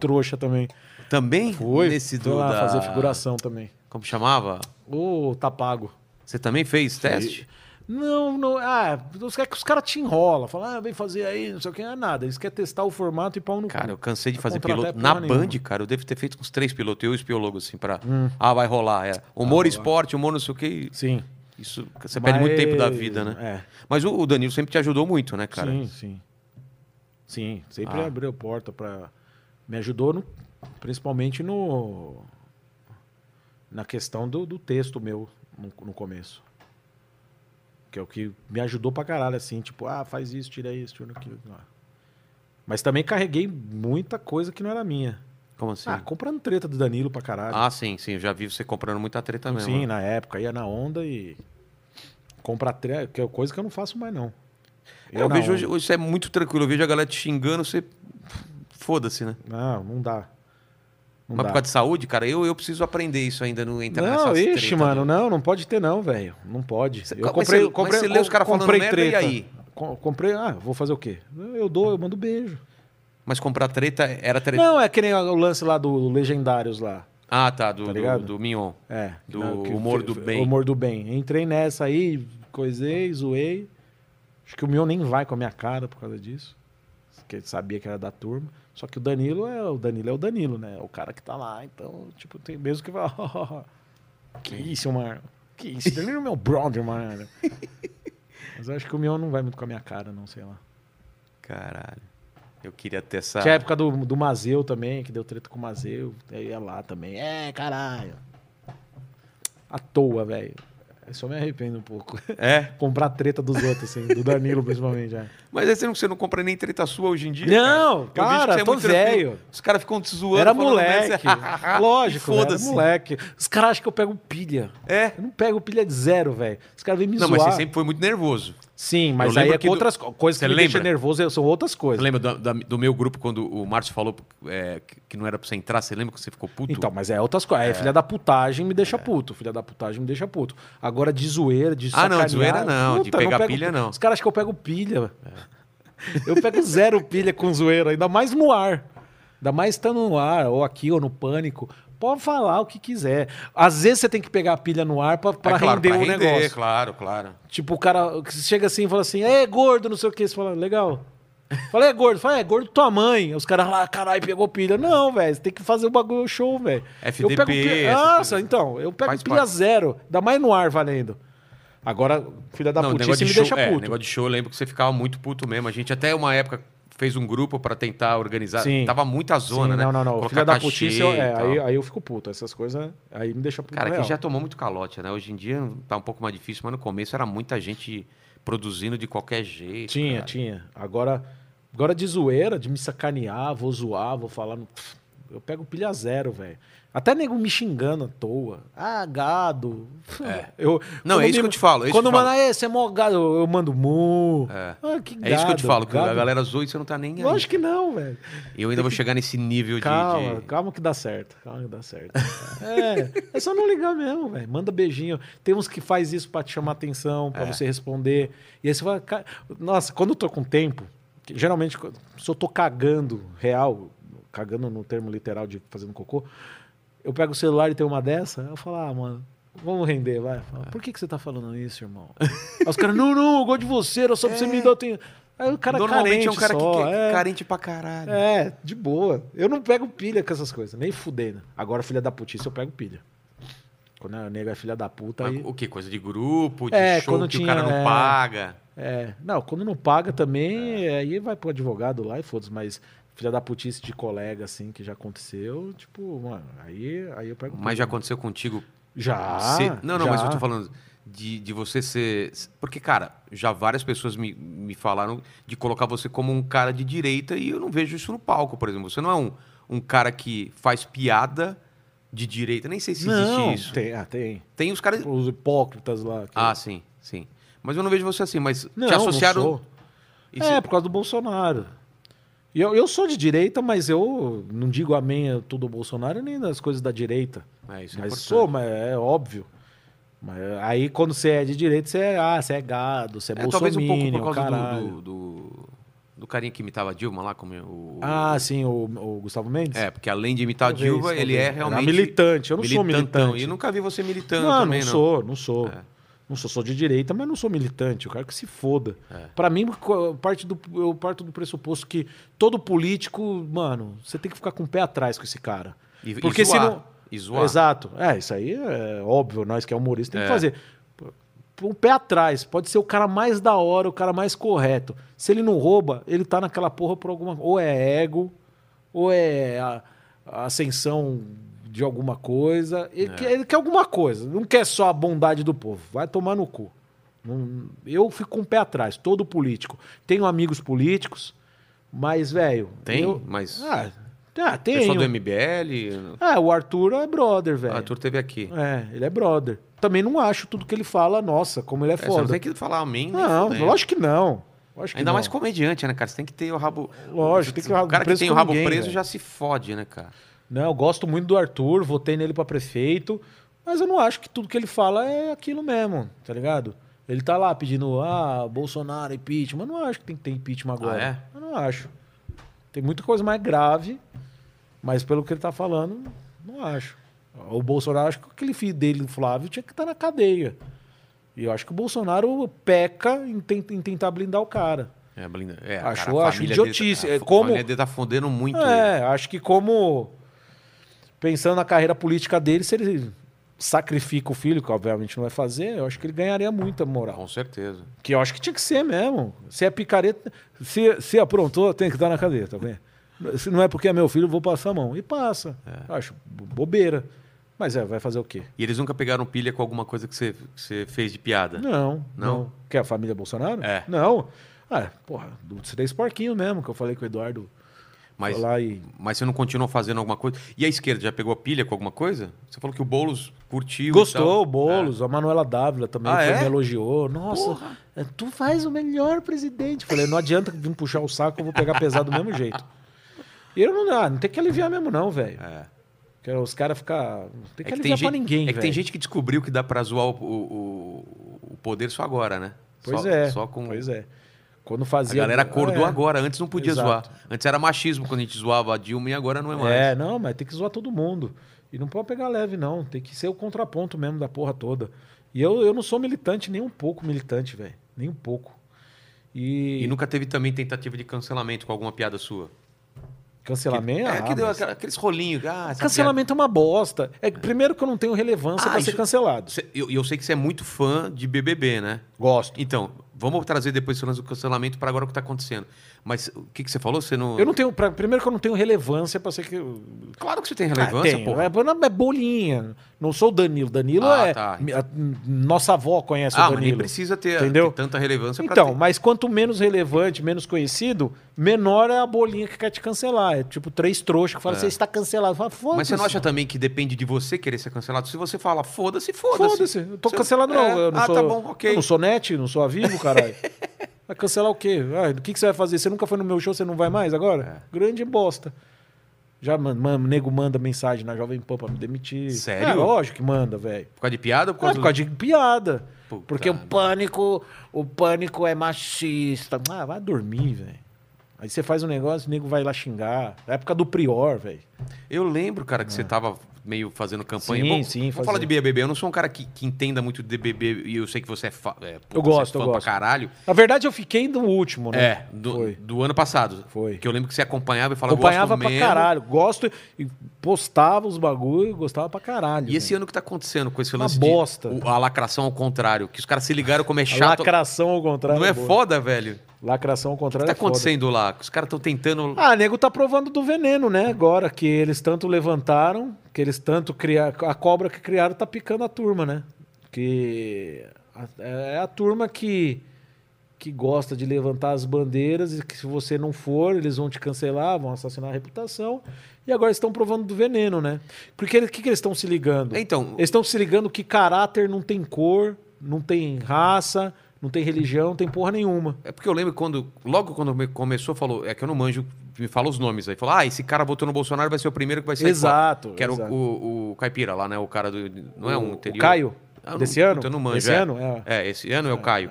trouxa também. Também? Foi. Nesse foi do lá da- fazer figuração também. Como chamava? Ô, tá pago. Você também fez teste? Não, não. Ah, os, é que os caras te enrolam. Fala, ah, vem fazer aí, não sei o que, não é nada. Eles querem testar o formato e pau no Cara, cu. eu cansei de Eu fazer contratei piloto. porra Na nenhuma. Band, cara, eu devo ter feito uns três pilotos, eu e o espiologo, assim, pra. Hum. Ah, vai rolar. É. Humor, esporte, humor, não sei o que. Sim. Isso, você perde muito tempo da vida, né? É. Mas o, o Danilo sempre te ajudou muito, né, cara? Sim, sim. Sim, sempre Ah. abriu porta para me ajudou no- principalmente no na questão do, do texto meu no, no começo. Que é o que me ajudou pra caralho assim, tipo, ah, faz isso, tira isso, tira aquilo. Ah. Mas também carreguei muita coisa que não era minha. Como assim? Ah, comprando treta do Danilo pra caralho. Ah, sim, sim. Eu já vi você comprando muita treta mesmo. Sim, né? na época. Ia na onda e. Comprar treta, que é coisa que eu não faço mais, não. Eu, Ia na vejo onda. hoje, hoje isso é muito tranquilo. Eu vejo a galera te xingando, você. Foda-se, né? Não, não dá. Não Mas dá. por causa de saúde, cara, eu, eu preciso aprender isso ainda, não entrar Não, nessas ixi, treta, mano, né? não, não pode ter, não, velho. Não pode. Cê- eu mas comprei, cê- mas comprei, cê lê os cara falando comprei merda, e treta. aí? Com- comprei, ah, vou fazer o quê? Eu dou, eu mando beijo. Mas comprar treta era treta. Não, é que nem o lance lá do Legendários lá. Ah, tá, do, Tá do, ligado? do Mignon. É. Do não, humor do bem. Humor do bem. Entrei nessa aí, coisei, zoei. Acho que o meu nem vai com a minha cara por causa disso. Porque ele sabia que era da turma. Só que o Danilo é o Danilo, é o Danilo, né? É O cara que tá lá. Então, tipo, tem mesmo que falar. que isso, mano. Que isso? Danilo é meu brother, mano. Mas eu acho que o meu não vai muito com a minha cara, não, sei lá. Caralho. Eu queria ter essa. Tinha a época do, do Mazeu também, que deu treta com o Mazeu. Aí ia lá também. É, caralho. À toa, velho. Eu só me arrependo um pouco. É. Comprar a treta dos outros, assim. Do Danilo, principalmente. É. Mas aí você não, você não compra nem treta sua hoje em dia? Não, cara. Eu vejo que para, você é tô muito tranquilo. velho. Os caras ficam te zoando. era falando assim, moleque. merda. Lógico, era "Ah, Foda-se. moleque. Os caras acham que eu pego pilha. É. Eu não pego pilha de zero, velho. Os caras vêm me Não, mas zoar. você sempre foi muito nervoso. Sim, mas Eu aí lembro é que com do- outras co- coisas que Você me deixam lembra? nervoso, são outras Você coisas. lembra do, da- do meu grupo quando o Márcio falou é, que- que não era pra você entrar? Você lembra que você ficou puto? É. Então, mas é outras coisas. É, filha da putagem me deixa puto. Filha da putagem me deixa puto. Agora de zoeira, de Ah, não, de sacanear, zoeira não, de pegar pego- pilha não. É. Os caras acham que eu pego pilha. Eu pego zero pilha com zoeira, ainda mais no ar. Ainda mais estando no ar, ou aqui, ou no pânico. Pode falar o que quiser. Às vezes você tem que pegar a pilha no ar pra, pra É claro, render pra o negócio. Claro, claro. Tipo, o cara que chega assim e fala assim, é gordo, não sei o que. Você fala, legal. Fala, é gordo. Fala, é gordo tua mãe. Os caras lá, caralho, pegou pilha. Não, velho, você tem que fazer o bagulho show, velho. FDP, Eu pego pilha... essas Nossa, coisas. então, eu pego Faz pilha parte. zero. Ainda mais no ar valendo. Agora, filha da Não, putice negócio me de show, deixa é, puto. negócio de show, eu lembro que você ficava muito puto mesmo. A gente até uma época fez um grupo pra tentar organizar. Sim. Tava muita zona, Sim, né? Não, não, não. Colocar filha da cachê putice, eu- e é, tal. aí, aí eu fico puto. Essas coisas, né? aí me deixa puto. Cara, real. aqui já tomou muito calote, né? Hoje em dia tá um pouco mais difícil, mas no começo era muita gente produzindo de qualquer jeito. Tinha, cara. tinha. Agora, agora de zoeira, de me sacanear, vou zoar, vou falar. no- Pff, Eu pego pilha zero, velho. Até nego me xingando à toa. Ah, gado. Eu, Não, quando é isso me- que eu te falo. É isso que Quando eu te manda, "Ê, você é mó gado, eu mando mu. É. Ah, que É isso que eu te gado, falo, que a gado. galera zoa e você não tá nem aí. Lógico que não, velho. Eu ainda vou chegar nesse nível de- Calma, de. calma que dá certo. Calma que dá certo. é, é só não ligar mesmo, velho. Manda beijinho. Tem uns que faz isso pra te chamar atenção, É. pra você responder. E aí você fala, "Ca- nossa, quando eu tô com tempo, que geralmente co- se eu tô cagando real, cagando no termo literal de fazendo cocô, eu pego o celular e tenho uma dessa, eu falo, ah, mano. Vamos render, vai. Fala, Por que, que você tá falando isso, irmão? Aí os caras, não, não, eu gosto de você, era só pra você me dar. Eu tenho... Aí o cara É. Normalmente carente é um cara só, que que é. carente pra caralho. É, de boa. Eu não pego pilha com essas coisas, nem fudendo. Agora, filha da putice, eu pego pilha. Quando a nega é filha da puta, Mas aí. O que? Coisa de grupo, de É, show quando que o tinha- cara não é. paga. É, não, quando não paga também, aí vai pro advogado lá e foda-se, mas filha da putice de colega, assim, que já aconteceu, tipo, mano, aí, aí eu pego Mas já aconteceu contigo Já. Ser- não, não, mas Ah, já. eu tô falando de, de você ser. Porque, cara, já várias pessoas me, me falaram de colocar você como um cara de direita e eu não vejo isso no palco, por exemplo. Você não é um, um cara que faz piada de direita. Nem sei se não, existe isso. Tem, Tem, ah, tem. os caras. Os hipócritas lá. que- Ah, sim, sim. Mas eu não vejo você assim, mas Não, te não associaram. sou. e É, você- por causa do Bolsonaro. E Eu, eu sou de direita, mas eu não digo amém a tudo Bolsonaro nem das coisas da direita. é, isso é Mas importante. sou, mas é óbvio. Mas aí quando você é de direita, você é, ah, você é gado, você é, É, talvez um pouco bolsominion, por causa caralho. do, do, do, do carinha que imitava a Dilma lá, como é o. Ah, sim, o, o Gustavo Mendes? É, porque além de imitar Talvez, a Dilma, ele talvez. é Era realmente. militante, eu não sou militantão. militante. E eu nunca vi você militando não, também, não, não. sou, não sou. É. Não sou, sou de direita, mas não sou militante. Eu quero que se foda. É. Pra mim, co- parte do, eu parto do pressuposto que todo político, mano, você tem que ficar com o pé atrás com esse cara. E- e Porque se zoar. não- E zoar. Exato. É, isso aí é óbvio, nós que é humorista tem É. que fazer. P- Um pé atrás, pode ser o cara mais da hora, o cara mais correto. Se ele não rouba, ele tá naquela porra por alguma. Ou é ego, ou é a, a ascensão de alguma coisa. É. Ele, quer, ele quer alguma coisa, não quer só a bondade do povo. Vai tomar no cu. Não- eu fico com o pé atrás, todo político. Tenho amigos políticos, mas, velho. Tem, eu- mas. Ah, Ah, tem. Pessoal um- do MBL. É, o Arthur é brother, velho. O Arthur teve aqui. É, ele é brother. Também não acho tudo que ele fala, nossa, como ele é É, você não foda. tem que falar amém. nem não, fudendo. lógico que não. Lógico que Ainda não. mais comediante, né, cara? Você tem que ter o rabo. Lógico, tem que ter o rabo O cara que preso tem o com rabo ninguém, preso velho. já se fode, né, cara? Não, eu gosto muito do Arthur, votei nele pra prefeito, mas eu não acho que tudo que ele fala é aquilo mesmo, tá ligado? Ele tá lá pedindo, ah, Bolsonaro, impeachment. Eu não acho que tem que ter impeachment agora. Ah, Eu não acho. Tem muita coisa mais grave, mas pelo que ele tá falando, não acho. O Bolsonaro, acho que aquele filho dele, o Flávio, tinha que estar na cadeia. E eu acho que o Bolsonaro peca em, ten- em tentar blindar o cara. É, blinda. É, Acho- a acho família dele- idiotice. a É, fa- como- A família dele tá fodendo muito. ele. É, acho que como pensando na carreira política dele, se ele sacrifica o filho, que obviamente não vai fazer, eu acho que ele ganharia muita moral. Com certeza. Que eu acho que tinha que ser mesmo. Se é picareta, se, se aprontou, tem que dar na cadeia, tá vendo? Se não é porque é meu filho, eu vou passar a mão. E passa. É. Eu Acho bo- bobeira. Mas é, vai fazer o quê? E eles nunca pegaram pilha com alguma coisa que você, que você fez de piada. Não, Não? não. Quer a família Bolsonaro? É. Não. Ah, porra, dos três porquinhos mesmo, que eu falei com o Eduardo mas, foi lá e. mas você não continuou fazendo alguma coisa. E a esquerda já pegou pilha com alguma coisa? Você falou que o Boulos curtiu. e Gostou, tal. o Boulos, a Manuela Dávila também Ah, foi, é? me elogiou. Nossa, é, tu faz o melhor presidente. Falei, não adianta vir puxar o saco, eu vou pegar pesado do mesmo jeito. E eu não, ah, não tem que aliviar mesmo, não, velho. É. Porque Os caras ficam. Não tem É que que, tem aliviar pra gente, ninguém, é que velho. tem gente que descobriu que dá pra zoar o, o, o- o poder só agora, né? Pois Só- é. Só com. Pois é. Quando A fazia. galera acordou é. agora, antes não podia Exato. zoar. Antes era machismo quando a gente zoava a Dilma e agora não é mais. É, não, mas tem que zoar todo mundo. E não pode pegar leve, não. Tem que ser o contraponto mesmo da porra toda. E eu, eu não sou militante, nem um pouco militante, velho. Nem um pouco. E, E nunca teve também tentativa de cancelamento com alguma piada sua. cancelamento. é, ah, que deu mas- aquela- aqueles rolinhos. Ah, essa Cancelamento é uma bosta. É que primeiro que eu não tenho relevância Ah, pra isso- ser piada- cancelado. Cê- eu, eu sei que você é muito fã de BBB, né? Gosto. Então, vamos trazer depois esse lance do cancelamento para agora o que tá acontecendo. Mas o que, que você falou? Você não... Eu não tenho, pra- primeiro que eu não tenho relevância pra ser que Claro que você tem relevância, ah, porra. porra. É, é bolinha. Não sou o Danilo. Danilo Ah, é tá. mi- a- n- nossa avó conhece Ah, o mas nem Danilo. precisa ter, Entendeu? ter tanta relevância pra então, ter. mas quanto menos relevante, menos conhecido, menor é a bolinha que quer te cancelar. É tipo três trouxas que falam, você está cancelado. Fala, foda-se. É. Mas você não acha também que depende de você querer ser cancelado? Se você fala, foda-se, foda-se. Foda-se. Eu tô Você- cancelado, não. É. Eu não ah, sou, tá bom, ok. Eu não sou net, não sou a vivo, caralho. vai cancelar o quê? Ah, o que, que você vai fazer? Você nunca foi no meu show, você não vai mais agora? É. Grande bosta. Já, mano, man, nego manda mensagem na Jovem Pan pra me demitir. Sério? É lógico que manda, velho. Por causa de piada ou por É causa por do- causa de piada. Puta porque o merda. pânico, o pânico é machista. Ah, vai dormir, velho. Aí você faz um negócio, o nego vai lá xingar. É época do Prior, velho. Eu lembro, cara, que você tava meio fazendo campanha. É. Sim, Bom, sim, Vamos fazendo. falar de BBB. Eu não sou um cara que, que entenda muito de BBB e eu sei que você é, fa é, pô, Eu você gosto, é eu fã gosto. pra caralho. Na verdade, eu fiquei no último, né? É, do, Foi. do ano passado. Foi. Que eu lembro que você acompanhava e falava, Acompanhava gosto pra mesmo. caralho. Gosto e postava os bagulho, gostava pra caralho. né? E esse velho. ano que tá acontecendo com esse Uma lance bosta. de o- a lacração ao contrário, que os caras se ligaram como é A chato. Lacração ao contrário. Não é boa. foda, velho? O Lacração ao que contrário. tá é foda. acontecendo lá? Os caras estão tentando... Ah, nego tá provando do veneno, né? Agora que eles tanto levantaram, que eles tanto criaram. A cobra que criaram tá picando a turma, né? Que a- é a turma que que gosta de levantar as bandeiras e que se você não for, eles vão te cancelar, vão assassinar a reputação. E agora estão provando do veneno, né? Porque o que, que eles estão se ligando? Então, Eles estão se ligando que caráter não tem cor, não tem raça, não tem religião, não tem porra nenhuma. É porque eu lembro quando, logo quando me- começou, falou, é que eu não manjo, me fala os nomes aí. Falou, ah, esse cara votou no Bolsonaro, vai ser o primeiro que vai ser Exato, Que era o- exato. O, o Caipira lá, né? O cara do. Não é um O- anterior. O Caio? Ah, eu desse não, ano? puta, Eu não manjo. Esse é. ano? É. É, esse ano é o Caio.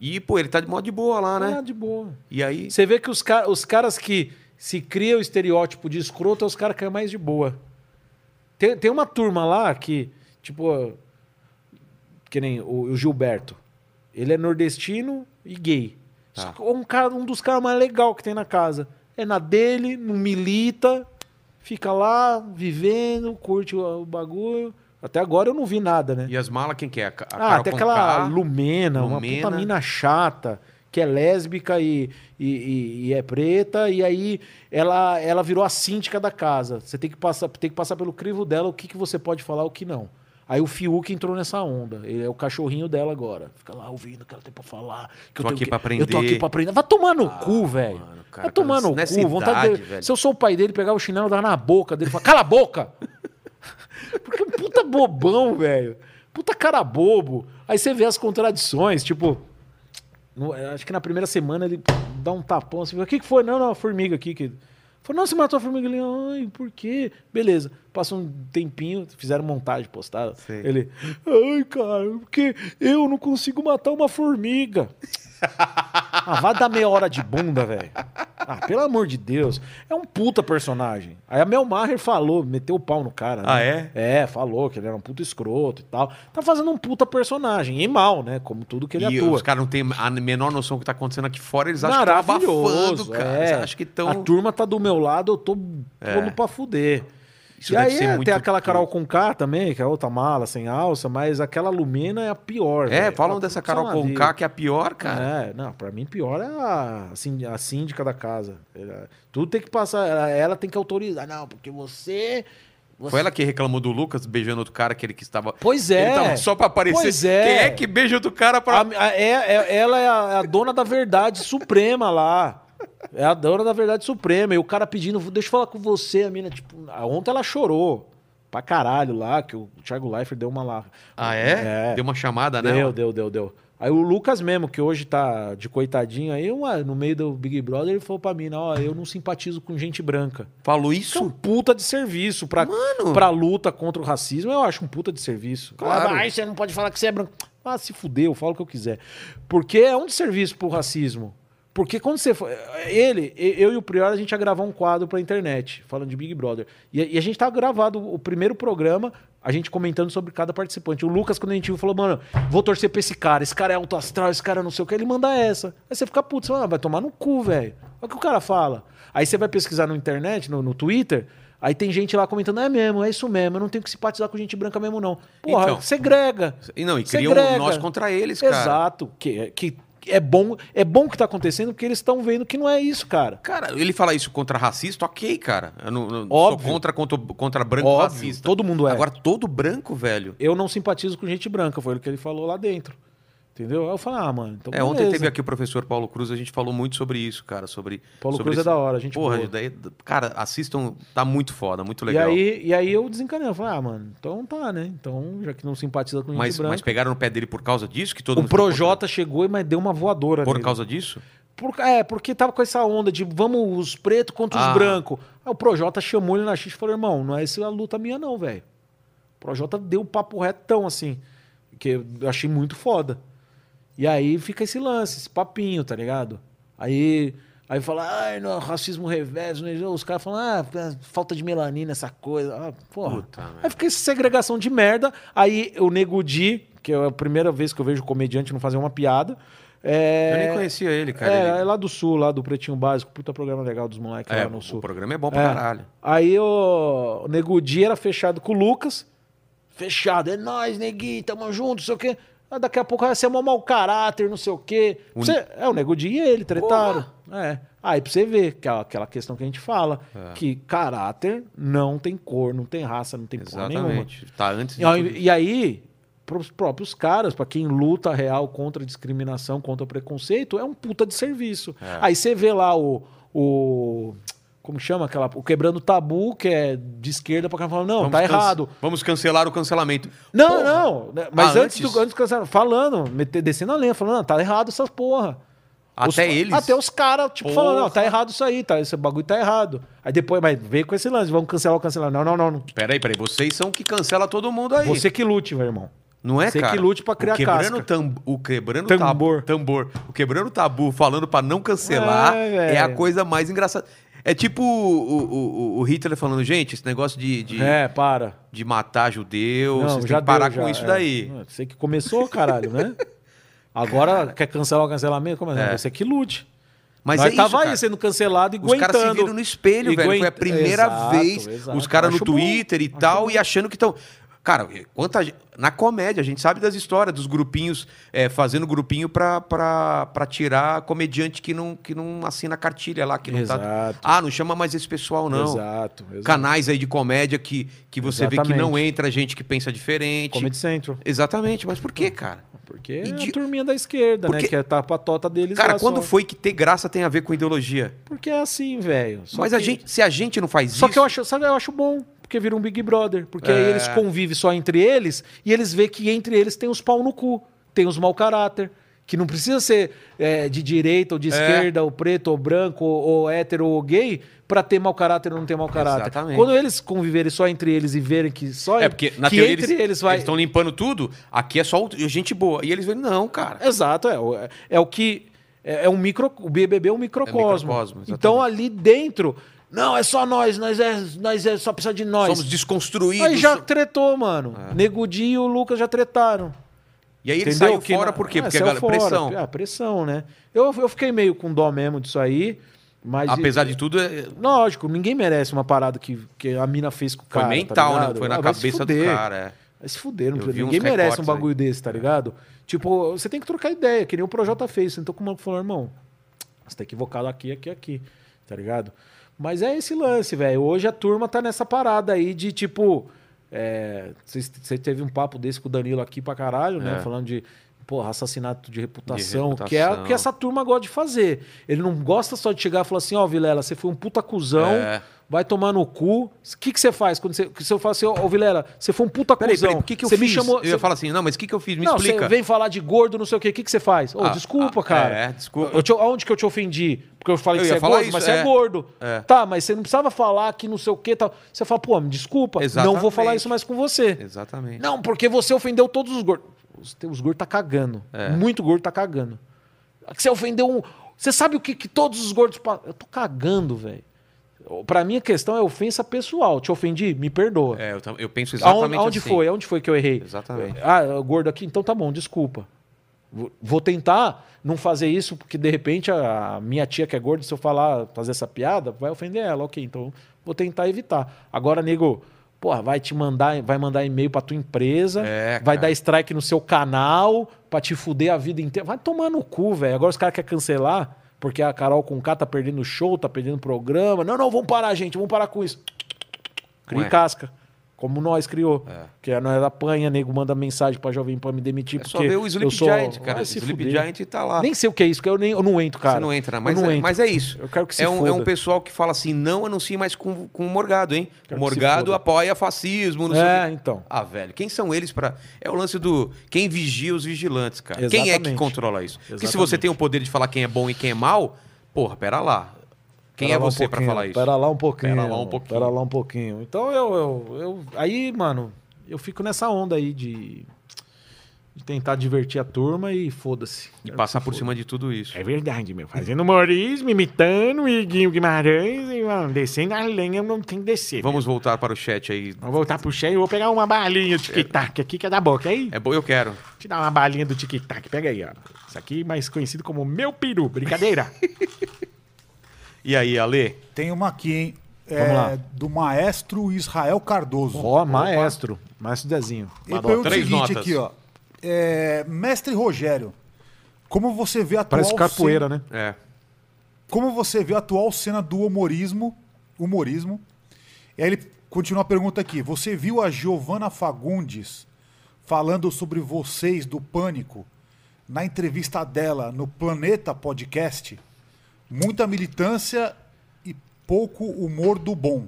E, pô, ele tá de modo de boa lá, Ah, né? de boa. E aí. Você vê que os, ca- os caras que se cria o estereótipo de escroto é os caras que é mais de boa. Tem, tem uma turma lá que, tipo, que nem o, o Gilberto. Ele é nordestino e gay. Tá. Só que é Um, cara, um dos caras mais legal que tem na casa. É na dele, não milita, fica lá vivendo, curte o, o bagulho. Até agora eu não vi nada, né? E as malas, quem que é? A, Ca- a Ah, Carol tem Conká? aquela Lumena, uma Lumena. puta mina chata, que é lésbica e, e, e- e é preta, e aí ela, ela virou a síndica da casa. Você tem que, passar, tem que passar pelo crivo dela o que, que você pode falar o que não. Aí o Fiuk entrou nessa onda. Ele é o cachorrinho dela agora. Fica lá ouvindo o que ela tem pra falar. Tô Que eu tenho aqui que- pra Eu tô aqui aprender. Ah, pra aprender. Vai tomar no cu, velho. mano, o cara Vai tomar tá no nessa cu. Vontade idade, dele- velho. Se eu sou o pai dele, pegar o chinelo, dar na boca dele e falar, cala a boca! Porque é um puta bobão, velho. Puta cara bobo. Aí você vê as contradições, tipo. no- é, acho que na primeira semana ele dá um tapão assim. O que, que foi? Não, não, a formiga aqui. Que... Falou, não, você matou a formiga. Ele, ai, por quê? Beleza. Passou um tempinho, fizeram montagem, postaram. Sei. Ele, ai, cara, porque eu não consigo matar uma formiga. Ah, vai dar meia hora de bunda, velho. Ah, pelo amor de Deus. É um puta personagem. Aí a Mel Maher falou, meteu o pau no cara. né? Ah, é? É, falou que ele era um puta escroto e tal. Tá fazendo um puta personagem. E mal, né? Como tudo que ele E atua. os caras não têm a menor noção do que tá acontecendo aqui fora, eles acham que estão abafando, Maravilhoso, cara. é. Eles acham que A estão. turma tá do meu lado, eu tô pondo pra fuder. É. Isso e deve aí ser é, muito tem aquela Carol Conká também, que é outra mala sem alça, mas aquela Lumena é a pior. É, velho. falam Ela- dessa puta Carol navio. Conká, que é a pior, cara. É, não, pra mim pior é a, assim, a síndica da casa. Ela- tudo tem que passar, ela, ela tem que autorizar. Não, porque você. você- Foi ela que reclamou do Lucas beijando outro cara, aquele que estava. Pois é. Ele tava Então, só pra aparecer. Pois é. Quem é que beija outro cara pra. A- a- é- é- ela é a, é a dona da verdade suprema lá. É a dona da verdade suprema. E o cara pedindo, deixa eu falar com você, a mina. Tipo, a- ontem ela chorou. Pra caralho lá, que o Thiago Leifert deu uma lá. Ah, é? É. Deu uma chamada, né? Deu, deu, deu, deu. Aí o Lucas mesmo, que hoje tá de coitadinho aí, uma- no meio do Big Brother, ele falou pra mim, ó, eu não simpatizo com gente branca. Falou Isso é um isso? puta de serviço pra, Mano. pra luta contra o racismo. Eu acho um puta de serviço. Claro. Ah, você não pode falar que você é branco. Ah, se fuder, eu falo o que eu quiser. Porque é um serviço pro racismo. Porque quando você. fa- Ele, e- eu e o Prior, a gente ia gravar um quadro pra internet, falando de Big Brother. E, a- e a gente tava gravado o primeiro programa, a gente comentando sobre cada participante. O Lucas, quando a gente viu, falou: Mano, vou torcer pra esse cara, esse cara é alto astral, esse cara não sei o que, ele manda essa. Aí você fica puto, você fala: ah, vai tomar no cu, velho. Olha o que o cara fala. Aí você vai pesquisar na internet, no, no Twitter, aí tem gente lá comentando: É mesmo, é isso mesmo, eu não tenho que simpatizar com gente branca mesmo, não. Porra, Então. segrega. E não, e Você criam um agrega. nós contra eles, cara. Exato. Que, que é bom é bom que tá acontecendo, porque eles estão vendo que não é isso, cara. Cara, ele fala isso contra racista, ok, cara. Eu não, não Óbvio. sou contra, contra, contra branco Óbvio, racista. todo mundo é. Agora, todo branco, velho. Eu não simpatizo com gente branca, foi o que ele falou lá dentro. Entendeu? Aí eu falo, ah, mano, então É, ontem beleza. teve aqui o professor Paulo Cruz, a gente falou muito sobre isso, cara. Sobre, Paulo sobre Cruz é da hora, gente Porra, boa. daí, cara, assistam, tá muito foda, muito E legal. aí, e aí eu desencanei, eu falei, ah, mano, então tá, né? Então, já que não simpatiza com gente mas, mas branca. pegaram no pé dele por causa disso? Que todo o mundo ficou contra- Projota chegou e mas deu uma voadora Por nele. causa disso? Por- é, porque tava com essa onda de vamos os pretos contra os Ah. brancos. Aí o Projota chamou ele na xixi e falou, irmão, não é essa a luta minha não, velho. O Projota deu um papo retão, assim, que eu achei muito foda. E aí fica esse lance, esse papinho, tá ligado? Aí, aí fala, ai, não, racismo reverso, né? os caras falam, ah, falta de melanina, essa coisa. Ah, porra. Puta merda. aí fica essa segregação de merda. Aí o Nego Di, que é a primeira vez que eu vejo comediante não fazer uma piada, é... Eu nem conhecia ele, cara. É, ele... é lá do sul, lá do Pretinho Básico. Puta programa legal dos moleques É, lá no o sul. programa é bom pra É. caralho. Aí o, o Nego Di era fechado com o Lucas. Fechado, é nóis, Negui, tamo junto, não sei o quê. Aí daqui a pouco ah, você é mó mau caráter, não sei o quê. O- Você- é, o Nego Di e ele tretaram. É. Aí pra você ver, que é aquela questão que a gente fala, É. que caráter não tem cor, não tem raça, não tem porra nenhuma. então, Exatamente. Tá antes de E, aí- tudo. e aí, para os próprios caras, para quem luta real contra a discriminação, contra o preconceito, é um puta de serviço. É. Aí você vê lá o. o como chama aquela? O quebrando tabu, que é de esquerda pra cá, falando, não, tá Vamos can- errado. Vamos cancelar o cancelamento. Não, Porra. não. né, Mas Ah, antes, antes? do antes do cancelamento, falando, meter, descendo a lenha, falando, não, tá errado essas porra. Até Os- eles. Até os caras, tipo, falando, não, Porra. tá errado isso aí, tá, esse bagulho tá errado. Aí depois, mas veio com esse lance, vamos cancelar o cancelar. Não, não, não. não. Peraí, peraí. Vocês são que cancela todo mundo aí. Você que lute, meu irmão. Não é, Você cara? que lute pra criar o quebrando casca. tam- o quebrando tabu, Tambor. tambor. O quebrando tabu falando pra não cancelar É, é, velho. a coisa mais engraçada. É tipo o, o- o- o Hitler falando, gente, esse negócio de, de, É, para. de matar judeu, Não, vocês têm já que parar deu, já, com isso é. daí. Ah, Você que começou, caralho, né? Agora quer cancelar o cancelamento? Como é? Você que lute. Mas Nós é tava isso, cara. aí sendo cancelado e Os aguentando. caras se viram no espelho, E velho. Foi a aguenta- primeira Exato, vez. exato. Os caras no Acho bom, Twitter e acho tal, bom. e achando que estão. Cara, quanta ge- na comédia, a gente sabe das histórias dos grupinhos é, fazendo grupinho pra, pra, pra tirar comediante que não, que não assina a cartilha lá, que não tá. Exato. Ah, não chama mais esse pessoal, não. Exato. exato. Canais aí de comédia que, que você vê que não Exatamente. entra gente que pensa diferente. Comedy Central. Exatamente, mas por que, cara? Porque E é de- a turminha da esquerda, Porque- né? Que é a tapa-tota deles. Cara, lá quando só. foi que ter graça tem a ver com ideologia? Porque é assim, velho. Só mas a que- gente, se a gente não faz Só isso. que eu acho, sabe, eu acho bom, porque vira um Big Brother. Porque aí É. eles convivem só entre eles e eles vê que entre eles tem os pau no cu, tem os mau caráter. Que não precisa ser é, de direita ou de É. esquerda, ou preto ou branco, ou, ou hétero ou gay, pra ter mau caráter ou não ter mau caráter. Exatamente. Quando eles conviverem só entre eles e verem que só É porque na que teoria entre eles eles vai. estão limpando tudo, aqui é só o- gente boa. E eles veem, não, cara. Exato, é, o- é- é o que. É, é um micro. O BBB é um microcosmo. microcosmo, exatamente. então ali dentro. Não, é só nós, nós é, nós é só precisa de nós. Somos desconstruídos. Aí já tretou, mano. É. Negudinho e o Lucas já tretaram. E aí eles entendeu? saem fora na- por quê? Ah, Porque a saiu galera- fora. pressão. Ah, pressão, né? Eu, eu fiquei meio com dó mesmo disso aí. Mas. Apesar de tudo, é- Lógico, ninguém merece uma parada que, que a mina fez com o foi cara. tá mental, né? ligado? Foi na Ah, vai se cabeça do fuder. cara. é. Vai se fuder, não Eu precisa- vi uns ninguém merece um recortes aí. É. bagulho desse, tá ligado? Tipo, você tem que trocar ideia, que nem o Projota fez. Você não tô com o maluco e falou, irmão, você tá equivocado aqui, aqui, aqui, tá ligado? Mas é esse lance, velho. Hoje a turma tá nessa parada aí de tipo. é, Você você teve um papo desse com o Danilo aqui pra caralho, É. né? Falando de. Porra, assassinato de reputação, reputação. que é o que essa turma gosta de fazer. Ele não gosta só de chegar e falar assim, ó, Vilela, você foi um puta cuzão, É. vai tomar no cu. O que, que você faz? Quando você, se eu falo assim, ô ô, Vilela, você foi um puta Peraí, cuzão. peraí, por que, que eu Você fiz? Me chamou, eu você- ia falar assim, não, mas o que, que eu fiz? Me não, explica. você vem falar de gordo, não sei o quê. O que, que você faz? Ô, Ah, desculpa, ah, cara. é, desculpa. Eu te- aonde que eu te ofendi? Porque eu falei Eu que ia você é falar gordo, isso, mas você é, é. gordo. É. Tá, mas você não precisava falar que não sei o quê. Tal. Você fala, pô, me desculpa, não vou Exatamente. falar isso mais com você. Exatamente. Não, porque você ofendeu todos os gordos. Os, te- os gordos tá cagando. É. Muito gordo tá cagando. Você ofendeu um. Você sabe o que, que todos os gordos. pa- Eu tô cagando, velho. Pra mim a questão é ofensa pessoal. Te ofendi? Me perdoa. É, eu, tam- eu penso Aonde, exatamente aonde assim. foi? Aonde foi que eu errei? Exatamente. Ah, eu gordo aqui? Então tá bom, desculpa. Vou- Vou tentar não fazer isso, porque de repente a minha tia que é gorda, se eu falar, fazer essa piada, vai ofender ela. Ok, então vou tentar evitar. Agora, nego, porra, vai te mandar, vai mandar e-mail pra tua empresa, É, vai cara. dar strike no seu canal, pra te fuder a vida inteira. Vai tomar no cu, velho. Agora os caras querem cancelar, porque a Carol Conká tá perdendo show, tá perdendo programa. Não, não, vamos parar, gente, vamos parar com isso. Cria Ué. casca. Como nós criou. Que é, nós apanha, nego, manda mensagem pra Jovem Pan me demitir. É porque só ver o eu Sleep sou... Giant, cara. Vai O se Sleep fuder. Giant tá lá. Nem sei o que é isso, que eu, nem, eu não entro, cara. Você não entra, Eu mas, não é, entro. mas é isso. Eu quero que se é um, é um foda. pessoal que fala assim, não anuncie mais com, com o Morgado, hein? Quero o que se Morgado foda. apoia fascismo, não sei o É, quê. então. Ah, velho, quem são eles pra. É o lance do quem vigia os vigilantes, cara. Quem é que Exatamente. controla isso? Porque se Exatamente. você tem o poder de falar quem é bom e quem é mal, porra, pera lá. Quem Pera é lá um você pra pouquinho, falar isso? Pera lá um pouquinho. Pera lá um pouquinho. Pera lá um pouquinho. Então eu, eu, eu- Aí, mano, eu fico nessa onda aí de, de tentar divertir a turma e foda-se. E passar por cima de tudo isso. É verdade, meu. Fazendo humorismo, imitando e Guinho Guimarães e, mano, descendo a lenha, não tem que descer. Vamos voltar para o chat aí. Vou voltar pro cheio e vou pegar uma balinha do tic-tac aqui, que é da boca, aí. É bom, eu quero. Te dar uma balinha do tic-tac, pega aí, ó. Isso aqui é mais conhecido como meu peru, brincadeira. E aí, Ale? Tem uma aqui, hein? É, Vamos lá. Do maestro Israel Cardoso. Ó, maestro, maestro Dezinho. Ele pergunta o Três seguinte notas. aqui, ó. É, Mestre Rogério, como você vê a atual Parece capoeira, né? É. como você vê a atual cena do humorismo, humorismo? E aí ele continua a pergunta aqui. Você viu a Giovana Fagundes falando sobre vocês do Pânico na entrevista dela no Planeta Podcast? Muita militância e pouco humor do bom.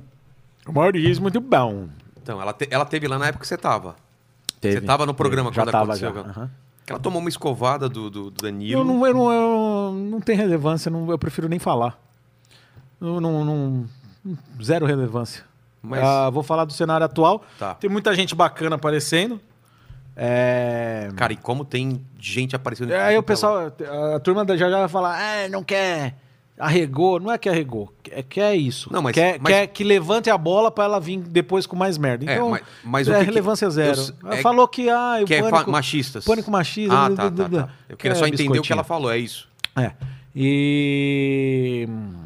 Humorismo é muito bom. Então, ela, te- ela teve lá na época que você tava. Você tava no programa já quando tava, aconteceu. já. Aham. Que Ela tomou uma escovada do, do, do Danilo. Eu não, eu não, eu não tem relevância, não- eu prefiro nem falar. Eu não, não- zero relevância. Mas- Ah, vou falar do cenário atual. Tá. Tem muita gente bacana aparecendo. É... Cara, e como tem gente aparecendo. É, Aí o pessoal, a turma da já já vai falar, "Ah, não quer, arregou. Não é que arregou, é que é isso. Não, mas- quer, mas- quer que levante a bola pra ela vir depois com mais merda. É, Então, mas- mas o é que que- relevância eu zero. s- Ela é- falou que, ah, o Que é fa- pânico, machistas. pânico machista. Ah, blá, tá, blá, tá, blá. tá. Eu queria Quer só é entender o que É. biscoitinho. ela falou, é isso. É. E. hum,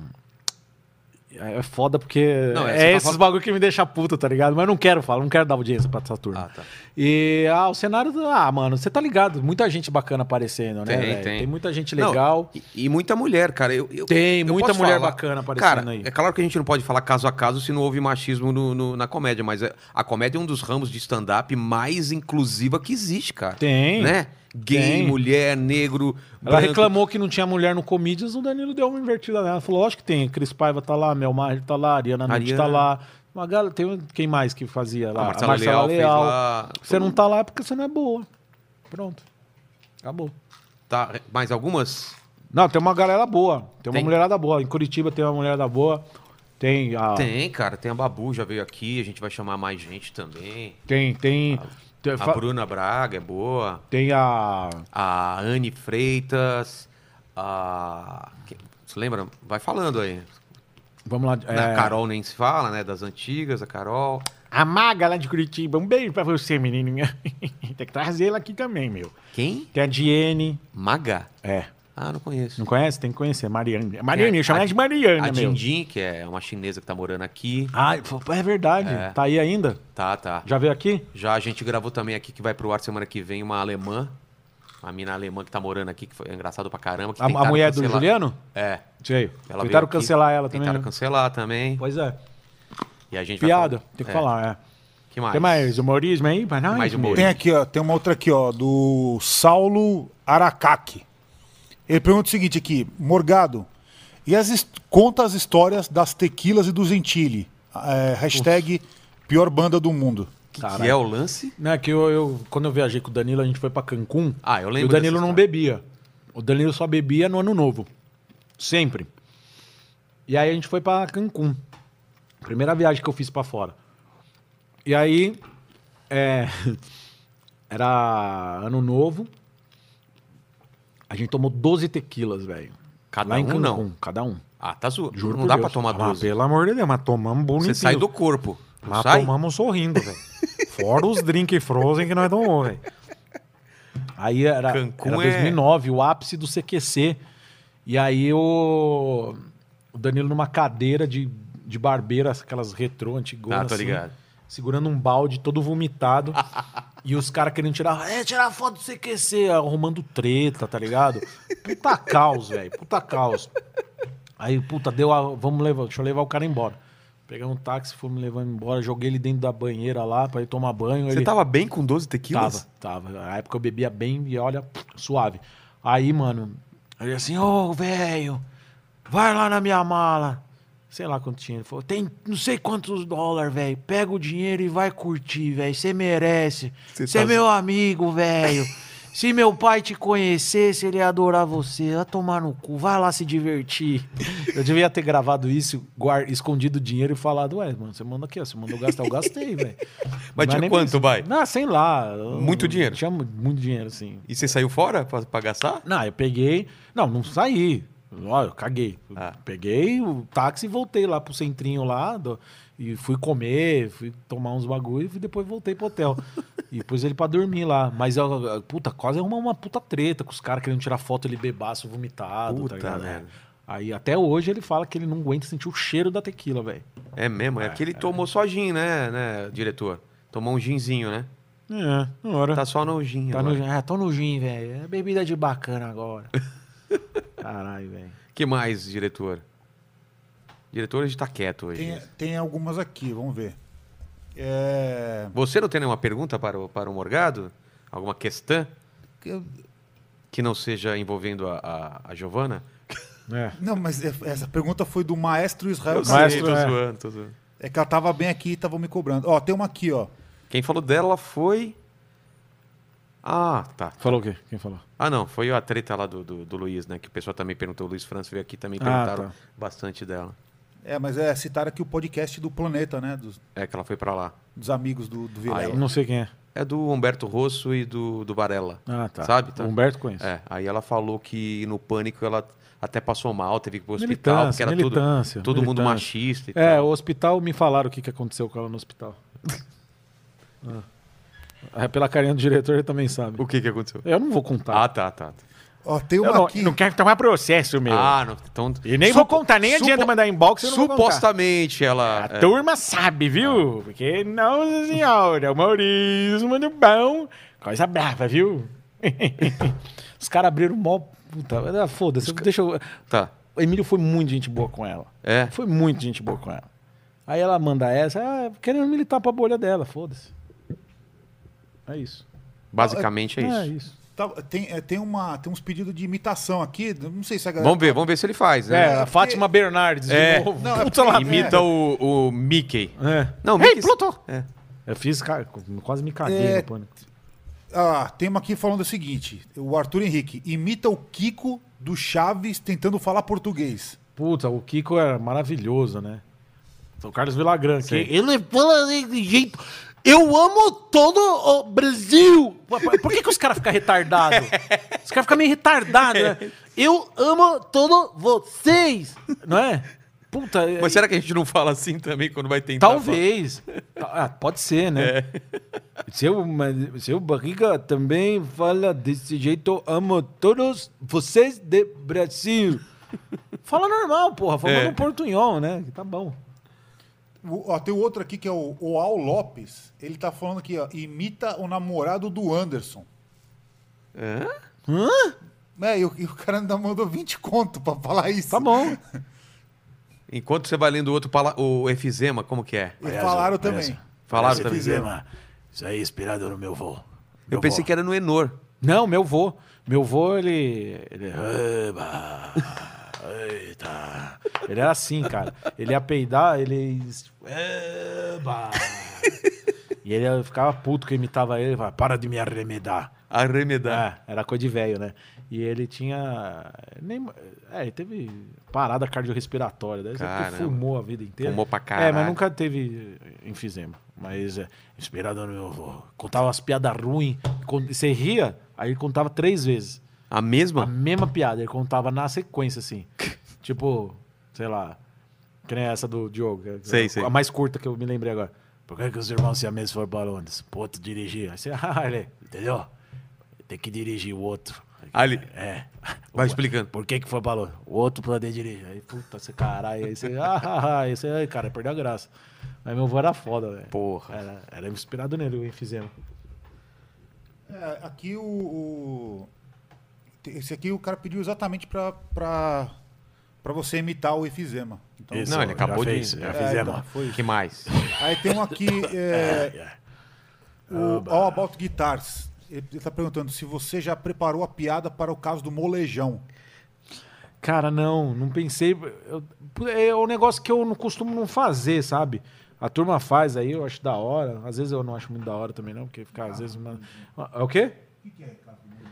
É foda porque Não, é, você é, tá esses falando- bagulho que me deixa puto, tá ligado? Mas eu não quero falar, não quero dar audiência pra Saturno. Ah, tá. E ah, o cenário, ah, mano, você tá ligado, muita gente bacana aparecendo, né? Tem, velho? tem. muita gente Não, legal. e, e muita mulher, cara. Eu, eu- Tem eu muita posso mulher falar. bacana aparecendo cara, aí. É claro que a gente não pode falar caso a caso se não houve machismo no- no- na comédia, mas é- a comédia é um dos ramos de stand-up mais inclusiva que existe, cara. Tem. Né? Gay, Tem. mulher, negro. Ela branco. reclamou que não tinha mulher no Comedians, o Danilo deu uma invertida nela. Falou, lógico que tem. Cris Paiva tá lá, Mel Maher tá lá, Ariana Nutt Ariana. tá lá. Uma galera, tem um, quem mais que fazia lá? A Marcela, Leal, fez lá. Você não tá lá é porque você não é boa. Pronto. Acabou. Tá, mais algumas? Não, tem uma galera boa. Tem uma Tem. mulherada boa. Em Curitiba tem uma mulherada boa. Tem a. Tem, Tem, cara. Tem a Babu, já veio aqui. A gente vai chamar mais gente também. tem. Tem, tem, A fa- Bruna Braga é boa. tem a- A Anne Freitas. A. que- Você lembra? Vai falando aí. Vamos lá. A é, Carol nem se fala, né? Das antigas, a Carol. A Maga lá de Curitiba. Um beijo pra você, menininha. tem que trazer ela aqui também, meu. Quem? Tem a Diene. Maga. É. Ah, não conheço. Não conhece? Tem que conhecer. Mariane. Mariane, É, eu chamo a- ela de Mariana, a meu. Dindin, que é uma chinesa que tá morando aqui. Ah, é verdade. É. Tá aí ainda? Tá, tá. Já veio aqui? Já a gente gravou também aqui, que vai pro ar semana que vem, uma alemã. Uma mina alemã que tá morando aqui, que foi é engraçado pra caramba. que A, a tentaram mulher do cancelar. Juliano? É. Sei. Ela veio Tentaram aqui, cancelar ela também. Tentaram né? cancelar também. Pois é. E a gente vai Piada. falar- Tem que É. falar, é. Que mais? Tem mais humorismo aí pra nós? Mais meu? humor. Tem aqui, ó, tem uma outra aqui, ó, do Saulo Aracaki. Ele pergunta o seguinte aqui, Morgado, e as his- conta as histórias das tequilas e do Gentili. É, hashtag pior banda do mundo. Que, que Caralho. é o lance? Não, é que eu, eu- quando eu viajei com o Danilo, a gente foi pra Cancún. Ah, eu lembro E o Danilo dessa não história. bebia. O Danilo só bebia no ano novo. Sempre. E aí a gente foi pra Cancún. Primeira viagem que eu fiz pra fora. E aí. é, era ano novo. A gente tomou 12 tequilas, velho. Cada Lá em um, Cancún, não. Cada um. Ah, tá zoando. Juro não por dá Deus. pra tomar Ah, 12. Pelo amor de Deus, mas tomamos bonitinho. Você sai do corpo. não Lá sai? tomamos sorrindo, velho. Fora os drink frozen que nós tomamos, velho. Aí era, era Cancún é- 2009, o ápice do CQC. E aí o, o Danilo numa cadeira de, de barbeira, aquelas retrô antigonas. Ah, tô assim, ligado. segurando um balde todo vomitado. e os caras querendo tirar, é, tirar foto do CQC, arrumando treta, tá ligado? Puta caos, velho, puta caos. Aí, puta, deu a. Vamos levar, deixa eu levar o cara embora. Pegamos um táxi, fomos levando embora, joguei ele dentro da banheira lá pra ele tomar banho. Você ele... tava bem com 12 tequilas? Tava, tava. Na época eu bebia bem e olha, suave. Aí, mano, ele assim, ô, velho, vai lá na minha mala. Sei lá quanto tinha. Ele falou, tem não sei quantos dólares, velho. Pega o dinheiro e vai curtir, velho. Você merece. Cê Você tá é meu amigo, velho. Se meu pai te conhecesse, ele ia adorar você. Vai tomar no cu, vai lá se divertir. Eu devia ter gravado isso, guar- escondido o dinheiro e falado, ué, mano, você manda aqui, ó. Você mandou gastar, eu gastei, velho. é Mas tinha nem quanto, pensei. vai? Ah, sei lá. eu- Muito dinheiro? Tinha mu- muito dinheiro, sim. E você saiu fora pra, pra gastar? Não, eu peguei. Não, não saí. Ó, eu caguei. Ah. Peguei o táxi e voltei lá pro centrinho lá. do- E fui comer, fui tomar uns bagulho e depois voltei pro hotel. e pus ele pra dormir lá. Mas, eu, eu- puta, quase arrumou uma puta treta com os caras querendo tirar foto, ele bebaço, vomitado, Puta tá ligado? merda. Aí até hoje ele fala que ele não aguenta sentir o cheiro da tequila, velho. É mesmo, é, que ele tomou só gin, né, né, diretor? Tomou um ginzinho, né? É, na hora. Tá só no gin. Tá agora. no, ah, tô no gin, velho. É bebida de bacana agora. Caralho, velho. que mais, diretor? Diretor, a gente tá quieto hoje. Tem, tem algumas aqui, vamos ver. É, Você não tem nenhuma pergunta para o, para o Morgado? Alguma questão eu- que não seja envolvendo a, a, a Giovana? É. não, mas é- essa pergunta foi do Maestro Israel. Eu Cardoso. Maestro, tô é. zoando, tô zoando. É que ela tava bem aqui e estavam me cobrando. Ó, tem uma aqui, ó. Quem falou dela foi... Ah, tá. Falou o quê? Quem falou? Ah, não, foi a treta lá do, do, do Luiz, né? Que o pessoal também perguntou. O Luiz França veio aqui também Ah, perguntaram tá. bastante dela. É, mas é citar aqui o podcast do Planeta, né? Dos, É que ela foi pra lá. dos amigos do, do Vilela. Ah, é. Não sei quem é. É do Humberto Rosso e do, do Varela. Ah, tá. Sabe? Tá. Humberto conhece. É, aí ela falou que no pânico ela até passou mal, teve que ir pro hospital, porque Militância, era tudo, militância. todo mundo militância. machista e É, tal. o hospital, me falaram o que, que aconteceu com ela no hospital. Ah. É, pela carinha do diretor, ele também sabe. O que que aconteceu? Eu não vou contar. Ah, tá, tá. tá. Ó, tem Eu uma não, aqui. não quero tomar processo, meu. Ah, não, então. e nem Supo- vou contar, nem supo- adianta mandar inbox. eu não vou contar. Ah, Supostamente ela. A é, Ah. turma sabe, viu? Porque, nossa senhora, o Maurício, mano bom, coisa brava, viu? Os caras abriram mó... Puta, ah, foda-se, deixa eu... Tá. O Emílio foi muito gente boa com ela. É. Foi muito gente boa com ela. Aí ela manda essa, ah, querendo militar pra bolha dela, foda-se. É isso. Basicamente é É isso. isso. Tá, tem, é, tem, uma, tem uns pedidos de imitação aqui. Não sei se a galera. Vamos ver, vamos ver se ele faz, É, né? a Fátima Bernardes É. de novo. Não, é Puta lá. Imita o, o Mickey. É. Não, Ei, Mickey. Pluto! É. Eu fiz, cara, quase me caguei É. no pânico. Ah, tem uma aqui falando o seguinte: o Arthur Henrique imita o Kiko do Chaves tentando falar português. Puta, o Kiko era maravilhoso, né? O Carlos Vilagran, que Ele fala de jeito. Eu amo todo o Brasil. Por- Por por que, que os caras ficam retardados? Os caras ficam meio retardados, né? Eu amo todo vocês. Não é? Puta, é- Mas será que a gente não fala assim também quando vai tentar? talvez. Ah, pode ser, né? Seu, mas- seu barriga também fala desse jeito, amo todos vocês de Brasil. Fala normal, porra. Fala É. no portunhol, né? Tá bom. O- ó, tem outro aqui que é o, o Al Lopes. Ele tá falando aqui, ó, imita o namorado do Anderson. Hã? É, e o, e o cara ainda mandou 20 conto pra falar isso. Tá bom. Enquanto você vai lendo o outro, pala- o efizema, como que é? E falaram também. Falaram também. Isso aí é inspirado no meu voo. Eu pensei que era no Enor. Não, meu vô. Meu vô, ele. ele- Eba! Eita! Ele era assim, cara. Ele ia peidar, ele. Eba! E ele ficava puto que imitava ele. ele falava, Para de me arremedar. Arremedar. É, era coisa de velho, né? E ele tinha. Nem, é, ele teve parada cardiorrespiratória. Daí Caramba. ele fumou a vida inteira. Fumou pra É, caralho. mas nunca teve eh, enfisema. Mas é, inspirado no meu avô. Contava umas piadas ruins. Quando Você ria, aí ele contava três vezes. A A mesma? mesma piada, ele contava na sequência, assim. tipo, sei lá. Que nem essa do Diogo. que é Sei, a, sei. a mais curta que eu me lembrei agora. Por que, que os irmãos siameses foram para Londres? Pro outro dirigir. Aí você, ah, ele, Entendeu? Tem que dirigir o outro. Ali. É. Vai explicando. Por que, que foi para Londres? O outro poder dirigir. Aí, Puta, você caralho, aí você. Ah, ah, ah, aí você, ai, cara, perdeu a graça. Mas meu avô era foda, velho. Porra. Era, era inspirado nele o enfisema. É, aqui o, o- te- Esse aqui o cara pediu exatamente pra, pra, pra você imitar o efizema. Então, Isso, Não, ele já acabou de- fez, Já É, fizemos. então, foi isso. Que mais? Aí tem um aqui. é, É. o All About Guitars. Ele ele tá perguntando se você já preparou a piada para o caso do molejão. Cara, não, não pensei. eu- é um negócio que eu não costumo não fazer, sabe? A turma faz aí, eu acho da hora. Às vezes eu não acho muito da hora também, não, porque fica às vezes. Uma... É o quê?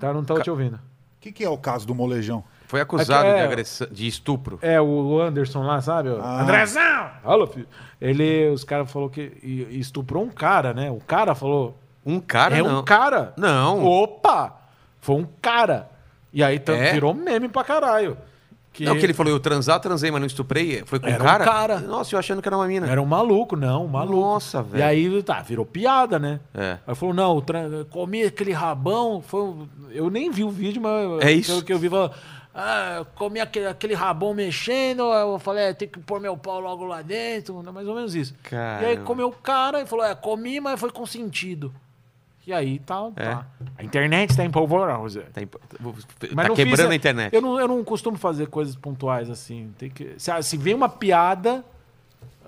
Tá, não tava te ouvindo. O que, que é o caso do molejão? Foi acusado É que- de é. agressão, de estupro. É, o Anderson lá, sabe? Ah. Andrezão! Alô, filho. Ele, os caras falaram que e- e estuprou um cara, né? O cara falou, Um cara é não. um cara. Não. Opa! Foi um cara. E aí tanto É? virou meme pra caralho. Que, Não, que ele falou, eu transar, transei, mas não estuprei. Foi com Era um cara? cara. Nossa, eu achando que era uma mina. Era um maluco, não, um maluco. Nossa, velho. E aí, tá, virou piada, né? É. Aí falou, não, eu tra- comi aquele rabão, foi... um- eu nem vi o vídeo, mas... É isso. Pelo que eu vi, falou, ah, eu comi aquele, aquele rabão mexendo, aí eu falei, é, tem que pôr meu pau logo lá dentro, né, mais ou menos isso. Caramba. E aí comeu o cara e falou, é, comi, mas foi consentido. E aí, tal, É. tá. A internet tá em polvorosa. Tá, imp- Mas tá não quebrando fiz- a internet. Eu não, eu não costumo fazer coisas pontuais assim. Tem que, se, se vem uma piada,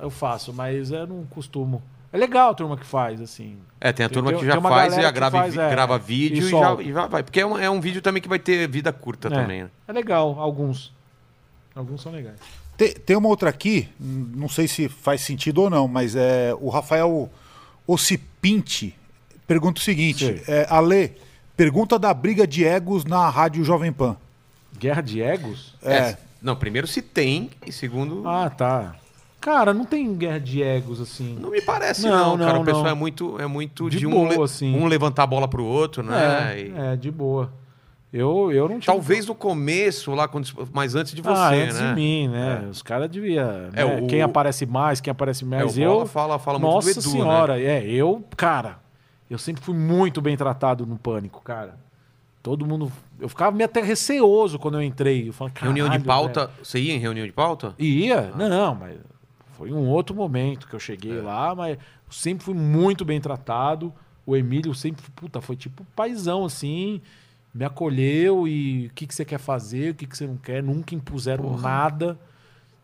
eu faço, mas eu não costumo. É legal a turma que faz, assim. É, tem a Tem- turma tem- que já tem uma faz e galera já que grava, faz, vi- é, grava e vídeo e, já, solta. e já vai. Porque é um, é um vídeo também que vai ter vida curta é. também. né? É legal, alguns. Alguns são legais. Tem, tem uma outra aqui, hum, não sei se faz sentido ou não, mas é o Rafael Ocipinte pergunta o seguinte: é, Ale, pergunta da briga de egos na Rádio Jovem Pan. Guerra de egos? É, É, Não, primeiro se tem e segundo... Ah, tá. Cara, não tem guerra de egos assim. Não me parece, não, Não, cara. não, o pessoal não. é muito, é muito de, De um, boa, le- assim. um levantar a bola pro outro, né? é, E- é, de boa. Eu, eu não tinha. Talvez no começo, lá, quando, mas antes de você, ah, antes né? de mim, né? Os caras deviam. É, né? o- É, Quem aparece mais, quem aparece menos. o eu. Bola fala- fala muito do Nossa Edu, né? senhora, é. Eu, cara, eu sempre fui muito bem tratado no pânico, cara. Todo mundo. Eu ficava meio até receoso quando eu entrei. Eu falava, Reunião de "Caralho, pauta. Você ia em reunião de pauta? e Ah. Ia? Não, mas foi um outro momento que eu cheguei É. lá, mas eu sempre fui muito bem tratado. O Emílio sempre, puta, foi tipo paizão, assim, me acolheu e o que, que você quer fazer, o que, que você não quer, nunca impuseram nada.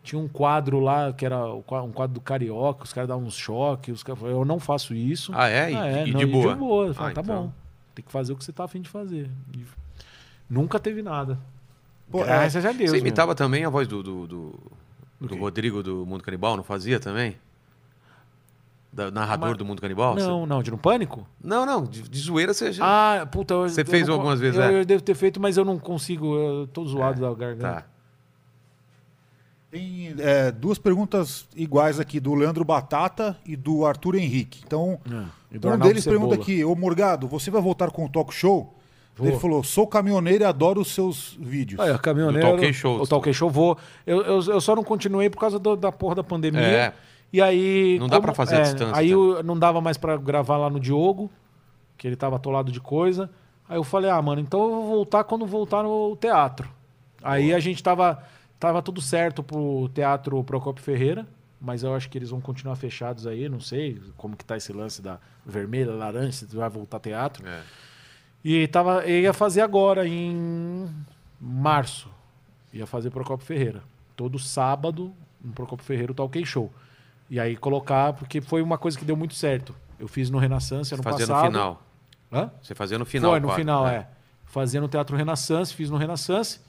Tinha um quadro lá, que era o qua- um quadro do Carioca, os caras davam uns choques, os caras falavam, eu não faço isso. Ah, é? E, e de Eu boa. falei, Ah, tá então. bom, tem que fazer o que você tá afim de fazer. E nunca teve nada. Pô, é, Graças a Deus. Você meu. imitava também a voz do, do, do- do quê? Rodrigo do Mundo Canibal, não fazia também? Da- narrador Mas- do Mundo Canibal? Você- Não, não, de no pânico? Não, não, de, de zoeira você já. Ah, puta. eu- Você eu fez não co- algumas vezes, eu, é? eu devo ter feito, mas eu não consigo. Eu tô zoado da garganta. tá. tem é, duas perguntas iguais aqui, do Leandro Batata e do Arthur Henrique. Então, É, E do um Arnaldo deles pergunta Cebola. aqui, ô Morgado, você vai voltar com o talk show? Vou. Ele falou, sou caminhoneiro e adoro os seus vídeos. Aí, ó, caminhoneiro. Do Talk Show. O Talk Show vou. Eu, eu, eu só não continuei por causa do- da porra da pandemia. É. E aí. é, Não dá pra fazer a distância então. Aí também. eu- não dava mais pra gravar lá no Diogo, que ele tava atolado de coisa. Aí eu falei, ah, mano, então eu vou voltar quando voltar no teatro. Aí a gente tava. Tava tudo certo pro teatro Procopio Ferreira, mas eu acho que eles vão continuar fechados aí, não sei como que tá esse lance da vermelha, laranja, se vai voltar teatro. É. E tava, eu ia fazer agora, em março. Ia fazer Procopio Ferreira. Todo sábado, no Procopio Ferreira, o Talk Show. E aí colocar, porque foi uma coisa que deu muito certo. Eu fiz no Renascença ano Fazia passado. no final. Hã? Você fazia no final. Foi, no quase, final, né? é. Fazia no Teatro Renaissance, fiz no Renaissance.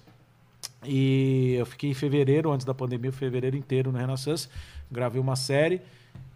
E eu fiquei em fevereiro, antes da pandemia, fevereiro inteiro no Renaissance. Gravei uma série.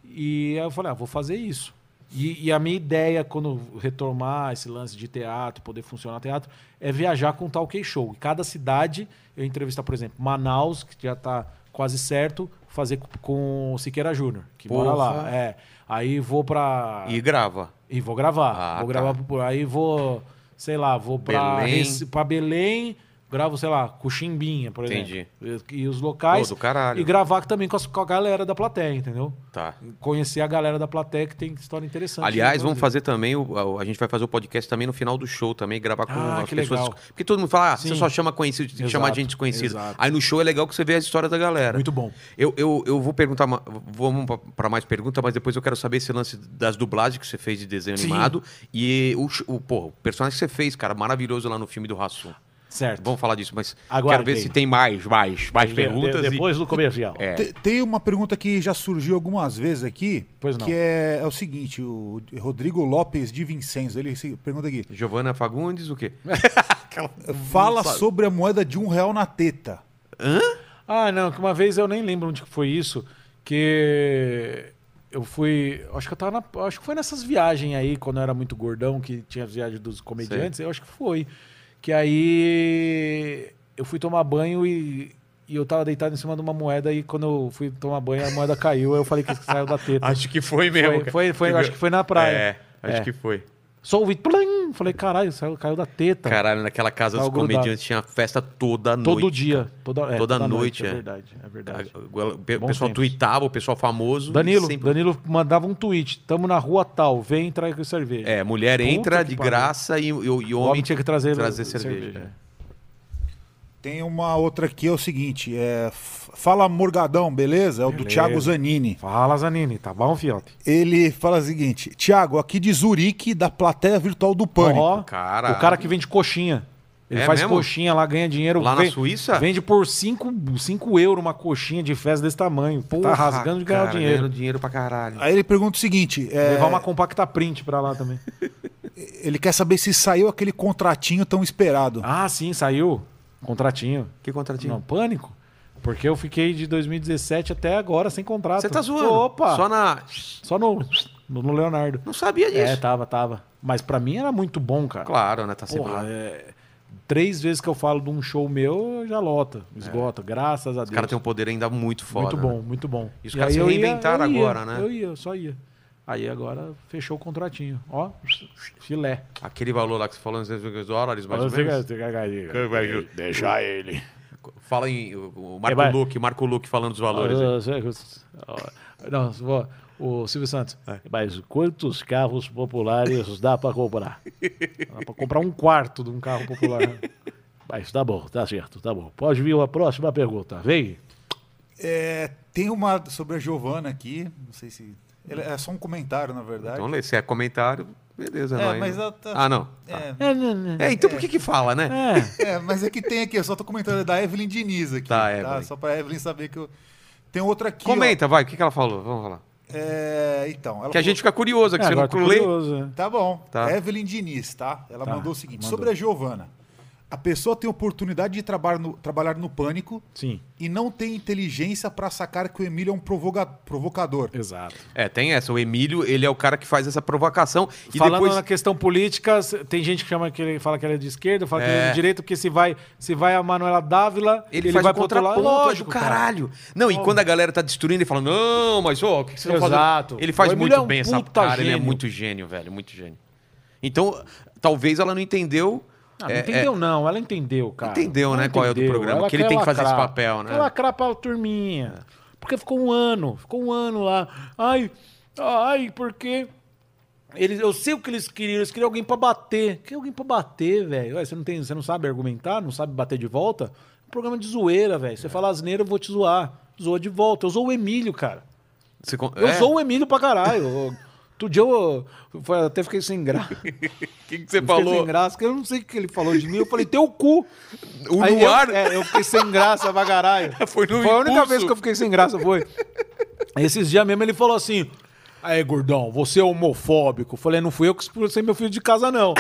E aí eu falei, ah, vou fazer isso. E, e a minha ideia, quando retomar esse lance de teatro, poder funcionar teatro, é viajar com um talk show. E cada cidade, eu entrevistar, por exemplo, Manaus, que já está quase certo, fazer com- com o Siqueira Júnior, que mora lá. Porra. É. Aí vou para E grava. e vou gravar. Ah, vou tá. gravar por aí, vou, sei lá, vou pra Belém. Rece- pra Belém, gravo, sei lá, Coximbinha, por Entendi. exemplo. E, e os Pô, locais. do caralho. e gravar também com, as- com a galera da plateia, entendeu? Tá. Conhecer a galera da plateia que tem história interessante. né? Aliás, no vamos fazer Brasil. também, o- a a gente vai fazer o podcast também no final do show também, gravar com Ah, as que pessoas. legal. Porque todo mundo fala, ah, você Sim. só chama conhecido, tem que chamar Exato, gente desconhecida. exato. Aí no show é legal que você vê as histórias da galera. Muito bom. Eu, eu, eu vou perguntar, ma- vamos para mais perguntas, mas depois eu quero saber esse lance das dublagens que você fez de desenho Sim. animado e o, sh- o, pô, o personagem que você fez, cara, maravilhoso lá no filme do Rassum. Certo. Vamos falar disso, mas Aguardem. quero ver se tem mais, mais, mais De- de- perguntas. e- depois do comercial. É. Te- Tem uma pergunta que já surgiu algumas vezes aqui, Pois não. que é, é o seguinte, o Rodrigo Lopes de Vincenzo, ele se- pergunta aqui, Giovana Fagundes, o quê? fala sobre a moeda de um real na teta. Ah, não, que uma vez eu nem lembro onde que foi isso, que eu fui, acho que eu tava na, acho que foi nessas viagens aí quando eu era muito gordão que tinha as viagens dos comediantes, eu acho que foi, que aí eu fui tomar banho e e eu tava deitado em cima de uma moeda e quando eu fui tomar banho a moeda caiu, aí eu falei que saiu da teta. Acho que foi mesmo. foi, cara. foi, foi- acho que foi na praia. É, acho É. que foi. Só ouvi plim, falei, caralho, saiu, caiu da teta. Caralho, naquela casa Tava dos Então, tá grudado. comediantes tinha festa toda todo noite. dia, toda, é, Toda noite, é. é. verdade, é verdade. O pe- Bons pessoal tempos. tweetava, o pessoal famoso. e Danilo, sempre- Danilo mandava um tweet. Tamo na rua tal, vem entrar com cerveja. É, mulher Puta entra que de pariu. graça e, e- e o homem, o homem, tinha que trazer, trazer cerveja. Tem uma outra aqui, é o seguinte, é, f- fala Morgadão, beleza? É o do Thiago Zanini. Fala, Zanini, tá bom, fiote? Ele fala o seguinte, Thiago, aqui de Zurique, da plateia virtual do Pânico. Ó, Caralho. o cara que vende coxinha. Ele É faz mesmo? coxinha lá, ganha dinheiro. Lá na vem- Suíça? Vende por 5 euros uma coxinha de festa desse tamanho. tá rasgando de ganhar cara, dinheiro. Ganhando dinheiro pra caralho. Aí ele pergunta o seguinte, é, Levar uma compacta print pra lá também. ele quer saber se saiu aquele contratinho tão esperado. ah, sim, saiu. Contratinho. Que Não, contratinho. pânico. Porque eu fiquei de 2017 até agora sem contrato. Você tá zoando. Opa! Só na. Só no, no no Leonardo. Não sabia É, disso. tava, tava. Mas pra mim era muito bom, cara. Claro, né? Tá sempre Porra, lá. é, Três vezes que eu falo de um show meu, já lota, esgota. Graças a Deus. É. Os caras têm um poder ainda muito foda. muito né? bom, muito bom. E os E caras aí se eu ia- reinventaram eu ia, agora, né? Eu ia, eu só ia. Aí agora fechou o contratinho. Ó, filé. Aquele valor lá que você falou, uns 200 dólares, mais ou menos. Deixar ele. Fala em. o- O É, vai. Marco Luque, Marco Luque falando dos valores. aí. Não, vou- o Silvio Santos. É. Mas quantos carros populares dá pra comprar? Dá pra comprar um quarto de um carro popular. né? Mas tá bom, tá certo, tá bom. Pode vir a próxima pergunta. Vem. É, tem uma sobre a Giovana aqui, não sei se. ela- É só um comentário, na verdade. Então, lê, se é comentário, beleza. É, vai, mas né? ela tá- Ah, não. É, É, né, né. É, então por que que fala, né? É, mas é que tem aqui, eu só tô comentando, é da Evelyn Diniz aqui. Tá, Evelyn. Só pra Evelyn saber que eu. Tem outra aqui. ó. Comenta, vai, o que, que ela falou? Vamos falar. É, então. Ela Que a falou- gente fica curioso, que É, você não agora tô lê. curioso, né? Tá bom. Tá. Evelyn Diniz, tá? Ela Tá, mandou o seguinte: mandou. sobre a Giovana. A pessoa tem oportunidade de trabalhar no, trabalhar no pânico Sim, e não tem inteligência pra sacar que o Emílio é um provoca- provocador. exato. É, tem essa. O Emílio, ele é o cara que faz essa provocação. E Falando depois. na questão política, s- tem gente que, chama que ele, fala que ele é de esquerda, fala que ele é de direita, porque se vai, se vai a Manuela Dávila, Ele, faz vai vai pro outro lado. contraponto, lógico, Lógico, cara. caralho. Não, e quando a galera tá destruindo, ele fala, não, mas ó, o que, que você tá fazendo? Exato. Ele faz O Emílio muito é um bem essa puta cara, ele é gênio. muito gênio, velho, muito gênio. Então, talvez ela não entendeu... Ah, não é, entendeu, não. Ela entendeu, cara. Entendeu, Ela né, qual é o do programa, que ele quer tem que fazer esse lacrar. papel, né? É. Quer lacrar pra turminha. Porque ficou um ano, ficou um ano lá. Ai, ai, porque... Eles, eu sei o que eles queriam, eles queriam alguém pra bater. Quer alguém pra bater, velho? Ué, Você não, tem, você não sabe argumentar, não sabe bater de volta? É um programa de zoeira, velho. É. Você fala asneira, eu vou te zoar. Zoa de volta. Eu zoo o Emílio, cara. Você con- Eu é? sou um- o Emílio pra caralho. Eu- Outro dia eu, eu até fiquei sem graça. O que, que você Falou. Fiquei falou? sem graça, que eu não sei o que ele falou de mim. Eu falei, teu cu. O Aí eu- Luar é, Eu, fiquei sem graça pra caralho. Foi no a única impulso. vez que eu fiquei sem graça, foi. Esses dias mesmo ele falou assim, aí, gordão, você é homofóbico. Eu falei, não fui eu que expulsei meu filho de casa, não.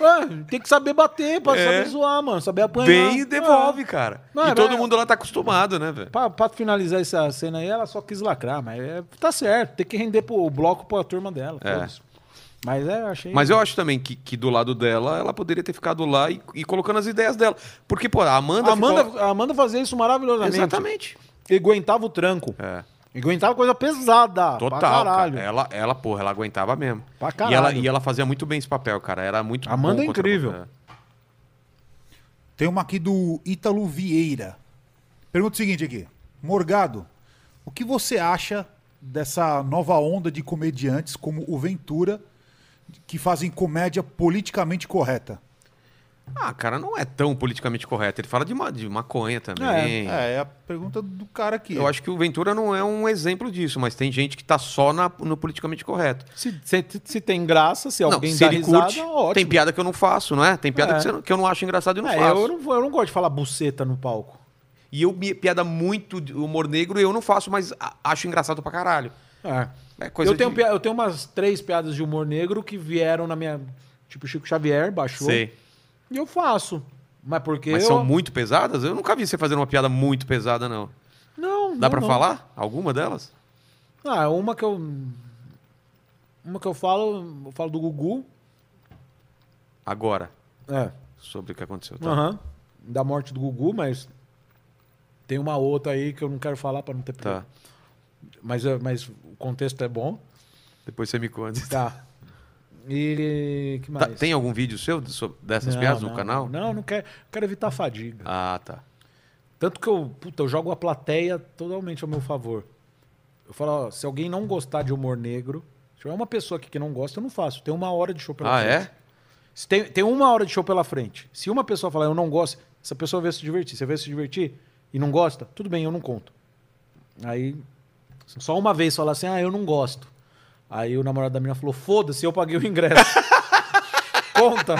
Ué, tem que saber bater, pra saber zoar, mano. Saber apanhar. bem e devolve, É. cara. Não, e é, todo é- mundo lá tá acostumado, né, velho? Pra, pra finalizar essa cena aí, ela só quis lacrar, mas é- tá certo. Tem que render pro, o bloco pra turma dela. É. foda-se. Mas é, eu achei. Mas eu acho também que, que do lado dela, ela poderia ter ficado lá e, e colocando as ideias dela. Porque, pô, a Amanda. A Amanda, ficou- a Amanda fazia isso maravilhosamente. Exatamente. E aguentava o tranco. É. E aguentava coisa pesada. Total, Pra caralho. cara. é. Ela, ela, porra, ela aguentava mesmo. Pra E caralho. ela, e ela fazia muito bem esse papel, cara. Era muito Amanda bom é contra- incrível. É. Tem uma aqui do Ítalo Vieira. Pergunta o seguinte aqui. Morgado, o que você acha dessa nova onda de comediantes como o Ventura, que fazem comédia politicamente correta? Ah, cara, não é tão politicamente correto. Ele fala de, ma de maconha também. É, é a pergunta do cara aqui. Eu acho que o Ventura não é um exemplo disso, mas tem gente que tá só na- no politicamente correto. Se, se, se tem graça, se Não, alguém se dá ele risada, curte, ótimo. tem piada que eu não faço, não é? Tem piada É. que, você não- que eu não acho engraçado e eu não É, faço. eu, não, vou- eu não gosto de falar buceta no palco. E eu me- piada muito de humor negro eu não faço, mas a- acho engraçado pra caralho. É. É coisa eu, tenho, de... pia- eu tenho umas três piadas de humor negro que vieram na minha. Tipo, Chico Xavier baixou. Sei. E eu faço. Mas porque. Mas eu... são muito pesadas? Eu nunca vi você fazendo uma piada muito pesada, não. Não. Dá não, pra não. falar alguma delas? Ah, uma que eu. Uma que eu falo, eu falo do Gugu. Agora, É. sobre o que aconteceu. tá? Aham. Da morte do Gugu, mas. Tem uma outra aí que eu não quero falar pra não ter Tá. Mas, é- mas o contexto é bom. Depois você me conta. Tá. E. que Tá, mais? tem algum vídeo seu de- sobre- dessas Não, piadas no não, canal? Não, não quero, quero evitar a fadiga. Ah, tá. Tanto que eu, puta, eu jogo a plateia totalmente ao meu favor. Eu falo, ó, se alguém não gostar de humor negro, se tiver uma pessoa aqui que não gosta, eu não faço. Tem uma hora de show pela ah, frente. é? Se tem, tem uma hora de show pela frente. Se uma pessoa falar eu não gosto, essa pessoa veio se divertir. Você veio se divertir e não gosta, tudo bem, eu não conto. Aí, só uma vez falar assim, ah, eu não gosto. Aí o namorado da menina falou, foda-se, eu paguei o ingresso. conta.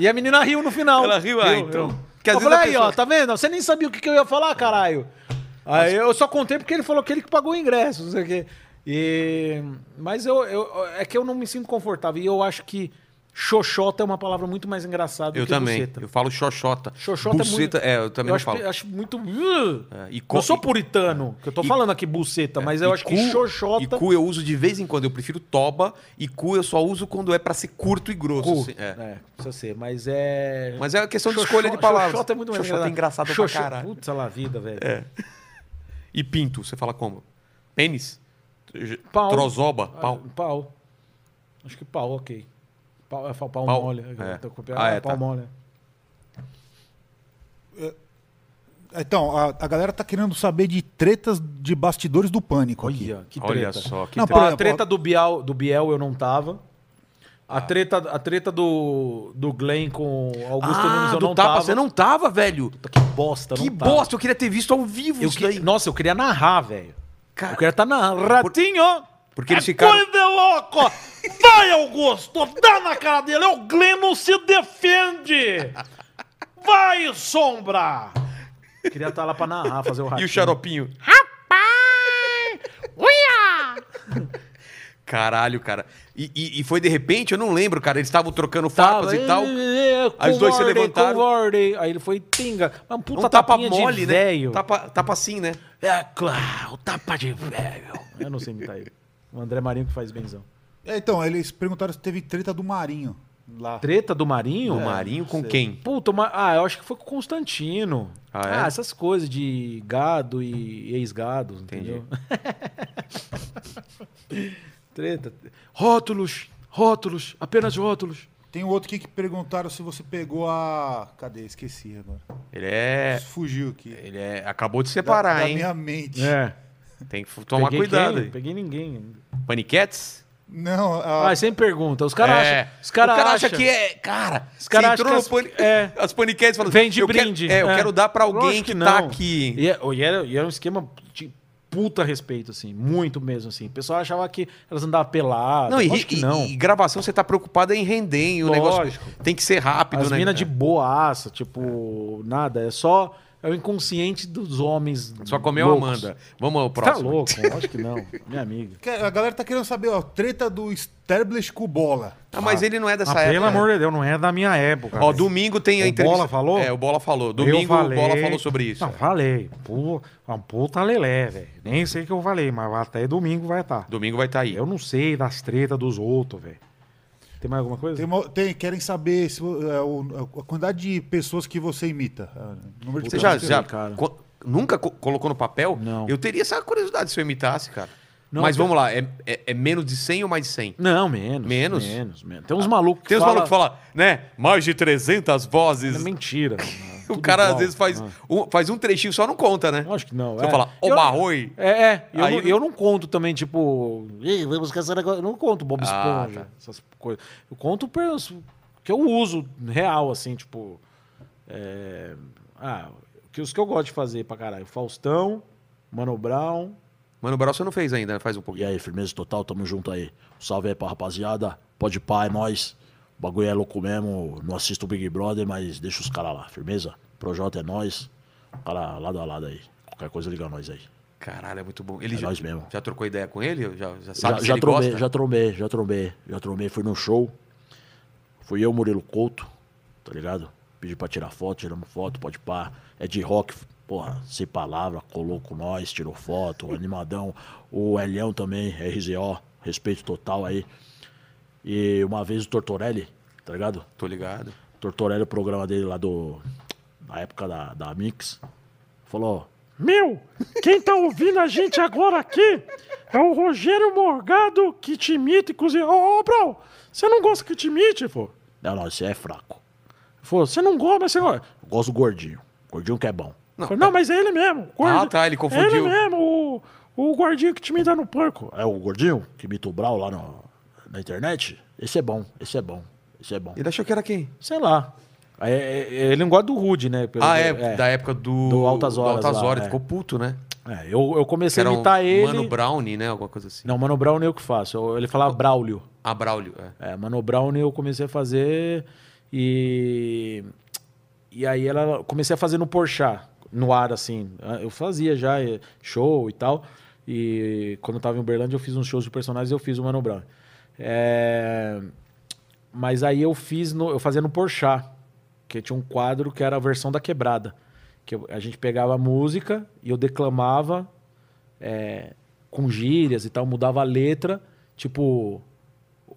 E a menina riu no final. Ela riu, ah, então. Porque às Eu vezes falei, a aí, pessoa- ó, tá vendo? Você nem sabia o que, que eu ia falar, caralho. Aí eu só contei porque ele falou que ele que pagou o ingresso, não sei o quê. E... Mas eu, eu- é que eu não me sinto confortável. E eu acho que xoxota é uma palavra muito mais engraçada Eu do que também. buceta. Eu falo xoxota. Xoxota Buceta, é é, muito... eu também não acho, falo. acho muito... É, e co- eu sou e- puritano, que eu tô e- é, falando aqui buceta, mas eu E acho cu- que xoxota... E cu eu uso de vez em quando. Eu prefiro toba e cu eu só uso quando é pra ser curto e grosso. Cu. assim, é. É, precisa ser, mas é... Mas é uma questão de Xoxo- escolha de palavras. Xoxota é muito mais Xoxota é engraçado pra Xoxo- caralho. Putz, lá vida, velho. E pinto, você fala como? Pênis? Pau. Trozoba? Ah, Pau? Pau. Acho que pau, ok. Pau, é, fa- pau, Ah, Pau? mole. É. Eu tô copiando. Ah, Ah, é, pau tá. mole. Então, a, a galera tá querendo saber de tretas de bastidores do pânico. aqui. Olha, que treta. Ah, Olha só, que Não, Ó, por a exemplo, treta do Biel, do Biel eu não tava. A treta, a treta do, do Glenn com Augusto Nunes eu Ah, do não tapa, tava. você não tava, velho. Que é um bosta, eu que não tava. bosta, eu queria ter visto ao vivo Eu isso que- daí. Nossa, eu queria narrar, velho. Cara- Eu queria estar narrando. Ratinho! Porque eles ficaram... É Coisa louco! Vai, Augusto! Dá na cara dele! é O Glenn não se defende! Vai, Sombra! Queria estar lá pra narrar, fazer o E ratinho. o xaropinho. Caralho, cara. E, e- e foi de repente, eu não lembro, cara. Eles estavam trocando farpas e tal. Aí os dois se levantaram. Covarde. Aí ele foi tinga. Mas um puta Um tapa tapinha mole, de né? velho. Tapa, tapa assim, né? É claro, tapa de velho. Eu não sei imitar ele. O André Marinho que faz benzão. É, então, eles perguntaram se teve treta do Marinho lá. Treta do Marinho? O Tá. Marinho com quem? Puta, o Ma- ah, eu acho que foi com o Constantino. Ah, é? essas coisas de gado e ex-gado, entendeu? Treta. Rótulos, rótulos, apenas rótulos. Tem outro aqui que perguntaram se você pegou a. Cadê? Esqueci agora. Ele é. Fugiu aqui. Ele é. Acabou de Da- separar, da hein? É. minha mente. Tem que f- tomar cuidado Quem? aí. Peguei ninguém. ainda. Paniquetes? Não, a- Ah, e sempre pergunta. Os caras É. acham. Os caras o cara acha acham que é. Cara, os cara caras acha entrou que no as- pani... é. as paniquetes falando. Vende eu quero- brinde. né? é, eu quero dar pra alguém Lógico que, não. tá aqui. E, é- e era, e era um esquema de puta respeito, assim. Muito mesmo, assim. O pessoal achava que elas andavam peladas. Não, e, Lógico que e- não. e gravação você tá preocupada em render, hein? O Lógico. negócio tem que ser rápido, As né? minas de É. boaça, tipo, nada. É só... É o inconsciente dos homens Só comeu a loucos. Amanda. Vamos ao Você próximo. Tá louco, lógico que não. Minha amiga. que- a galera tá querendo saber, ó. Treta do Sterblich com bola. Ah, mas ele não é dessa Ah, época. pelo amor de Deus, não é da minha época. Ó, velho. domingo tem a O entrevista. Bola falou? É, o Bola falou. Eu Domingo falei- o Bola falou sobre isso. Não, falei. Pô, uma puta lelé, velho. Nem sei o que eu falei, mas até domingo vai estar. Domingo vai estar aí. Eu não sei das tretas dos outros, velho. Tem um mais alguma coisa? Tem uma- tem- querem saber se, vo- é, o- a quantidade de pessoas que você imita. É, número de Você pessoas já, que- já cara. co- nunca co- colocou no papel? Não. Eu teria essa curiosidade se eu imitasse, cara. Não, mas eu- vamos lá, é, é- é menos de 100 ou mais de 100? Não, menos. Menos? Ah, Menos, menos. Tem uns malucos que Tem uns fala- malucos que falam, né? Mais de 300 vozes. É mentira. mano. o Tudo cara igual. às vezes faz, Ah, um, faz um trechinho só não conta, né? Lógico que não. Você é. fala, Eu- oba, oi. É, é. Eu, Aí não, não- eu não conto também, tipo... Ei, vamos caçar agora. Eu não conto Bob Ah, Esponja, tá. essas coisas. Eu conto pelos que eu uso real, assim, tipo... é, Ah, que os que eu gosto de fazer pra caralho. Faustão, Mano Brown... Mano, o Brau você não fez ainda, né? faz um pouquinho. E aí, firmeza total, tamo junto aí. Salve aí pra rapaziada. Pode pá, é nóis. O bagulho é louco mesmo. Não assisto o Big Brother, mas deixa os caras lá. Firmeza? Projota é nóis. Cara, lado a lado aí. Qualquer coisa liga nós aí. Caralho, é muito bom. Ele É já, nós mesmo. já trocou ideia com ele? Já, já sabe Já, se já ele trombei, gosta? já trombei, já trombei, já trombei. Fui num show. Fui eu, Murilo Couto, tá ligado? Pedi pra tirar foto, tiramos foto, pode pá. É de rock, porra, sem palavra, colou com nós, tirou foto, animadão. O Elião também, RZO, respeito total aí. E uma vez o Tortorelli, tá ligado? Tô ligado. Tortorelli, o programa dele lá do. Na época da, da Mix. Falou, Meu, quem tá ouvindo a gente agora aqui é o Rogério Morgado que te imita e cozinha. Ô, ô, Brau, você não gosta que te imite, pô? não, não, isso é fraco. Falou, você não gosta, mas você gosta. Eu gosto do gordinho. Gordinho que é bom. Não, tá. Falou, não, mas é ele mesmo. gordo. Ah, tá, ele É ele confundiu. mesmo, o, o gordinho que te imita no porco. É o gordinho que imita o Brau lá no- na internet? Esse é bom, esse é bom, esse é bom. Ele achou que era quem? Sei lá. Aí, é, é, ele não gosta do Rude, né? Pelo- Ah, é, da época do... Do Altas Horas Do Altas lá, Horas, é. ficou puto, né? É, eu, eu Que comecei a era um imitar ele. Mano Brownie, né? Alguma coisa assim. Não, Mano Brown eu que faço. Eu- ele falava Braulio. Ah, Braulio, é. É, Mano Brown eu comecei a fazer e. E aí ela comecei a fazer no Porchat, no ar, assim. Eu fazia já eh, show e tal. E quando eu tava em Uberlândia, eu fiz uns shows de personagens e eu fiz o Mano Brown. É, Mas aí eu fiz no. Eu fazia no Porchat, que tinha um quadro que era a versão da quebrada. Que eu- a gente pegava a música e eu declamava é, com gírias e tal, mudava a letra. Tipo,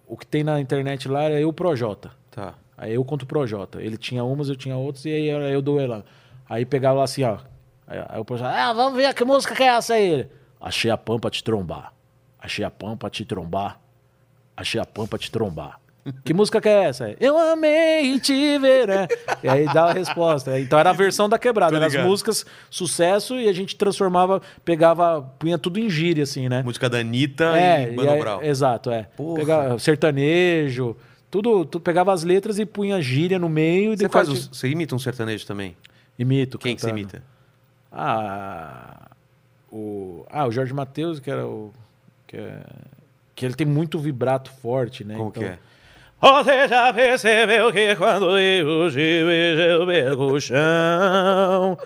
o que tem na internet lá era eu Projota. Tá. Aí eu contra o Projota. Ele tinha umas, eu tinha outras, e aí era eu duelando. Aí pegava assim, ó. Aí, aí o Projota, ah, vamos ver que música que é essa aí. Achei a pampa te trombar. Achei a pampa te trombar. Achei a pampa te trombar. Que música que é essa? Eu amei te ver, né? E aí dá a resposta. Então era a versão da quebrada. Eram as ligado. músicas sucesso e a gente transformava, pegava, punha tudo em gíria, assim, né? Música da Anitta É, e e Mano aí- Brown. exato, é. Porra. Pegava sertanejo, tudo, tu pegava as letras e punha gíria no meio e Você, depois faz os- você imita um sertanejo também? imito. Quem que você cantando. Então. imita? Ah, o ah, o Jorge Mateus que era o que, é- que ele tem muito vibrato forte, né? Como que é? Você já percebeu que quando eu te vejo eu perco o chão?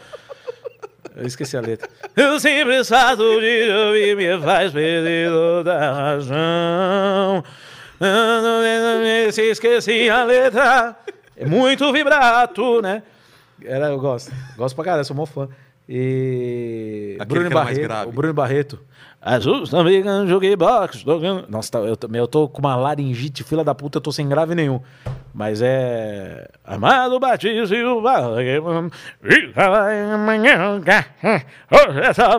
Eu esqueci a letra. Eu sempre fato de ouvir me faz perder toda a razão. Eu não- eu não- Se esqueci a letra. É muito vibrato, né? Era, eu gosto. Gosto pra caralho, sou mó fã. E. Aquele Bruno que era mais Barreto. grave. O Bruno Barreto. Azul, também jukebox. tô vendo. Nossa, tá- eu, também- eu tô com uma laringite, fila da puta, eu tô sem grave nenhum. Mas é. Amado Batista e o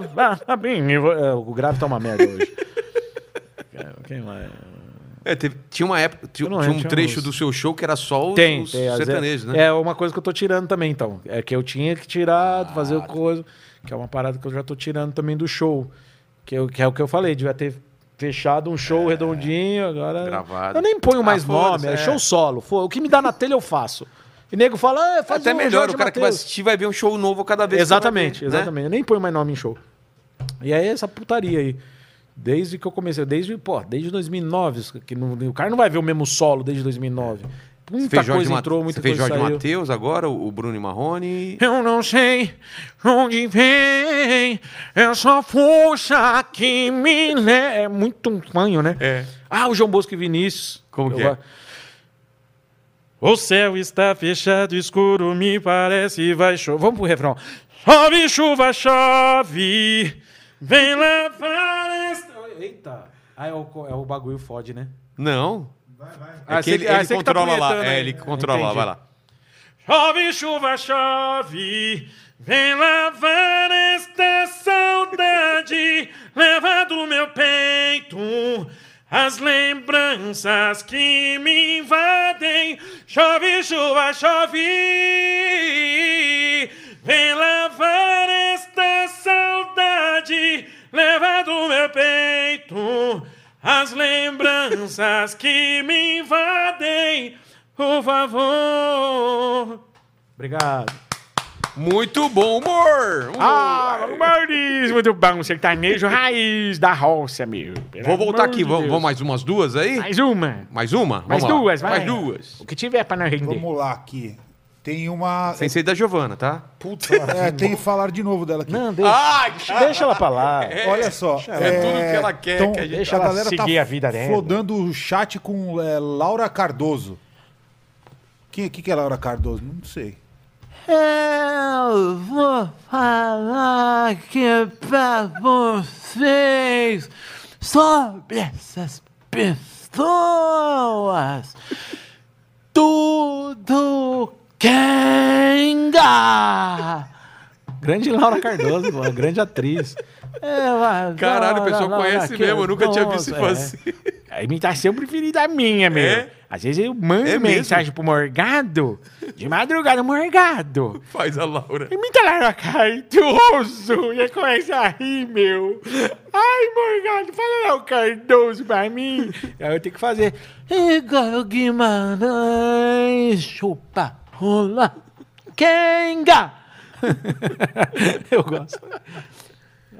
É, O grave tá uma merda hoje. Quem mais? É, teve- tinha uma época, tinha, Eu não tinha lembro, um tinha trecho uns- do seu show que era só os, Tem, os tem as- sertanejos, é, né? É uma coisa que eu tô tirando também, então. É que eu tinha que Ah, tirar, fazer tá. o coisa. Que é uma parada que eu já tô tirando também do show. Que, eu- que é o que eu falei, devia ter fechado um show redondinho, agora. É. Gravado. Eu nem ponho Ah, mais foda-se, nome, é é. show solo. Fo- O que me dá na telha eu faço. E nego fala, ah, faz Até o melhor, Jorge o cara que vai Mateus. assistir vai ver um show novo cada vez. que Exatamente, vai ver, né? exatamente. Eu nem ponho mais nome em show. E aí é essa putaria aí. Desde que eu comecei, desde, pô, desde 2009, isso que não- o cara não vai ver o mesmo solo desde 2009. É. Você Muita fez Jorge, coisa Ma- entrou, você muita fez coisa Jorge saiu. Matheus agora, o o Bruno e Marrone. Eu não sei onde vem essa força que me leva. É muito um panho, né? É. Ah, o João Bosco e Vinícius. Como Eu que é? go- O céu está fechado, escuro, me parece vai chover. Vamos pro refrão. Chove, chuva, chove. Vem lavar esta. Eita. Ah, é o, co- é o bagulho fode, né? Não. É Ah, que você- ele, ah, ele você que tá controla lá. punhetando É, aí. ele que controla lá, Entendi. vai lá. Chove, chuva, chove. Vem lavar esta saudade. Leva do meu peito as lembranças que me invadem. Chove, chuva, chove. Vem lavar esta saudade. Leva do meu peito as lembranças que me invadem. Por favor. Obrigado. Muito bom humor! Humor. Ah, Maurício, muito bom, sertanejo raiz da roça, meu. Pelo Vou voltar amor aqui, de vamos, Deus. vamos mais umas duas aí? Mais uma. Mais uma? Mais Vamos lá. duas, vai. Mais duas. O que tiver pra não render. Vamos lá aqui. Tem uma. Sem ser da Giovana, tá? Puta, é, tem que falar de novo dela aqui. Não, deixa. deixa ela pra lá. Olha só. é tudo que ela quer que a gente- então, Deixa ela seguir a vida dela. tá Flodando o chat com é, Laura Cardoso. Quem que, que é Laura Cardoso? Não sei. Eu vou falar aqui pra vocês sobre essas pessoas. Tudo Kenga! Grande Laura Cardoso, uma grande atriz. Caralho, o pessoal conhece mesmo, eu nunca tinha visto é. isso assim. A imitação preferida é minha, meu. É? Às vezes eu mando É mesmo? mensagem pro Morgado, de madrugada, Morgado. Faz a Laura. Imita Laura Cardoso. E aí começa a rir, meu. Ai, Morgado, fala Laura Cardoso pra mim. Aí eu tenho que fazer. Igor Guimarães, chupa rola Kenga! eu gosto.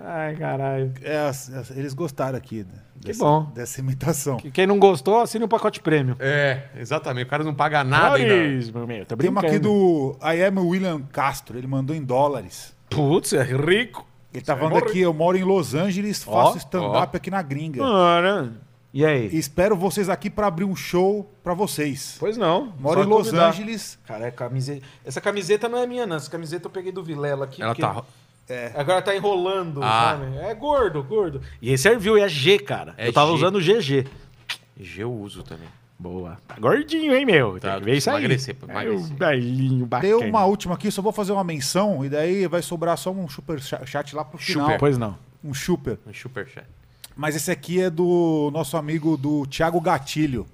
Ai, caralho. É, as- as- eles gostaram aqui né, dessa, bom. dessa imitação. E Quem não gostou, assina o pacote prêmio. É, exatamente. O cara não paga nada ainda. Maurício, meu, meu, tô Tem uma brincando. aqui do I am William Castro. Ele mandou em dólares. Putz, é rico. Ele tá falando aqui, eu moro em Los Angeles, faço stand-up aqui na É. gringa. Ora. E aí? E espero vocês aqui pra abrir um show pra vocês. Pois não. Moro só em Los convidar. Angeles. Cara, é camiseta. Essa camiseta não é minha, não. Essa camiseta eu peguei do Vilela aqui. Ela porque- tá. Agora tá enrolando, Ah. sabe? É gordo, gordo. E aí serviu, e é G, cara. É eu tava G. usando o GG. G eu uso também. Boa. Tá gordinho, hein, meu? Tá, Tem que ver isso aí. emagrecer, pô, emagrecer. É um belinho Tem bacana. uma última aqui, só vou fazer uma menção e daí vai sobrar só um super cha- chat lá pro final. Super. Ah, Pois não. Um super. Um superchat. Mas esse aqui é do nosso amigo do Thiago Gatilho.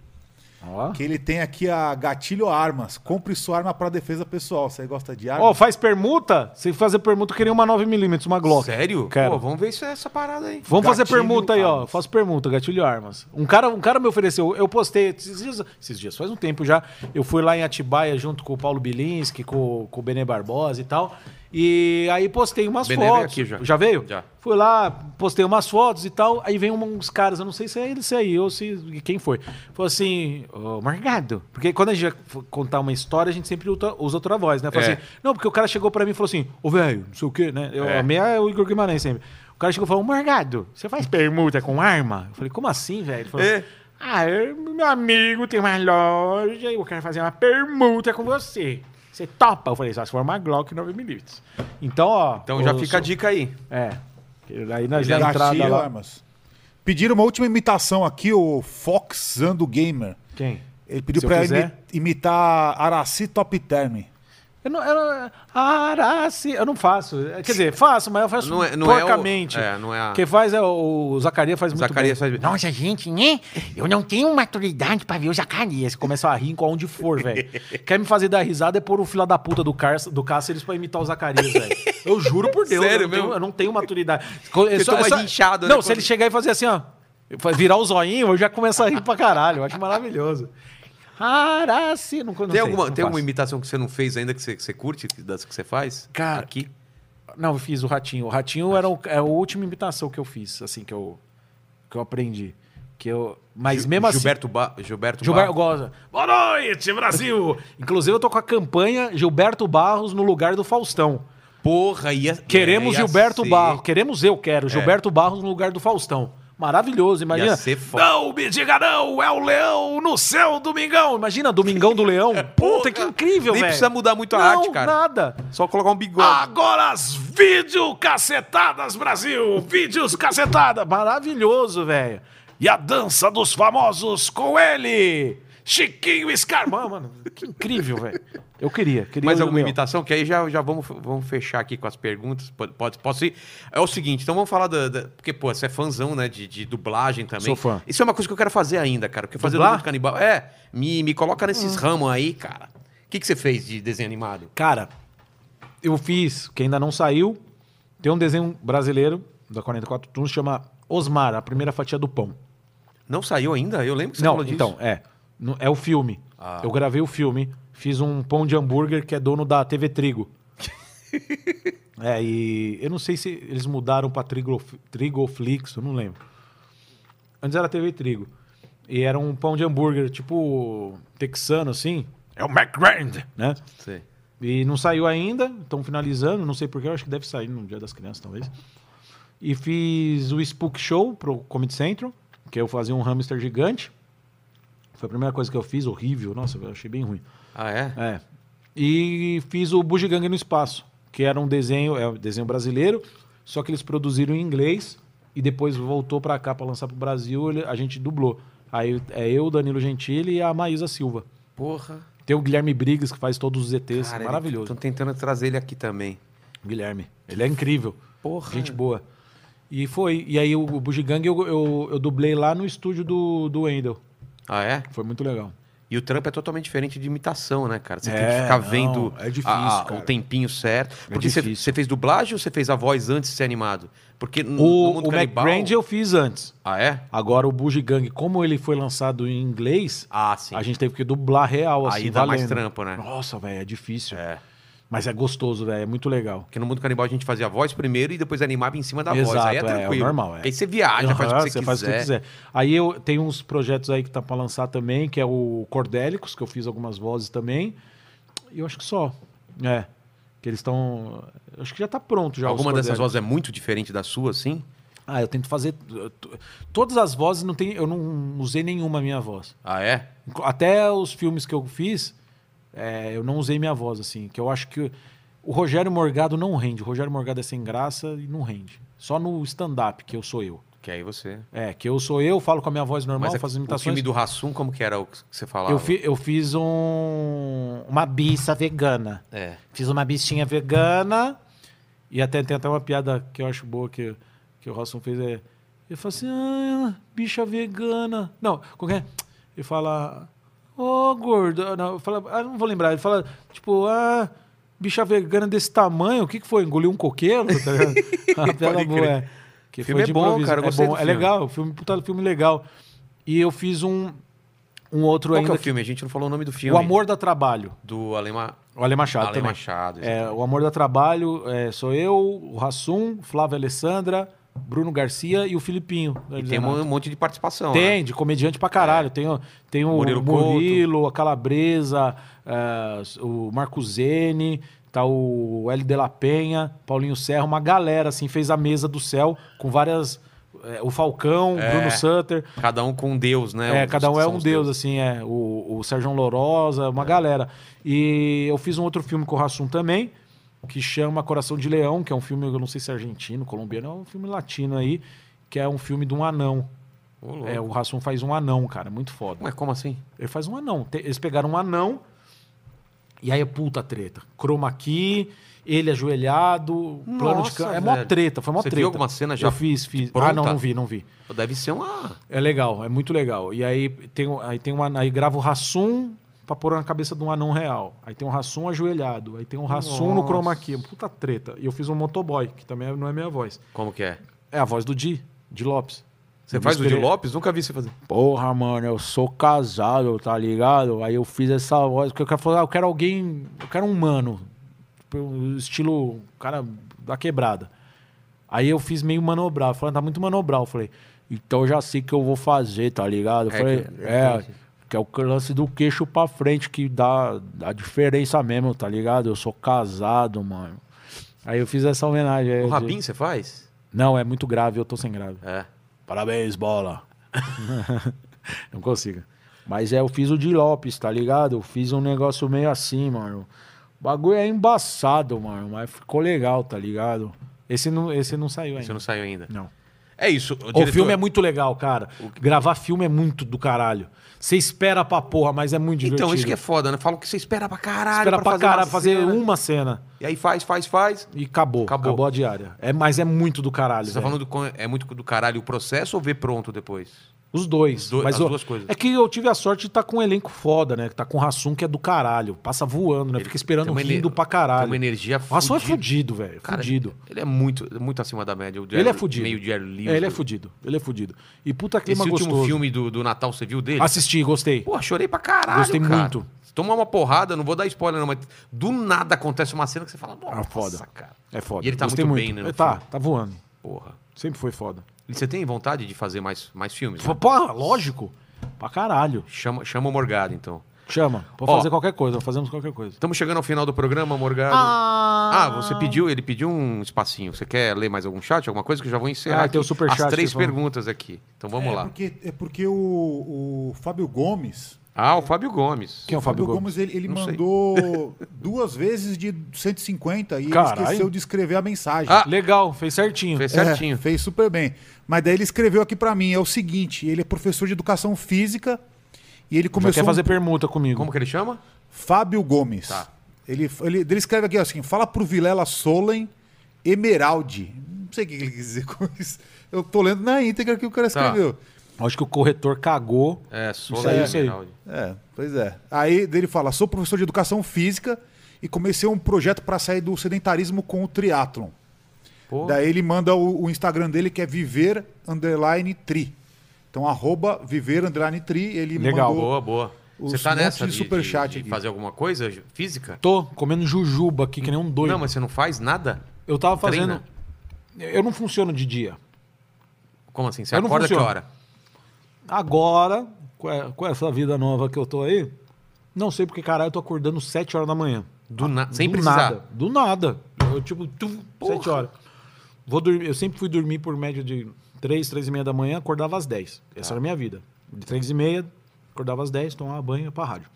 Ó. Que ele tem aqui a Gatilho Armas. Compre sua arma para defesa pessoal. Você gosta de arma? Ó, faz permuta? Se fazer permuta, eu queria uma 9mm, uma Glock. Sério? Quero. Pô, vamos ver isso, essa parada aí. Vamos fazer Gatilho, permuta aí, ó. armas. Faço permuta, gatilho armas. Um cara, um cara me ofereceu, eu postei esses dias, esses dias, faz um tempo já. Eu fui lá em Atibaia junto com o Paulo Bilinski, com, com o Benê Barbosa e tal. E aí postei umas Benê veio fotos. aqui já. veio? Já. Fui lá, postei umas fotos e tal. Aí vem um- uns caras, eu não sei se é ele, se é eu, ou se quem foi. Falou assim, ô, Margado. Porque quando a gente vai contar uma história, a gente sempre usa usa outra voz, né? Fala É. assim, não, porque o cara chegou pra mim e falou assim, ô velho, não sei o quê, né? Eu É. amei a- o Igor Guimarães sempre. O cara chegou e falou, Morgado, você faz permuta com arma? Eu falei, como assim, velho? Ele falou, É. ah, eu- meu amigo tem uma loja e eu quero fazer uma permuta com você. Você topa? Eu falei, só se for uma Glock 9mm. Então, ó... Então já eu fica sou- a dica aí. É. Aí na Gatilho entrada lá... Armas. Pediram uma última imitação aqui, o Fox Zando Gamer. Quem? Ele pediu Se eu pra quiser. imi- imitar Araci Top Term. Eu não, eu não, Araci, eu não faço. Quer dizer, faço, mas eu faço Não é- não é o- porcamente. é, não é a- Quem faz é o, o Zacarias faz muito Zacarias bem. faz- Nossa, gente, né? Eu não tenho maturidade pra ver o Zacarias. Começa a rir com aonde for, velho. Quer me fazer dar risada é pôr o fila da puta do, Car, do Cáceres pra imitar o Zacarias, velho. Eu juro por Deus, Sério eu, não tenho, mesmo? eu não tenho maturidade. é Você toma rinchado, né, Não, se quando- ele chegar e fazer assim, ó, virar o zoinho, eu já começo a rir pra caralho. Eu acho maravilhoso. Araci, não, não Tem, sei, alguma, não tem alguma faço. imitação que você não fez ainda que você, que você curte, que- das que você faz? Cara, Aqui? Não, eu fiz o Ratinho. O Ratinho era o, é a última imitação que eu fiz, assim, que eu, que eu aprendi. Que eu, mas Gil- mesmo Gilberto Ba... Gilberto, assim. Gilberto Ba- gosta. Boa noite, Brasil! Inclusive, eu tô com a campanha Gilberto Barros no lugar do Faustão. Porra, ia... Queremos É, ia Gilberto ser- É. Barros. Queremos eu, quero. Gilberto Barros no lugar do Faustão. Maravilhoso, imagina. Ia ser foda. não me diga não, é o Leão no céu, Domingão. Imagina, Domingão do Leão. Puta, que incrível, É velho. Nem precisa mudar muito a Não, arte, cara. nada. Só colocar um bigode. Ah, Agora as vídeo cacetadas, Brasil! Vídeos cacetada! Maravilhoso, velho! E a dança dos famosos com ele! Chiquinho Escarmão, mano. Que incrível, velho. Eu queria, queria. Mais o alguma meu. imitação? Que aí já, já vamos, vamos fechar aqui com as perguntas. Pode, pode- posso ir? É o seguinte, então vamos falar da. da- porque, pô, você é fãzão, né? De, de dublagem também. Sou fã. Isso é uma coisa que eu quero fazer ainda, cara. Porque fazer Dublar? o canibal. É, me, me coloca nesses ramos aí, cara. O que, que você fez de desenho animado? Cara, eu fiz, que ainda não saiu, tem um desenho brasileiro da 44 Tunes, chama Osmar, a primeira fatia do pão. Não saiu ainda? Eu lembro que você não, falou disso. então, é. Não- É o filme. Ah. Eu gravei o filme, fiz um pão de hambúrguer que é dono da TV Trigo. é, e eu não sei se eles mudaram pra Trigo, Trigoflix, eu não lembro. Antes era TV Trigo. E era um pão de hambúrguer, tipo texano, assim. É o McGrand, né? Sei. E não saiu ainda, estão finalizando, não sei porquê, eu acho que deve sair no Dia das Crianças, talvez. E fiz o Spook Show pro Comedy Central, que eu fazia um hamster gigante. Foi a primeira coisa que eu fiz, horrível, nossa, eu achei bem ruim. Ah, é? É. E fiz o Bugiganga no Espaço, que era um desenho, é um desenho brasileiro, só que eles produziram em inglês e depois voltou pra cá pra lançar pro Brasil, ele- a gente dublou. Aí é eu, Danilo Gentili e a Maísa Silva. Porra. Tem o Guilherme Briggs que faz todos os ETs, Cara, é é maravilhoso. Estão tentando trazer ele aqui também. Guilherme. Ele é incrível. Porra. Gente boa. E foi. E aí o o Bugiganga eu, eu, eu dublei lá no estúdio do, do Wendel. Ah, é? Foi muito legal. E o trampo é totalmente diferente de imitação, né, cara? Você É, tem que ficar não, vendo é difícil, a- a- cara. É o tempinho certo. Porque você- difícil. você fez dublagem ou você fez a voz antes de ser animado? Porque no, no O, mundo o canibal... McBrand eu fiz antes. Ah, é? Agora o Bugiganga, como ele foi lançado em inglês, Ah, sim. a gente teve que dublar real, assim, Aí dá mais valendo. trampo, né? Nossa, velho, é difícil. Mas é gostoso, velho, é muito legal. Porque no mundo canibal a gente fazia a voz primeiro e depois animava em cima da voz. Exato, Aí é é, é o tranquilo. normal, é. Aí você viaja, Ah, faz o Aham, que você, faz o quiser. Aí eu tenho uns projetos aí que tá pra lançar também, que é o Cordélicos, que eu fiz algumas vozes também. E eu acho que só. É. Que eles estão. Acho que já tá pronto já. os Alguma dessas Cordélicos. vozes é muito diferente da sua, assim? Ah, eu tento fazer. eu to- Todas as vozes, não tem, eu não usei nenhuma minha voz. Ah, é? Inclu- Até os filmes que eu fiz, é, eu não usei minha voz, assim. Que eu acho que. O Rogério Morgado não rende. O Rogério Morgado é sem graça e não rende. Só no stand-up, que eu sou eu. Que aí você... É, que eu sou eu, falo com a minha voz normal, é- faço o imitações. filme do Rassum, como que era o que você falava? eu, fi- eu fiz um, uma biça vegana. É. Fiz uma bichinha vegana. E até tem até uma piada que eu acho boa que, que o Rosson fez. É, ele fala assim, ah, bicha vegana. Não, como que é? Ele fala, ô gordo. Não, eu falo, ah, não vou lembrar. Ele fala, tipo, ah, bicha vegana desse tamanho, o que, que foi? Engoliu um coqueiro? Tá ligado? Uma piada Pode boa, crer. é. Que O filme é bom, improviso. cara, eu É, gostei bom, do é filme. legal, o filme, puta, filme legal. E eu fiz um, um outro Qual que ainda. é o filme? A gente não falou o nome do que- filme. o Amor da Trabalho. do Alema... O Ale Machado Ale também. Machado. É, o Amor da Trabalho é, sou eu, o Rassum, Flávia Alessandra, Bruno Garcia e o Filipinho. E tem um monte de participação. né? Tem, de comediante pra caralho. Tem, o- tem o Murilo Murilo, a Calabresa, ah, o Marco Zene, tá o L. de la Penha, Paulinho Serra, uma galera, assim, fez a mesa do céu com várias. eh, o Falcão, Bruno Sutter. né? Cada um com Deus, né? É, Os- cada um é são um os deus, assim, é. O, o Sérgio Lorosa, É. uma galera. E eu fiz um outro filme com o Rassum também, que chama Coração de Leão, que é um filme, eu não sei se é argentino, colombiano, é um filme latino aí, que é um filme de um anão. Ô, louco. É, o Rassum faz um anão, cara, muito foda. Mas como assim? Ele faz um anão. Te- Eles pegaram um anão e aí é puta treta. Chroma key, ele ajoelhado, plano de Nossa, câmera. É mó velho. treta, foi mó Você viu treta. alguma cena já Eu fiz, fiz. pronta? Ah, não, não vi, não vi. Deve ser uma... É legal, é muito legal. E aí tem, um- aí tem uma, aí grava o Rassum pra pôr na cabeça de um anão real. Aí tem um Rassum ajoelhado, aí tem um Rassum no Nossa. chroma key. Puta treta. E eu fiz um motoboy, que também não é minha voz. Como que é? É a voz do Di, de Lopes. Você Eu faz o de esperei- Lopes? Nunca vi você fazer. Um Porra, mano, eu sou casado, tá ligado? Aí eu fiz essa voz, porque eu quero falar, ah, eu quero alguém, eu quero um mano. Tipo, um estilo cara da quebrada. Aí eu fiz meio manobral, falando, tá muito manobral. Eu Falei, Então eu já sei que eu vou fazer, tá ligado? Eu É, falei, que- é, que é o lance do queixo pra frente que dá a diferença mesmo, tá ligado? Eu sou casado, mano. aí eu fiz essa homenagem. aí O de- Rabin você faz? Não, é muito grave, eu tô sem grave. É. Parabéns, bola. Não consigo. Mas é, eu fiz o de Lopes, tá ligado? Eu fiz um negócio meio assim, mano. O bagulho é embaçado, mano, mas ficou legal, tá ligado? Esse não, esse não saiu ainda. Você não saiu ainda. Não. É isso. O diretor- filme é muito legal, cara. Gravar filme é muito do caralho. Você espera pra porra, mas é muito divertido. Então, isso que é foda, né? Fala o que você espera pra caralho. Espera pra, caralho uma fazer um- cena. uma cena E aí faz, faz, faz. e acabou. Acabou. Acabou, a diária. É, mas é muito do caralho. Você tá velho. falando do, con- é muito do caralho o processo ou ver pronto depois? Os dois. Os dois- mas as eu- duas coisas. É que eu tive a sorte de estar com um elenco foda, né? Que tá com o Rassum, que é do caralho. Passa voando, né? Fica esperando Tem uma ener- rindo pra Tem uma caralho. energia O Rassum é fudida. fudido, velho. Cara, Fudido. Ele é muito, muito acima da média. O Jerry- Ele é fudido. Meio Jerry Lewis. É, ele é fudido. Ele é fudido. E puta Esse clima último gostoso. um filme do, do Natal, você viu dele? Assisti, gostei. Pô, chorei pra caralho, Gostei cara. muito. Se tomar uma porrada, não vou dar spoiler não, mas do nada acontece uma cena que você fala, nossa, Ah, foda. cara. É foda. E ele tá Gostei muito bem, né, no É, Tá, filme. tá voando. Porra. Sempre foi foda. E você tem vontade de fazer mais, mais filmes? né? Pô, Porra, lógico. Pra caralho. Chama, chama o Morgado, então. Chama. Pode Ó. fazer qualquer coisa, fazemos qualquer coisa. Estamos chegando ao final do programa, Morgado. Ah, você pediu, ele pediu um espacinho. Você quer ler mais algum chat, alguma coisa que eu já vou encerrar Ah, tem aqui o superchat as três que eu falo. perguntas aqui. Então vamos é lá. Porque, é porque o, o Fábio Gomes. Ah, o Fábio Gomes. Quem é o Fábio Gomes? ele, ele Não sei. mandou duas vezes de 150 e ele Caralho. esqueceu de escrever a mensagem. Ah, Legal, fez certinho. Fez É, certinho. fez super bem. Mas daí ele escreveu aqui pra mim, é o seguinte, ele é professor de educação física e ele Você começou quer um- fazer permuta comigo. Como que ele chama? Fábio Gomes. Tá. Ele, ele, ele escreve aqui assim, fala pro Vilela Solen Emeraldi. Não sei o que ele quis dizer com isso. Eu tô lendo na íntegra que o cara Tá. escreveu. Acho que o corretor cagou. É, Sola aí, e isso aí. Emeraldi. É, pois é. Aí ele fala: sou professor de educação física e comecei um projeto para sair do sedentarismo com o triatlon. Pô. Daí ele manda o, o Instagram dele que é viver underline tri. Então, arroba viver underline tri. Ele Legal, mandou. Boa, boa. Os Você tá monte nessa de de, superchat de, de aqui. fazer alguma coisa ju- física? Tô comendo jujuba aqui, que nem um doido. Não, mas você não faz nada? Eu tava fazendo. Treina. Eu não funciono de dia. Como assim? Você Eu não acorda que funciono. hora? Agora, com e- com essa vida nova que eu tô aí, não sei porque, caralho, eu tô acordando 7 horas da manhã. Do na... Sem do precisar. nada. Do nada. Eu, tipo, tum, 7 horas. Vou dormir. Eu sempre fui dormir por média de 3, 3 e meia da manhã, acordava às 10. Tá. Essa era a minha vida. De 3 e meia, acordava às 10, tomava banho e ia pra rádio.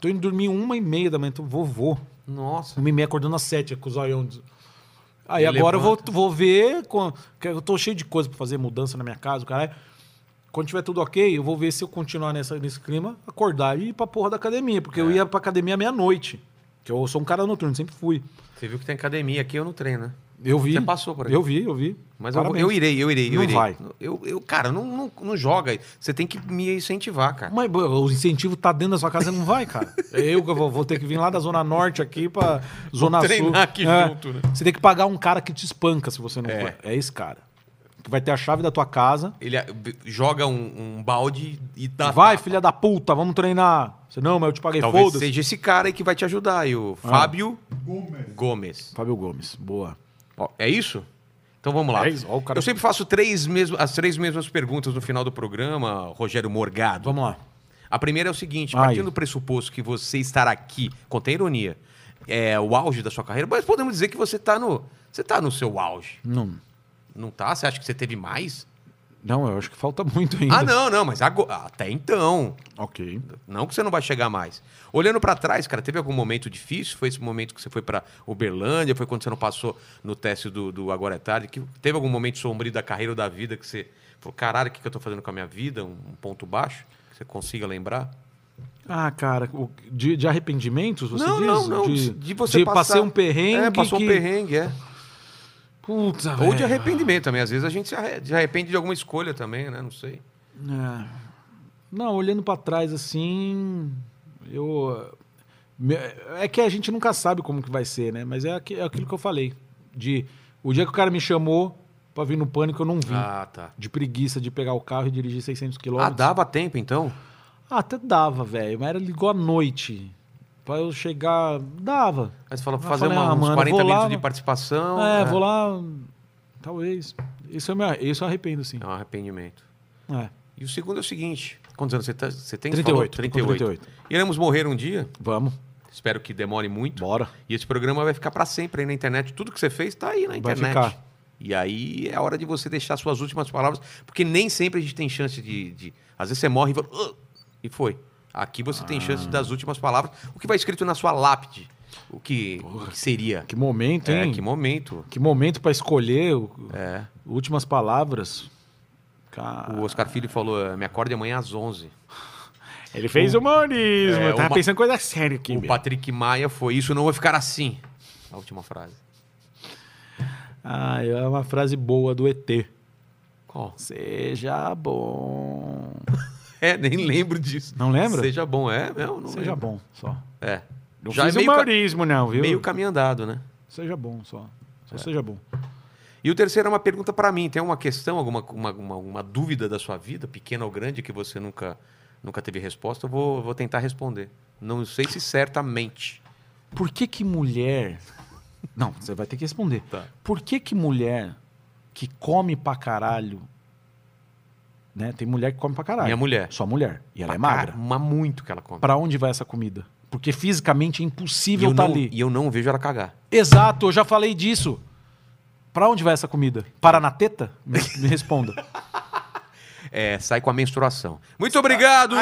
Tô indo dormir uma e meia da manhã, então vovô. Nossa. Uma e meia acordando às 7 com os olhões. Aí Ele agora eu vou, levanta. vou ver. com- que eu tô cheio de coisa pra fazer, mudança na minha casa, o caralho. Quando tiver tudo ok, eu vou ver se eu continuar nessa, nesse clima, acordar e ir pra porra da academia. Porque É. eu ia pra academia meia-noite. Que eu sou um cara noturno, sempre fui. Você viu que tem academia aqui, eu não treino, né? Eu vi. Você passou por aí. Eu vi, eu vi. Mas eu, vou- eu irei, eu irei, eu Não irei. vai. Eu, eu, cara, não, não, não joga. Você tem que me incentivar, cara. Mas bô, o incentivo tá dentro da sua casa, não vai, cara. É Eu que vou, vou ter que vir lá da Zona Norte aqui pra Zona Sul. É. treinar aqui junto, né? Você tem que pagar um cara que te espanca se você não É. for. É esse cara. Que vai ter a chave da tua casa. Ele ah, b- joga um, um balde e dá. vai, filha da puta, vamos treinar. Você, não, mas eu te paguei, tá. Talvez foda-se. Ah. seja esse cara aí que vai te ajudar, aí, o Fábio Gomes. Fábio Gomes, boa. Ó, é isso? Então vamos lá. É isso, ó, o cara- Eu sempre faço três mesmo, as três mesmas perguntas no final do programa, Rogério Morgado. Vamos lá. A primeira é o seguinte: Ai. partindo do pressuposto que você estar aqui, contém ironia, é o auge da sua carreira, mas podemos dizer que você está no. Você tá no seu auge. Não, Não tá? Você acha que você teve mais? não, eu acho que falta muito ainda. Ah, não, não, mas ago- até então. Ok. Não que você não vai chegar mais. Olhando pra trás, cara, teve algum momento difícil? Foi esse momento que você foi pra Uberlândia? Foi quando você não passou no teste do, do Agora é Tarde? Que teve algum momento sombrio da carreira ou da vida que você falou, caralho, o que, que eu tô fazendo com a minha vida? Um, um ponto baixo? Que você consiga lembrar? Ah, cara, o- de, de arrependimentos, você não, diz? não, não. De, De, você de passar... passei um perrengue. É, passou que... Ah, é. um perrengue, é. Putz, Ou de arrependimento também. Às vezes a gente se arre- se arrepende de alguma escolha também, né? Não sei. É. Não, olhando pra trás assim, eu me- é que a gente nunca sabe como que vai ser, né? Mas é, aqui- é aquilo que eu falei. De o dia que o cara me chamou pra vir no pânico, eu não vim. Ah, tá. De preguiça de pegar o carro e dirigir 600 Ah, quilômetros. dava tempo então? Ah, até dava, velho. Mas era ligou à noite. Pra eu chegar, dava. Aí você fala, Ah, fazer falei, uma- ah, uns mano, 40 vou lá, minutos de mano. participação. né? é, vou lá, talvez. Isso eu, me, isso eu arrependo, sim. É um arrependimento. É. E o segundo é o seguinte: quantos anos você, tá, você tem? Você falou 38, com 38. Iremos morrer um dia, Vamos, espero que demore muito. bora. E esse programa vai ficar pra sempre aí na internet. Tudo que você fez tá aí na Vai internet. ficar. E aí é hora de você deixar suas últimas palavras, porque nem sempre a gente tem chance de. de- Às vezes você morre e fala, "Ugh", e foi. Aqui você Ah. tem chance das últimas palavras, o que vai escrito na sua lápide. O que, o que seria? Que momento, É, hein? que momento. É, Que momento pra escolher o- últimas palavras. Cara, O Oscar Filho falou: "Eh, me acorde amanhã às 11. Ele fez humorismo. É, tava uma- pensando coisa séria aqui. O meu. Patrick Maia foi: isso não vai ficar assim. A última frase. Ah, é uma frase boa do ET. Qual? Seja bom. É, nem lembro disso. Não lembra? Seja bom, é mesmo? Não Seja lembro. bom, só. É. Não Já é fiz meio, ca- É. humorismo, não, viu? meio caminho andado, né? Seja bom, só. Só seja bom. E o terceiro é uma pergunta pra mim. Tem uma questão, alguma uma, uma, uma dúvida da sua vida, pequena ou grande, que você nunca, nunca teve resposta? Eu vou, vou tentar responder. Não sei se certamente. Por que que mulher... Não, você vai ter que responder. Tá. Por que que mulher que come pra caralho... Né? Tem mulher que come pra caralho. Minha mulher. Só mulher. E ela Pra é magra. cara- Mas muito que ela come. Pra onde vai essa comida? Porque fisicamente é E impossível eu, estar não, ali. e eu não vejo ela cagar. Exato, eu já falei disso. Pra onde vai essa comida? Para na teta? Me, me responda. É, sai com a menstruação. Muito obrigado!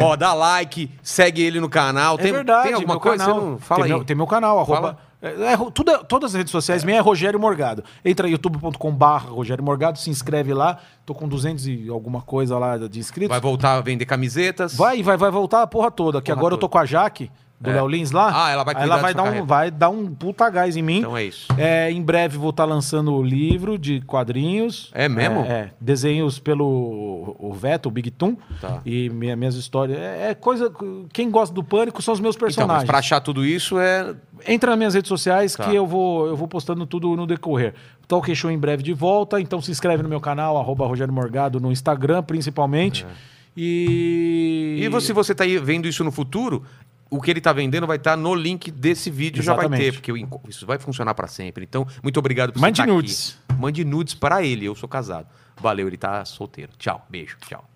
Ó, dá like, segue ele no canal. tem, tem alguma É meu coisa? canal. Você não fala tem, aí. Meu, tem meu canal, arroba. é, é, ro- tudo é- todas as redes sociais, minha é Rogério Morgado. Entra em youtube.com.br Rogério Morgado, se inscreve lá. Tô com 200 e alguma coisa lá de inscritos. Vai voltar a vender camisetas. Vai, vai, vai voltar a porra toda, que Porra agora eu tô toda. com a Jaque, do Léo Lins lá. Ah, ela vai cuidar Aí Ela da vai sua dar, um, carreira. vai dar um puta gás em mim. Então é isso. É, em breve vou estar lançando o livro de quadrinhos. É mesmo? É, é. desenhos pelo o Veto, o Big Toon. Tá. E minha- minhas histórias. É, é coisa. Quem gosta do pânico são os meus Então, mas personagens. pra achar tudo isso é. Entra nas minhas redes sociais Tá. que eu vou, eu vou postando tudo no decorrer. Talk Show em breve de volta, então se inscreve no meu canal, arroba Rogério Morgado no Instagram, principalmente. E. É. E você- se você tá aí vendo isso no futuro, o que ele tá vendendo vai estar no link desse vídeo, já vai Exatamente. ter, porque o enco- isso vai funcionar pra sempre. Então, muito obrigado por Mande estar aqui. nudes. Mande nudes para ele, eu sou casado. Valeu, ele tá solteiro. Tchau, beijo, tchau.